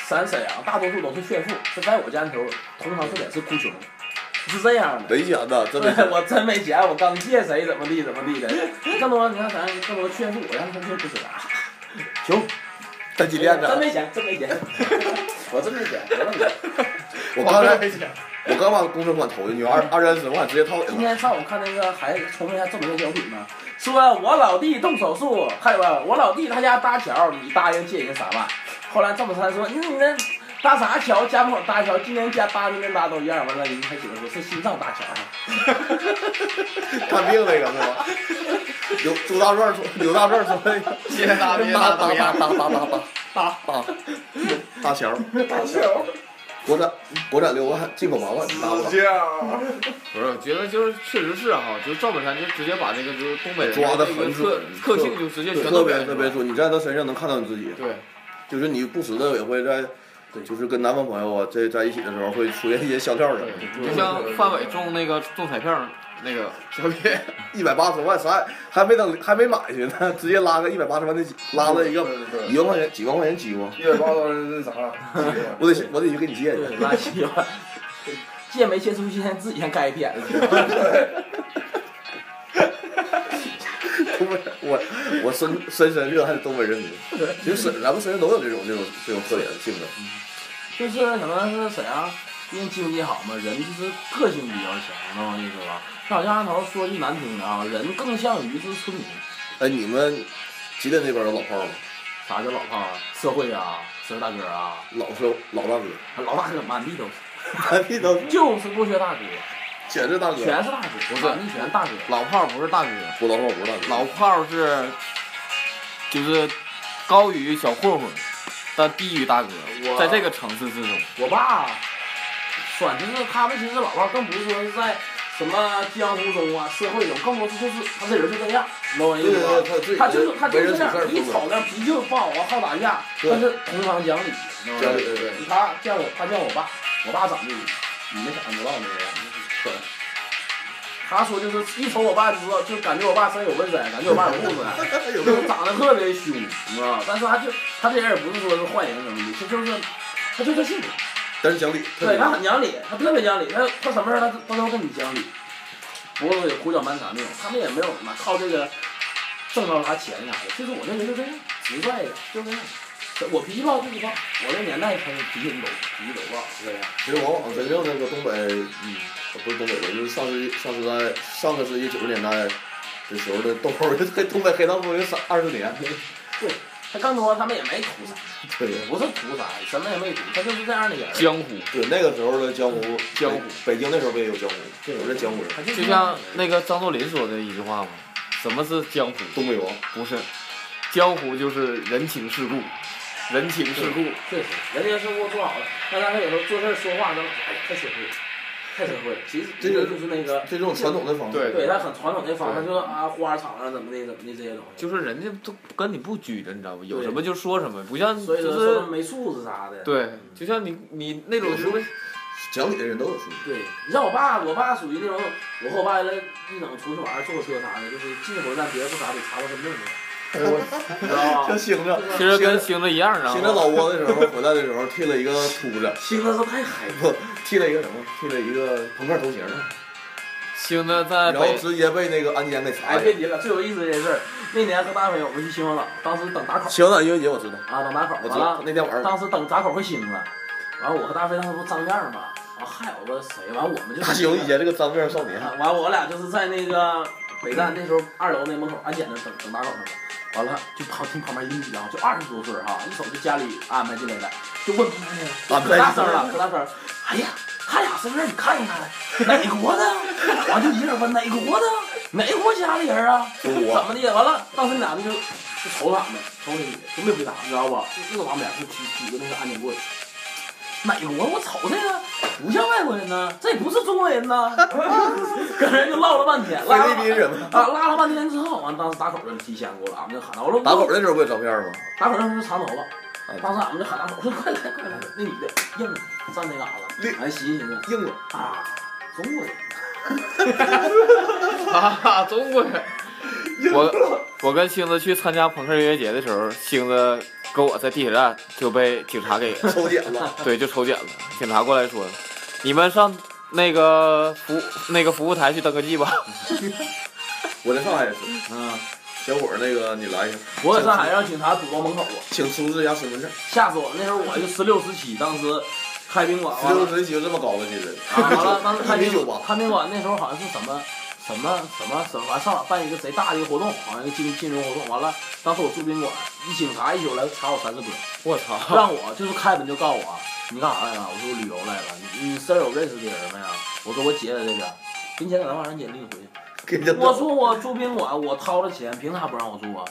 Speaker 4: 咱沈阳大多数都是炫富，这在我家那头，通常特点是哭穷，是这样的。
Speaker 2: 没钱的，真没
Speaker 4: 对，
Speaker 2: 钱。
Speaker 4: 我真没钱，我刚借谁怎么地怎么地的。 更多你看咱更多炫富，我让他们不行，穷，
Speaker 2: 带金链
Speaker 4: 真
Speaker 2: 子。
Speaker 4: 没钱，真没钱， 我真没钱，我问你，
Speaker 2: 我刚才 我刚把公证款投进去，二二三十万直接套
Speaker 4: 今
Speaker 2: 里了。
Speaker 4: 天上午看那个还重温一下这么多小品嘛，说我老弟动手术，还有啊我老弟他家搭桥，你答应借人三万。后来赵本山说，你你那搭啥桥？家门口搭桥，今年家搭明年搭都一样。完了，人家他媳妇说是心脏搭桥。啊
Speaker 2: 看病那个是吧？刘朱大壮说，刘大壮说那 个，
Speaker 1: 谢谢大
Speaker 2: 搭搭搭搭搭搭搭搭搭桥，
Speaker 4: 搭桥。
Speaker 2: 国产国产六万，进口八万，你搭 不
Speaker 1: 不
Speaker 2: 搭？
Speaker 1: 是，我觉得就是确实是哈，就是赵本山就直接把那个就是东北人
Speaker 2: 抓
Speaker 1: 的
Speaker 2: 得
Speaker 1: 那个
Speaker 2: 很
Speaker 1: 特
Speaker 2: 准
Speaker 1: 特性就直接全
Speaker 2: 特
Speaker 1: 都
Speaker 2: 别
Speaker 1: 表
Speaker 2: 特
Speaker 1: 现
Speaker 2: 别
Speaker 1: 出来。
Speaker 2: 准，你在他身上能看到你自己。
Speaker 1: 对，
Speaker 2: 就是你不时的也会在，就是跟南方朋友啊在在一起的时候会出现一些笑料的，
Speaker 1: 对，就像范伟中那个中彩票那个小品，
Speaker 2: 一百八十万啥还没等还没买去呢，直接拉个一百八十万的鸡拉了一个一万块钱几万块钱鸡窝，
Speaker 5: 一百八十人那 啥，嗯
Speaker 2: 我得去我得去给你借去。
Speaker 4: 对，那喜欢。借没借出去，先自己先盖一片。
Speaker 2: 东北我 我深深深热爱东北人民，其实咱们身上都有这种这种这种特点性格，
Speaker 4: 就是什么是沈阳毕竟经济好嘛，人就是个性比较强，知道吗？意思吧？像我家安头说句难听的啊，人更像于是村民。
Speaker 2: 哎，你们吉林那边有老炮儿吗？
Speaker 4: 啥叫老炮儿？社会啊，社会大哥啊，
Speaker 2: 老是老大哥，
Speaker 4: 老大哥满地都是，
Speaker 2: 满地都是
Speaker 4: 就是不缺大哥，
Speaker 2: 全是大哥，
Speaker 4: 全是大哥，不
Speaker 1: 是
Speaker 4: 满地全大哥。
Speaker 1: 老炮儿不是大哥，
Speaker 2: 不老炮儿不是大哥，
Speaker 1: 老炮儿是就是高于小混混，但低于大哥
Speaker 4: 我，
Speaker 1: 在这个层次之中。
Speaker 4: 我爸，反正是他们其实老炮儿更不是说是在什么江湖中啊、社会中，更多是就是他这人就这样，你知道我意
Speaker 2: 对
Speaker 4: 思
Speaker 2: 对对，
Speaker 4: 吧？
Speaker 2: 他自己
Speaker 4: 他就是他就
Speaker 2: 为
Speaker 4: 是
Speaker 2: 人处
Speaker 4: 这
Speaker 2: 事
Speaker 4: 样，
Speaker 2: 儿
Speaker 4: 一
Speaker 2: 不
Speaker 4: 瞅
Speaker 2: 稳，
Speaker 4: 那脾气不好啊，好打架，
Speaker 2: 对
Speaker 4: 但是同行讲理，你知道
Speaker 2: 对
Speaker 4: 吗？
Speaker 2: 对对，
Speaker 4: 他叫我，他叫我爸，我爸长得你们想象不到那个样子。对。他说就是一瞅我爸就知道，就感觉我爸身有纹身，感觉我爸有故事，
Speaker 2: 有
Speaker 4: 就是长得特别凶，你知道吧？但是他就他这人也不是说是坏人什么的，他就是他就这性格，
Speaker 2: 但是讲理，
Speaker 4: 对他很讲理，他特别讲理，他他什么事儿他他都跟你讲理，不会有胡搅蛮缠那种。他们也没有嘛靠这个挣到啥钱啥的，就是我这人就这样，直率的，就这样。我脾气暴自己暴，我这年代他脾气都脾气都暴，就这样。
Speaker 2: 其实往往真正那个东北，嗯，不是东北人，就是上世纪上世代上个世纪九十年代的时候的东北人， 在东北黑道风云三二十年，
Speaker 4: 他更多他们也没图啥，
Speaker 2: 对
Speaker 4: 也不是图啥，什么也没图，他就是这样的人。
Speaker 1: 江湖
Speaker 2: 对，那个时候的江湖，
Speaker 1: 江湖
Speaker 2: 北，北京那时候不也有江湖，有这江湖人，
Speaker 4: 他就
Speaker 1: 就像那个张作霖说的一句话嘛，什么是江湖？
Speaker 2: 东北王，
Speaker 1: 不是，江湖就是人情世故，人情世故。
Speaker 4: 确实，人家是给我做好了，但他有时候做事儿说话都哎太社会了，太社会了。其实
Speaker 2: 这
Speaker 4: 个
Speaker 2: 个
Speaker 4: 就是那个，
Speaker 2: 这种传统的方式，
Speaker 1: 对
Speaker 4: 对他很传统的方式，就是啊花场啊怎么的怎么的这些东西，
Speaker 1: 就是人家都跟你不拘着，你知道不？有
Speaker 4: 对
Speaker 1: 什么就说什么，不像
Speaker 4: 所以
Speaker 1: 就
Speaker 4: 说说他
Speaker 1: 是
Speaker 4: 们没素质啥的。
Speaker 1: 对，就像你你那种
Speaker 2: 有时候讲理的人都有素质，
Speaker 4: 对，你像我爸，我爸属于那种，我和我爸原来一整出去玩儿坐车啥的，就是进火车站别人不查得查我身份证去， 你知
Speaker 1: 啊
Speaker 2: 像
Speaker 4: 道吧？
Speaker 2: 星子，
Speaker 1: 其实跟星子一样，你知道
Speaker 2: 星
Speaker 1: 吗？
Speaker 2: 子老窝的时候回来的时候剃了一个秃子，
Speaker 4: 心的是太嗨了。
Speaker 2: 剃了一个什么，剃了一个朋克头型，
Speaker 4: 哎
Speaker 1: 星子在
Speaker 2: 然后
Speaker 1: 北
Speaker 2: 直接被那个安监给查
Speaker 4: 哎，
Speaker 2: 了。
Speaker 4: 别提了，最有意思的事儿，那年和大飞我们去秦皇岛，当时等打口
Speaker 2: 行了，音乐节我知道，
Speaker 4: 啊，等打口
Speaker 2: 我知
Speaker 4: 完
Speaker 2: 道
Speaker 4: 了，
Speaker 2: 那天晚上
Speaker 4: 当时等打口和星子，完了我和大飞当时不张面儿嘛，完害我个谁，完我们就
Speaker 2: 大熊以前这个脏辫少年，
Speaker 4: 啊完我俩就是在那个北站那时候二楼那门口安检那等等打口呢，完了就旁听旁边一女的啊，就二十多岁儿哈，一瞅就家里安排进来的，就问旁边那
Speaker 2: 安
Speaker 4: 个
Speaker 2: 排
Speaker 4: 可大声了，可大声了，哎呀，他俩身份证你看一看，哪国的？完就一人问哪国的？哪国家的人啊？
Speaker 2: 中
Speaker 4: 怎
Speaker 2: 国，
Speaker 4: 么的？完了，当时男的就就瞅他们，瞅那女的，就没回答，你知道吧？就就往旁边就举举个那个安检棍。哪国？我瞅这个不像外国人呢，这也不是中国人呢，跟人就唠了半天，拉
Speaker 2: 菲律宾人吗？
Speaker 4: 啊拉了半天之后，完当时打口就提前给我了，俺们就喊他，我说
Speaker 2: 打狗那时候不有照片吗？
Speaker 4: 打口那时候长头发，
Speaker 2: 啊
Speaker 4: 当时俺们就喊打口，我说快来快来，那女的硬站那嘎达，
Speaker 2: 那
Speaker 4: 俺寻思寻思
Speaker 2: 硬了，
Speaker 4: 啊，中国人。
Speaker 1: 啊，中国人。我我跟星子去参加朋克音乐节的时候，星子跟我在地铁站就被警察给
Speaker 2: 抽检了，
Speaker 1: 对就抽检了。警察过来说：“你们上那个服那个服务台去登个记吧。
Speaker 2: 我在上海也是，啊
Speaker 4: 嗯，
Speaker 2: 小伙儿那个你来一下，
Speaker 4: 我在上海让警察堵到门口啊，
Speaker 2: 请出示一下身份证，
Speaker 4: 吓死我！了，那时候我就十六十七，当时开宾馆，完了
Speaker 2: 六十就这么高了，其实，
Speaker 4: 啊，完 了，当时看
Speaker 2: 一米
Speaker 4: 宾
Speaker 2: 九八，
Speaker 4: 看宾馆那时候好像是什么什么什么什么，完上哪办一个贼大的一个活动，好像一个金金融活动。完了，当时我住宾馆，一警察一宿来查我三次 车，”
Speaker 1: 我操！
Speaker 4: 让我就是开门就告我，你干啥来了？我说我旅游来了。你你身边有认识的人没有？我说我姐在这边，给你姐打电话让姐领你回去。
Speaker 2: 给人家
Speaker 4: 我说我住宾馆，我掏了钱，凭啥不让我住啊？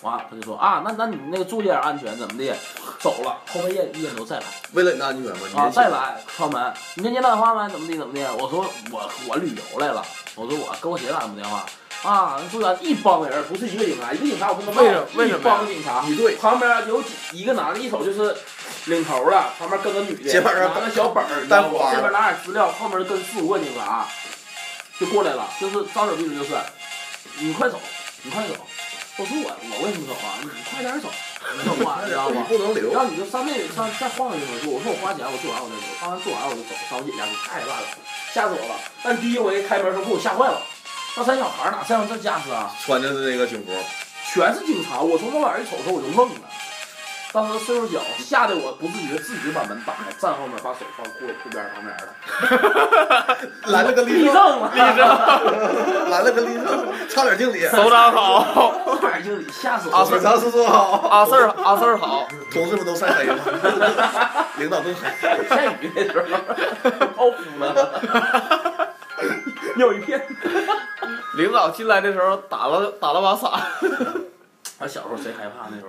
Speaker 4: 完，他就说啊，那那你那个注意点安全，怎么的？走了，后半夜一点多再来。
Speaker 2: 为了你的安全嘛，你
Speaker 4: 啊，
Speaker 2: 这
Speaker 4: 再来敲门，你那接打电话吗？怎么的怎么的？我说我我旅游来了，我说我跟我姐打什么电话啊？住院一帮人，不是一个警察，一个警察我不能
Speaker 1: 为什为什么呀
Speaker 4: 一帮警察，
Speaker 2: 你对，
Speaker 4: 旁边有几一个男的，一瞅就是领头的，旁边跟个女的，
Speaker 2: 肩膀上
Speaker 4: 拿个小本儿，
Speaker 2: 带
Speaker 4: 然后
Speaker 2: 花儿
Speaker 4: 这边拿点资料，后面跟四五个警察啊就过来了，就是张手闭嘴就算，你快走，你快走。我说我我为什么走啊？你快点走，你走啊，你知道
Speaker 2: 你
Speaker 4: 吗？
Speaker 2: 不能留，
Speaker 4: 然后你就上那里上再换个地方住。我说我花钱，我做完我再走，花完做完我就走，上我姐家住，太烂了，吓死我了。但第一回开门的时候给我吓坏了，那三小孩哪像这架势啊？
Speaker 2: 穿着那个警服，
Speaker 4: 全是警察，我从门往一瞅的时候我就愣了，当时岁数小，吓得我不自觉自己把门打开，站后面把手放裤裤边旁边了，
Speaker 2: 来了个立
Speaker 4: 立
Speaker 2: 正，
Speaker 4: 正了，立
Speaker 2: 来了个立正，差点敬礼。
Speaker 1: 首长 好，
Speaker 4: 正，快经理吓死我
Speaker 2: 阿 Sir，
Speaker 4: 了。
Speaker 2: 张叔叔好，
Speaker 1: 阿 Sir 阿 Sir 好，
Speaker 2: 同事们都晒黑了，领导更黑。
Speaker 4: 下雨那时候，泡芙了，尿一片。
Speaker 1: 领导进来的时候打了打了把伞。
Speaker 4: 俺小时候谁害怕那时候？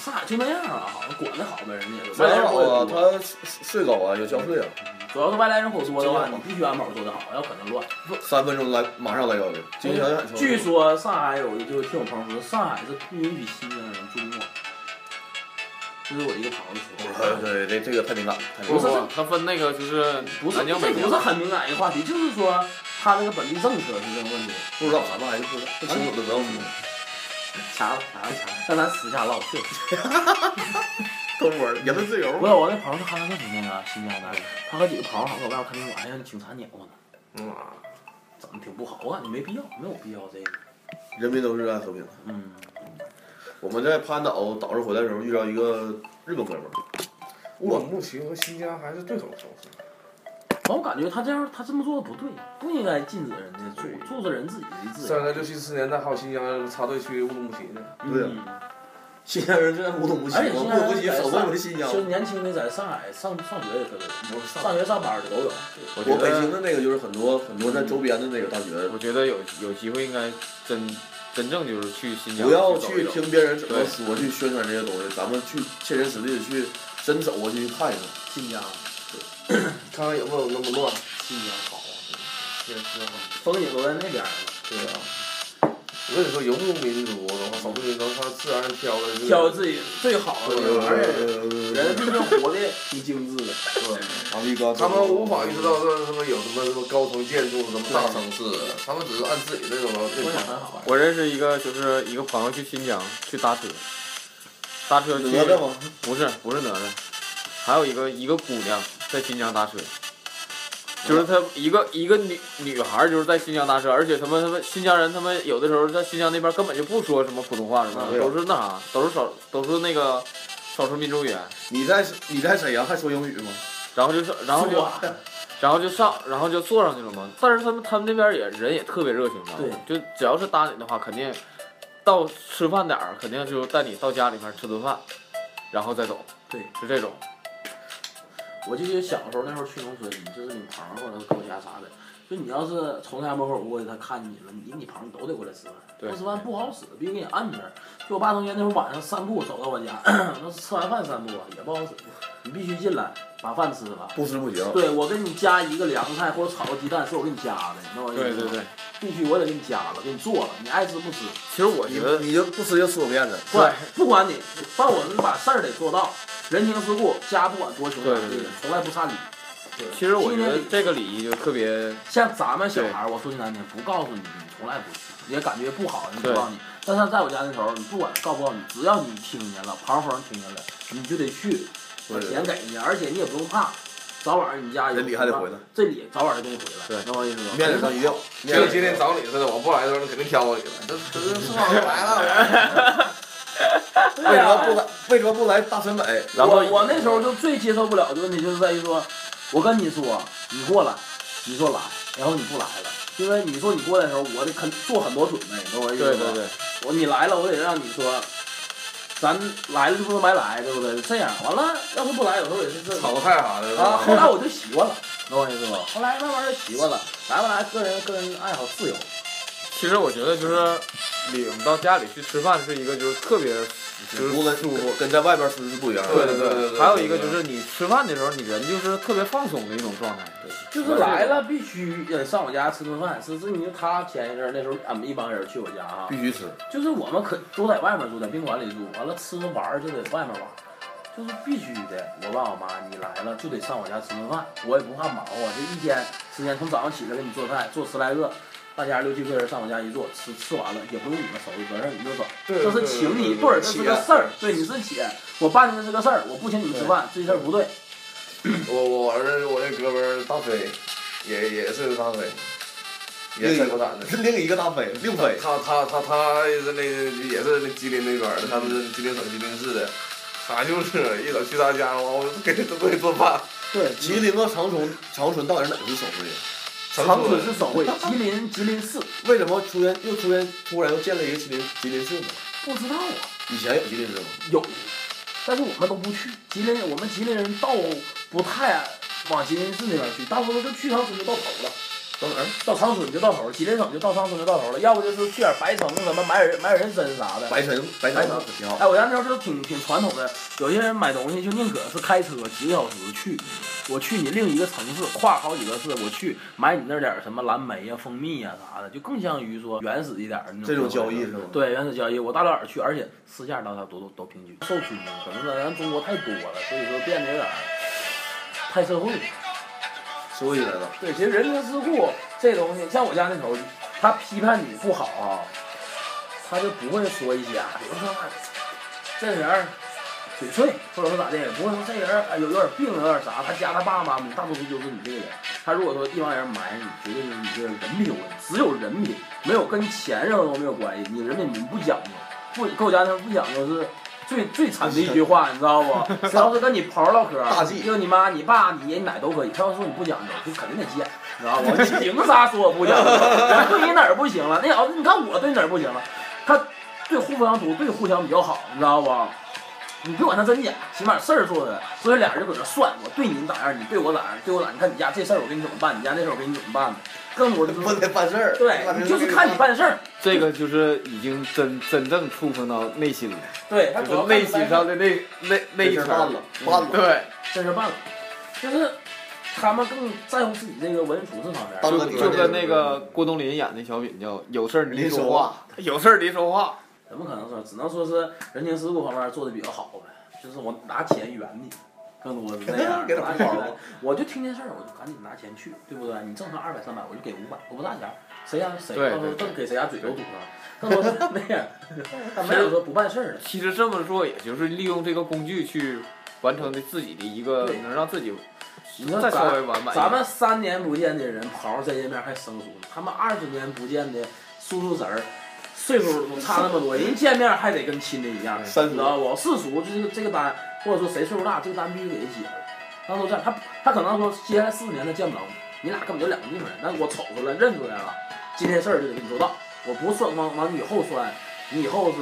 Speaker 4: 啥就那样啊，好像管得好呗，人家
Speaker 2: 麦
Speaker 4: 外
Speaker 2: 当
Speaker 4: 来人
Speaker 2: 劳
Speaker 4: 口
Speaker 2: 啊，
Speaker 4: 也多，
Speaker 2: 他睡睡高啊，有交税啊，
Speaker 4: 主要是外来人口多的话，
Speaker 2: 这
Speaker 4: 你必须安保做得好，要可能乱。
Speaker 2: 三分钟来马上来幺零，今天想想
Speaker 4: 据说上海有一个，就是听我朋友说，上海是不允许新疆人住庙。这是我一个朋友说的。
Speaker 2: 哎对对，这这个太敏感了，太敏
Speaker 4: 不
Speaker 2: 感
Speaker 4: 是
Speaker 2: 了。
Speaker 1: 他分那个就是
Speaker 4: 不是，
Speaker 1: 南
Speaker 4: 这
Speaker 1: 京北京
Speaker 4: 不是很敏感一个话题，就是说他那个本地政策是这个问题。
Speaker 2: 不知道咱们还是不知道，哎不清楚的不要说，
Speaker 4: 嗯掐了，掐了，掐了，但咱私下唠，对。
Speaker 2: 偷摸的言论自由
Speaker 4: 不是我那朋友是哈萨克族那个新疆的，他和几个朋友好像搁外边看宾馆，还让警察撵我呢，
Speaker 5: 嗯啊，
Speaker 4: 怎么挺不好啊？你没必要，没有必要这个。
Speaker 2: 人民都是热爱和平的。
Speaker 4: 嗯，
Speaker 2: 我们在潘岛岛上回来的时候遇到一个日本哥们儿，
Speaker 5: 乌鲁木齐和新疆还是对手城市。
Speaker 4: 完我感觉他这样，他这么做的不对，不应该禁止人家住，住是人自己的自由
Speaker 5: 三。十六七十年代还有新疆插队去乌鲁木齐呢。
Speaker 2: 对呀
Speaker 4: 嗯
Speaker 2: 新疆人真乌鲁木齐，
Speaker 4: 而且
Speaker 2: 我
Speaker 4: 新
Speaker 2: 们
Speaker 4: 疆
Speaker 2: 乌鲁
Speaker 4: 人
Speaker 2: 木齐守卫我们新疆
Speaker 4: 就。是年轻的在上海上上学也特别
Speaker 2: 我
Speaker 4: 多，
Speaker 2: 上
Speaker 4: 上学上班的都有。
Speaker 1: 我觉
Speaker 2: 我北
Speaker 1: 得
Speaker 2: 京的那个就是很多很多在周边的那个大学，
Speaker 1: 我觉得有有机会应该真真正就是去新疆
Speaker 2: 不要
Speaker 1: 走
Speaker 2: 去
Speaker 1: 一走
Speaker 2: 听别人怎么说去宣传这些东西，咱们去切身实地的去真走过去看一看。
Speaker 4: 新疆，
Speaker 5: 看看有没有那么乱。
Speaker 4: 新疆好啊，
Speaker 5: 确实啊，
Speaker 4: 风景都在那边儿呢。
Speaker 5: 对啊。我跟你说，游牧民族的话，少数民族他自然挑的就是
Speaker 4: 挑自己最好的，而且人
Speaker 2: 呃，
Speaker 4: 毕竟活的挺精致的。
Speaker 5: 对
Speaker 2: 阿力哥，
Speaker 5: 他们无法意识到这他妈有什么什么高层建筑、什么大城市，他们只是按自己那种
Speaker 4: 风景
Speaker 5: 那
Speaker 4: 很
Speaker 5: 种。
Speaker 4: 好，
Speaker 1: 我认识一个，就是一个朋友去新疆去搭车，搭车去
Speaker 2: 哪吒吗？
Speaker 1: 不是不是哪吒，还有一个一个姑娘在新疆搭车，就是她一个一个女女孩儿就是在新疆搭车，而且他们他们新疆人他们有的时候在新疆那边根本就不说什么普通话什么
Speaker 2: 啊
Speaker 1: 的，
Speaker 2: 对啊
Speaker 1: 都是那啥，都是少都是那个少数民族语言，
Speaker 2: 你在你在沈阳还说英语吗？
Speaker 1: 然后就是然后就
Speaker 4: 哇
Speaker 1: 然后就上，然后就坐上去了嘛。但是他们他们那边也人也特别热情，知道吗？就只要是搭你的话，肯定到吃饭点儿，肯定就带你到家里面吃顿饭，然后再走。
Speaker 4: 对，
Speaker 1: 是这种。
Speaker 4: 我就记得小时候那时候去农村，就是你朋友或者哥家啥的，就你要是从家门口过去，他看见你了，你跟你朋友都得过来吃饭。
Speaker 1: 对
Speaker 4: 不吃饭不好使，必须给你按这儿。就我爸同学那会儿晚上散步走到我家， 那吃完饭散步啊也不好使，你必须进来把饭吃了。
Speaker 2: 不吃不行。
Speaker 4: 对，我给你加一个凉菜或者炒个鸡蛋，是我给你加的，你知道我意思
Speaker 1: 对对
Speaker 4: 吗
Speaker 1: 对，，
Speaker 4: 必须我得给你加了，给你做了，你爱吃不吃，
Speaker 1: 其实我
Speaker 2: 你
Speaker 1: 觉得
Speaker 2: 你就不吃就吃我面子。
Speaker 4: 不管不管你，但我们把事儿得做到，人情世故，家不管多穷
Speaker 1: 对
Speaker 4: 咋
Speaker 1: 对
Speaker 4: 地
Speaker 1: 对，
Speaker 4: 从来不差你。
Speaker 1: 其实我觉得这个礼仪就特别，
Speaker 4: 像咱们小孩儿，我说句难听，不告诉你，你从来不去，也感觉不好，你不
Speaker 1: 对
Speaker 4: 告诉你。但是在我家那时候，你不管告不告诉你，只要你听见了，旁风听见了，你就得去，把
Speaker 2: 对
Speaker 4: 钱给你，而且你也不用怕，早晚你家有
Speaker 2: 这礼还得回来，
Speaker 4: 这礼早晚就给你回来，
Speaker 1: 对
Speaker 4: 能我意思吗？
Speaker 2: 面子上一定要。面
Speaker 5: 就
Speaker 2: 子
Speaker 5: 今天找你似的，我不来的时候，那肯定挑我你了。这这这是吧？来了，
Speaker 2: 为什哎么不来？为什么不来大审美？
Speaker 1: 然后
Speaker 4: 我我那时候就最接受不了的问题就是在于说，我跟你说你过来，你说来，然后你不来了，因为你说你过来的时候，我得肯做很多准备，你懂我意思吗？
Speaker 1: 对对对，
Speaker 4: 我你来了，我得让你说，咱来了就不能白来，对不对？这样完了，要是不来，有时候也是这
Speaker 5: 炒菜啥的。
Speaker 4: 啊。后来我就习惯了，懂我意思吗？后来慢慢就习惯了，来不来个人个人爱好自由。
Speaker 1: 其实我觉得就是领到家里去吃饭是一个就是特别就是
Speaker 2: 无论
Speaker 1: 舒服。
Speaker 2: 跟在外边吃是不一样的。
Speaker 5: 对对对对对
Speaker 1: 还有一个就是你吃饭的时候，你人就是特别放松的一种状态。
Speaker 4: 就是来了，必须得上我家吃顿饭。是这，你说他前一阵儿那时候俺们一帮人去我家啊，
Speaker 2: 必须吃。
Speaker 4: 就是我们可都在外面住，在宾馆里住，完了吃玩儿就得外面玩儿，就是必须的。我爸我妈，你来了就得上我家吃顿饭，我也不怕忙活，就一天时间从早上起来给你做菜，做十来个，大家六七个人上我家一坐，吃吃完了也不用你们收拾，责任你就走。
Speaker 5: 对
Speaker 4: 这是请你一顿儿，这是个事儿，对，你是姐，我办的这个事儿，我不请你们吃饭，这事儿不对。
Speaker 5: 我我我那我那哥们儿大飞，也也是大飞，也
Speaker 2: 另
Speaker 5: 在
Speaker 2: 一
Speaker 5: 国产的。
Speaker 2: 是 另一个大飞，另飞。
Speaker 5: 他他他他是那个也是那吉林那边的，他们是吉林省吉林市的，啥就是一早去他家，完我给他东西做饭。
Speaker 2: 对，吉林和长春，长春到底是哪个是首会？
Speaker 5: 长
Speaker 4: 春是省会，吉林吉林市
Speaker 2: 为什么出现又出现突然又建了一个吉林吉林市呢？
Speaker 4: 不知道啊，
Speaker 2: 以前有吉林市吗？
Speaker 4: 有，但是我们都不去。吉林我们吉林人倒不太往吉林市那边去，大多数就去长春就到头了。嗯
Speaker 2: 到哪儿？
Speaker 4: 到长春就到头了，吉林省就到长春就到头了，要不就是去点白城什么买点买点人参啥的。
Speaker 2: 白城，白
Speaker 4: 白
Speaker 2: 城
Speaker 4: 城
Speaker 2: 可挺好。
Speaker 4: 哎，我家那时候就挺挺传统的，有些人买东西就宁可是开车几个小时去，我去你另一个城市，跨好几个市，我去买你那点儿什么蓝莓啊、蜂蜜啊啥的，就更像于说原始一点儿那
Speaker 2: 这种交
Speaker 4: 易。
Speaker 2: 易是吗？
Speaker 4: 对，原始交易，我大老远去，而且市价大家都都都平均。受群众可能咱咱中国太多了，所以说变得有点儿太社会了。
Speaker 2: 收起来了。
Speaker 4: 对，其实人情世故这东西，像我家那头，他批判你不好啊，他就不会说一些啊，比如说啊这人儿嘴碎，或者说咋的，不会说这人儿哎有有点病，有点啥，他家他爸妈大多数就是你这个人。他如果说一帮人埋你，绝对就是你这个人品有问题，只有人品，没有跟钱上都没有关系，你人品你不讲究，不跟我家那头不讲究是。最最惨的一句话，你知道不？只要是跟你朋友唠嗑，
Speaker 2: 大忌
Speaker 4: 就你妈、你爸、你爷、你奶都可以。他要说你不讲究，就肯定得戒，你知道不？你凭啥说我不讲究？然后你哪儿不行了？那小子，你看我对你哪儿不行了？他对互相独对互相比较好，你知道不？你别管他真假，起码事儿做的。所以俩人就搁这算，我对你咋样，你对我咋样，对我咋样？你看你家这事儿我给你怎么办，你家那事儿我给你怎么办呢？更多的就
Speaker 2: 不
Speaker 4: 是
Speaker 2: 得办事儿。
Speaker 4: 对，你就是看你办事儿。
Speaker 1: 这个就是已经真真正触碰到内心了，
Speaker 4: 对，
Speaker 2: 哎
Speaker 4: 他主
Speaker 1: 就
Speaker 4: 要
Speaker 1: 是
Speaker 4: 看
Speaker 1: 内
Speaker 4: 你办
Speaker 1: 心
Speaker 4: 事儿
Speaker 1: 上的那那那
Speaker 2: 这
Speaker 1: 一
Speaker 2: 事儿
Speaker 1: 层
Speaker 2: 办
Speaker 1: 儿。嗯
Speaker 2: 了，办了。
Speaker 1: 对，
Speaker 4: 这事儿办了，就是他们更在乎自己这个为人处事方面。
Speaker 2: 当
Speaker 1: 就
Speaker 2: 个
Speaker 1: 就跟那个郭冬临演那小品叫《有事儿您
Speaker 2: 您
Speaker 1: 说
Speaker 2: 说
Speaker 1: 话
Speaker 2: 话，》，
Speaker 1: 有事儿您说话。
Speaker 4: 怎么可能说？只能说是人情世故方面做的比较好呗。就是我拿钱圆你，更多是这样
Speaker 2: 给点
Speaker 4: 拿
Speaker 2: 红
Speaker 4: 钱
Speaker 2: 包
Speaker 4: 圆我就听见事儿，我就赶紧拿钱去，对不对？你正常二百三百，我就给五百，我不差钱。谁家谁
Speaker 1: 对
Speaker 4: 到时候
Speaker 1: 对对
Speaker 4: 正给谁家嘴都堵上，更多是那样，但没有说不办事儿的。
Speaker 1: 其实这么做，也就是利用这个工具去完成的自己的一个
Speaker 4: 对
Speaker 1: 能让自己
Speaker 4: 你说
Speaker 1: 再稍微
Speaker 4: 咱
Speaker 1: 完满一点。
Speaker 4: 咱们三年不见的人，咆在这面还生疏呢，他们二十年不见的叔叔侄儿，岁数都差那么多，人见面还得跟亲的一样。
Speaker 2: 三
Speaker 4: 你
Speaker 2: 叔
Speaker 4: 知道不？世俗就是这个单，或者说谁岁数大，这个单必须给人写了。当初这样，他他可能说接下来四年他见不着你，你俩根本就两个地方人。但是我瞅出来认出来了，今天事儿就得给你做到。我不算往往你以后算，你以后是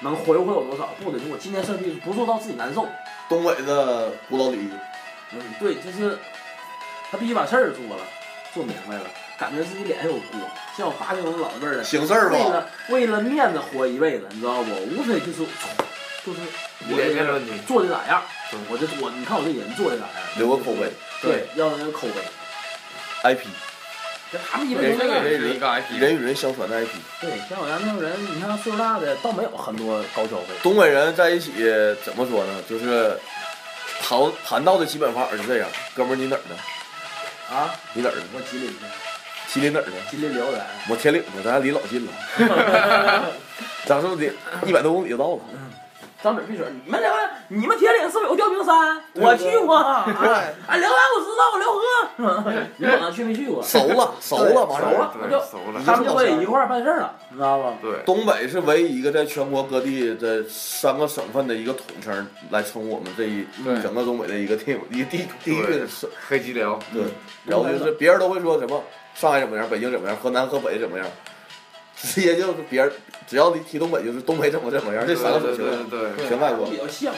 Speaker 4: 能回馈我多少？不得，我今天事儿必须不做到自己难受。
Speaker 2: 东北的胡老李，
Speaker 4: 嗯，对，就是他必须把事儿做了，做明白了，感觉自己脸上有锅。像我爸这种老辈儿的，
Speaker 2: 行事儿
Speaker 4: 为
Speaker 2: 吧。
Speaker 4: 了为了面子活一辈子，你知道不？无非就是就是
Speaker 1: 你
Speaker 4: 我
Speaker 1: 脸
Speaker 4: 这
Speaker 1: 面
Speaker 4: 个
Speaker 1: 问题，
Speaker 4: 做的咋样，我这我你看我这人做的咋样？
Speaker 2: 留个口碑
Speaker 4: 对，要那个口碑。
Speaker 2: ，IP，
Speaker 4: 这他们一般
Speaker 1: 人
Speaker 4: 都
Speaker 1: 这
Speaker 4: 这
Speaker 1: 个
Speaker 4: 样。
Speaker 1: 也是一个 IP，
Speaker 2: 人与人相传的 IP。
Speaker 4: 对，像我家那种人，你看岁数大的倒没有很多高消费。
Speaker 2: 东北人在一起怎么说呢？就是谈谈到的基本法就这样。哥们儿，你哪儿的？
Speaker 4: 啊，
Speaker 2: 你哪儿的？
Speaker 4: 我吉林的，
Speaker 2: 吉林哪儿的？
Speaker 4: 吉林辽源。
Speaker 2: 我天岭的，咱俩离老近了。咱这么的，一百多公里就到了。
Speaker 4: 张嘴闭嘴，你们辽源，你们铁岭是不是有吊瓶山？我去过。啊，哎，辽源我知道，辽河。你们好像去没去 过？
Speaker 2: 熟了，熟了，完事
Speaker 4: 熟
Speaker 2: 儿
Speaker 4: 了。
Speaker 5: 对
Speaker 4: 就
Speaker 5: 熟了
Speaker 4: 他们就会一块儿办事儿了，你知道吧？
Speaker 5: 对，
Speaker 2: 东北是唯一一个在全国各地的三个省份的一个统称来称呼我们这一
Speaker 1: 对
Speaker 2: 整个东北的一个地一个地地域的省。
Speaker 5: 黑吉辽，
Speaker 2: 对，然后就是别人都会说什么上海怎么样，北京怎么样，河南河北怎么样，直接就是别人只要你提东北就是东北怎么怎么样，这
Speaker 5: 对
Speaker 2: 三个省
Speaker 5: 对
Speaker 2: 全
Speaker 5: 对
Speaker 2: 外
Speaker 5: 对对，
Speaker 2: 全外国
Speaker 4: 比。较像，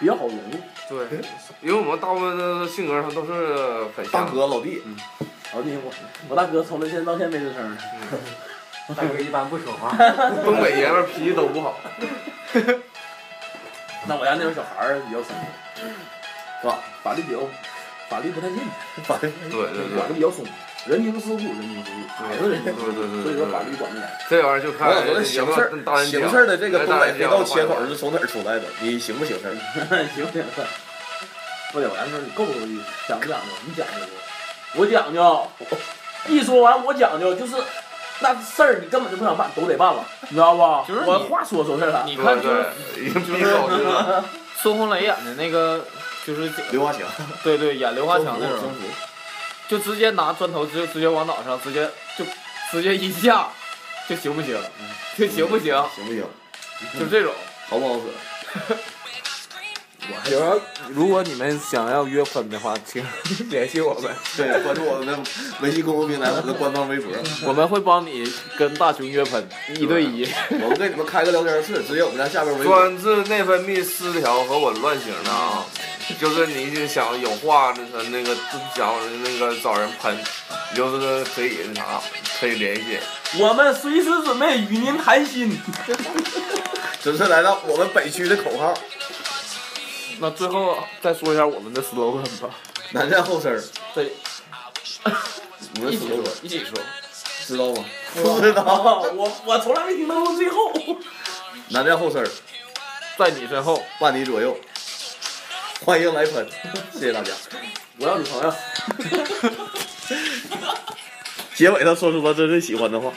Speaker 4: 比较好融入。
Speaker 5: 对，因为我们大部分的性格上都是很
Speaker 2: 大
Speaker 5: 像。
Speaker 2: 哥老弟，
Speaker 4: 老弟，我我大哥从那现在到现在没吱声儿，
Speaker 5: 嗯
Speaker 3: 大哥一般不说话，
Speaker 5: 东北爷们儿脾气都不好。
Speaker 4: 那我家那种小孩儿比较生疏，是吧？法律比较，法律不太进，
Speaker 2: 反正
Speaker 5: 对对对
Speaker 4: 法律比较松，人情世故，人情世故，
Speaker 2: 哎
Speaker 4: 还是人情世
Speaker 5: 对对
Speaker 4: 故，
Speaker 5: 对
Speaker 4: 所以
Speaker 5: 对
Speaker 4: 说法律
Speaker 5: 对，
Speaker 4: 管不来。
Speaker 5: 这玩意儿就看
Speaker 2: 我觉得
Speaker 5: 有
Speaker 2: 形
Speaker 5: 没
Speaker 2: 事
Speaker 5: 有跟大
Speaker 2: 儿
Speaker 5: 人
Speaker 2: 形
Speaker 5: 讲
Speaker 2: 事儿的这个
Speaker 5: 跟
Speaker 2: 东
Speaker 5: 大
Speaker 2: 北
Speaker 5: 人
Speaker 2: 黑
Speaker 5: 讲
Speaker 2: 道
Speaker 5: 话
Speaker 2: 切口
Speaker 5: 话
Speaker 2: 是从哪儿出来的？你行不行事儿？
Speaker 4: 行行行，不了，我家那你够不够意思？讲不讲究？你讲究不？我讲究。一说完我讲究，就是那事儿你根本就不想办，都得办了，你知道吧？
Speaker 1: 就是你
Speaker 4: 我话说出来了。
Speaker 1: 你看
Speaker 5: 对
Speaker 1: 就是
Speaker 5: 对，已经逼走去了。
Speaker 1: 孙红雷演的那个，就是
Speaker 2: 刘华强，
Speaker 1: 对对演刘华强那
Speaker 2: 征
Speaker 1: 种，
Speaker 2: 服
Speaker 1: 就直接拿砖头直接直接往脑上直接就直接一下，就行不行？就行不行？
Speaker 2: 行不行？
Speaker 1: 就这种。
Speaker 2: 好不好使？
Speaker 1: 有要如果你们想要约喷的话，请 联系我们，
Speaker 2: 对，关注我们的微信公众平台，我们的官方微博，
Speaker 1: 我们会帮你跟大熊约喷，一对一。
Speaker 2: 我们给你们开个聊天室，直接我们家下边微博。
Speaker 5: 专治内分泌失调和紊乱型的啊，就是你就想有话那个那个想那个找人喷，你就是可以那啥，可以联系。
Speaker 4: 我们随时准备与您谈心。
Speaker 2: 准时来到我们北区的口号，
Speaker 1: 那最后再说一下我们的 slogan 吧，
Speaker 2: 南站后身儿。
Speaker 1: 对，
Speaker 2: 你们
Speaker 1: 一
Speaker 2: 死
Speaker 1: 起
Speaker 2: 不
Speaker 1: 说
Speaker 2: 死，
Speaker 1: 一起说。
Speaker 2: 知道吗？不知道。
Speaker 4: 我我从来没听到过最后。
Speaker 2: 南站后身儿，
Speaker 1: 在你身后，
Speaker 2: 伴你左右，欢迎来喷，谢谢大家。
Speaker 4: 我要女朋友。
Speaker 2: 结尾他说出了真正喜欢的话。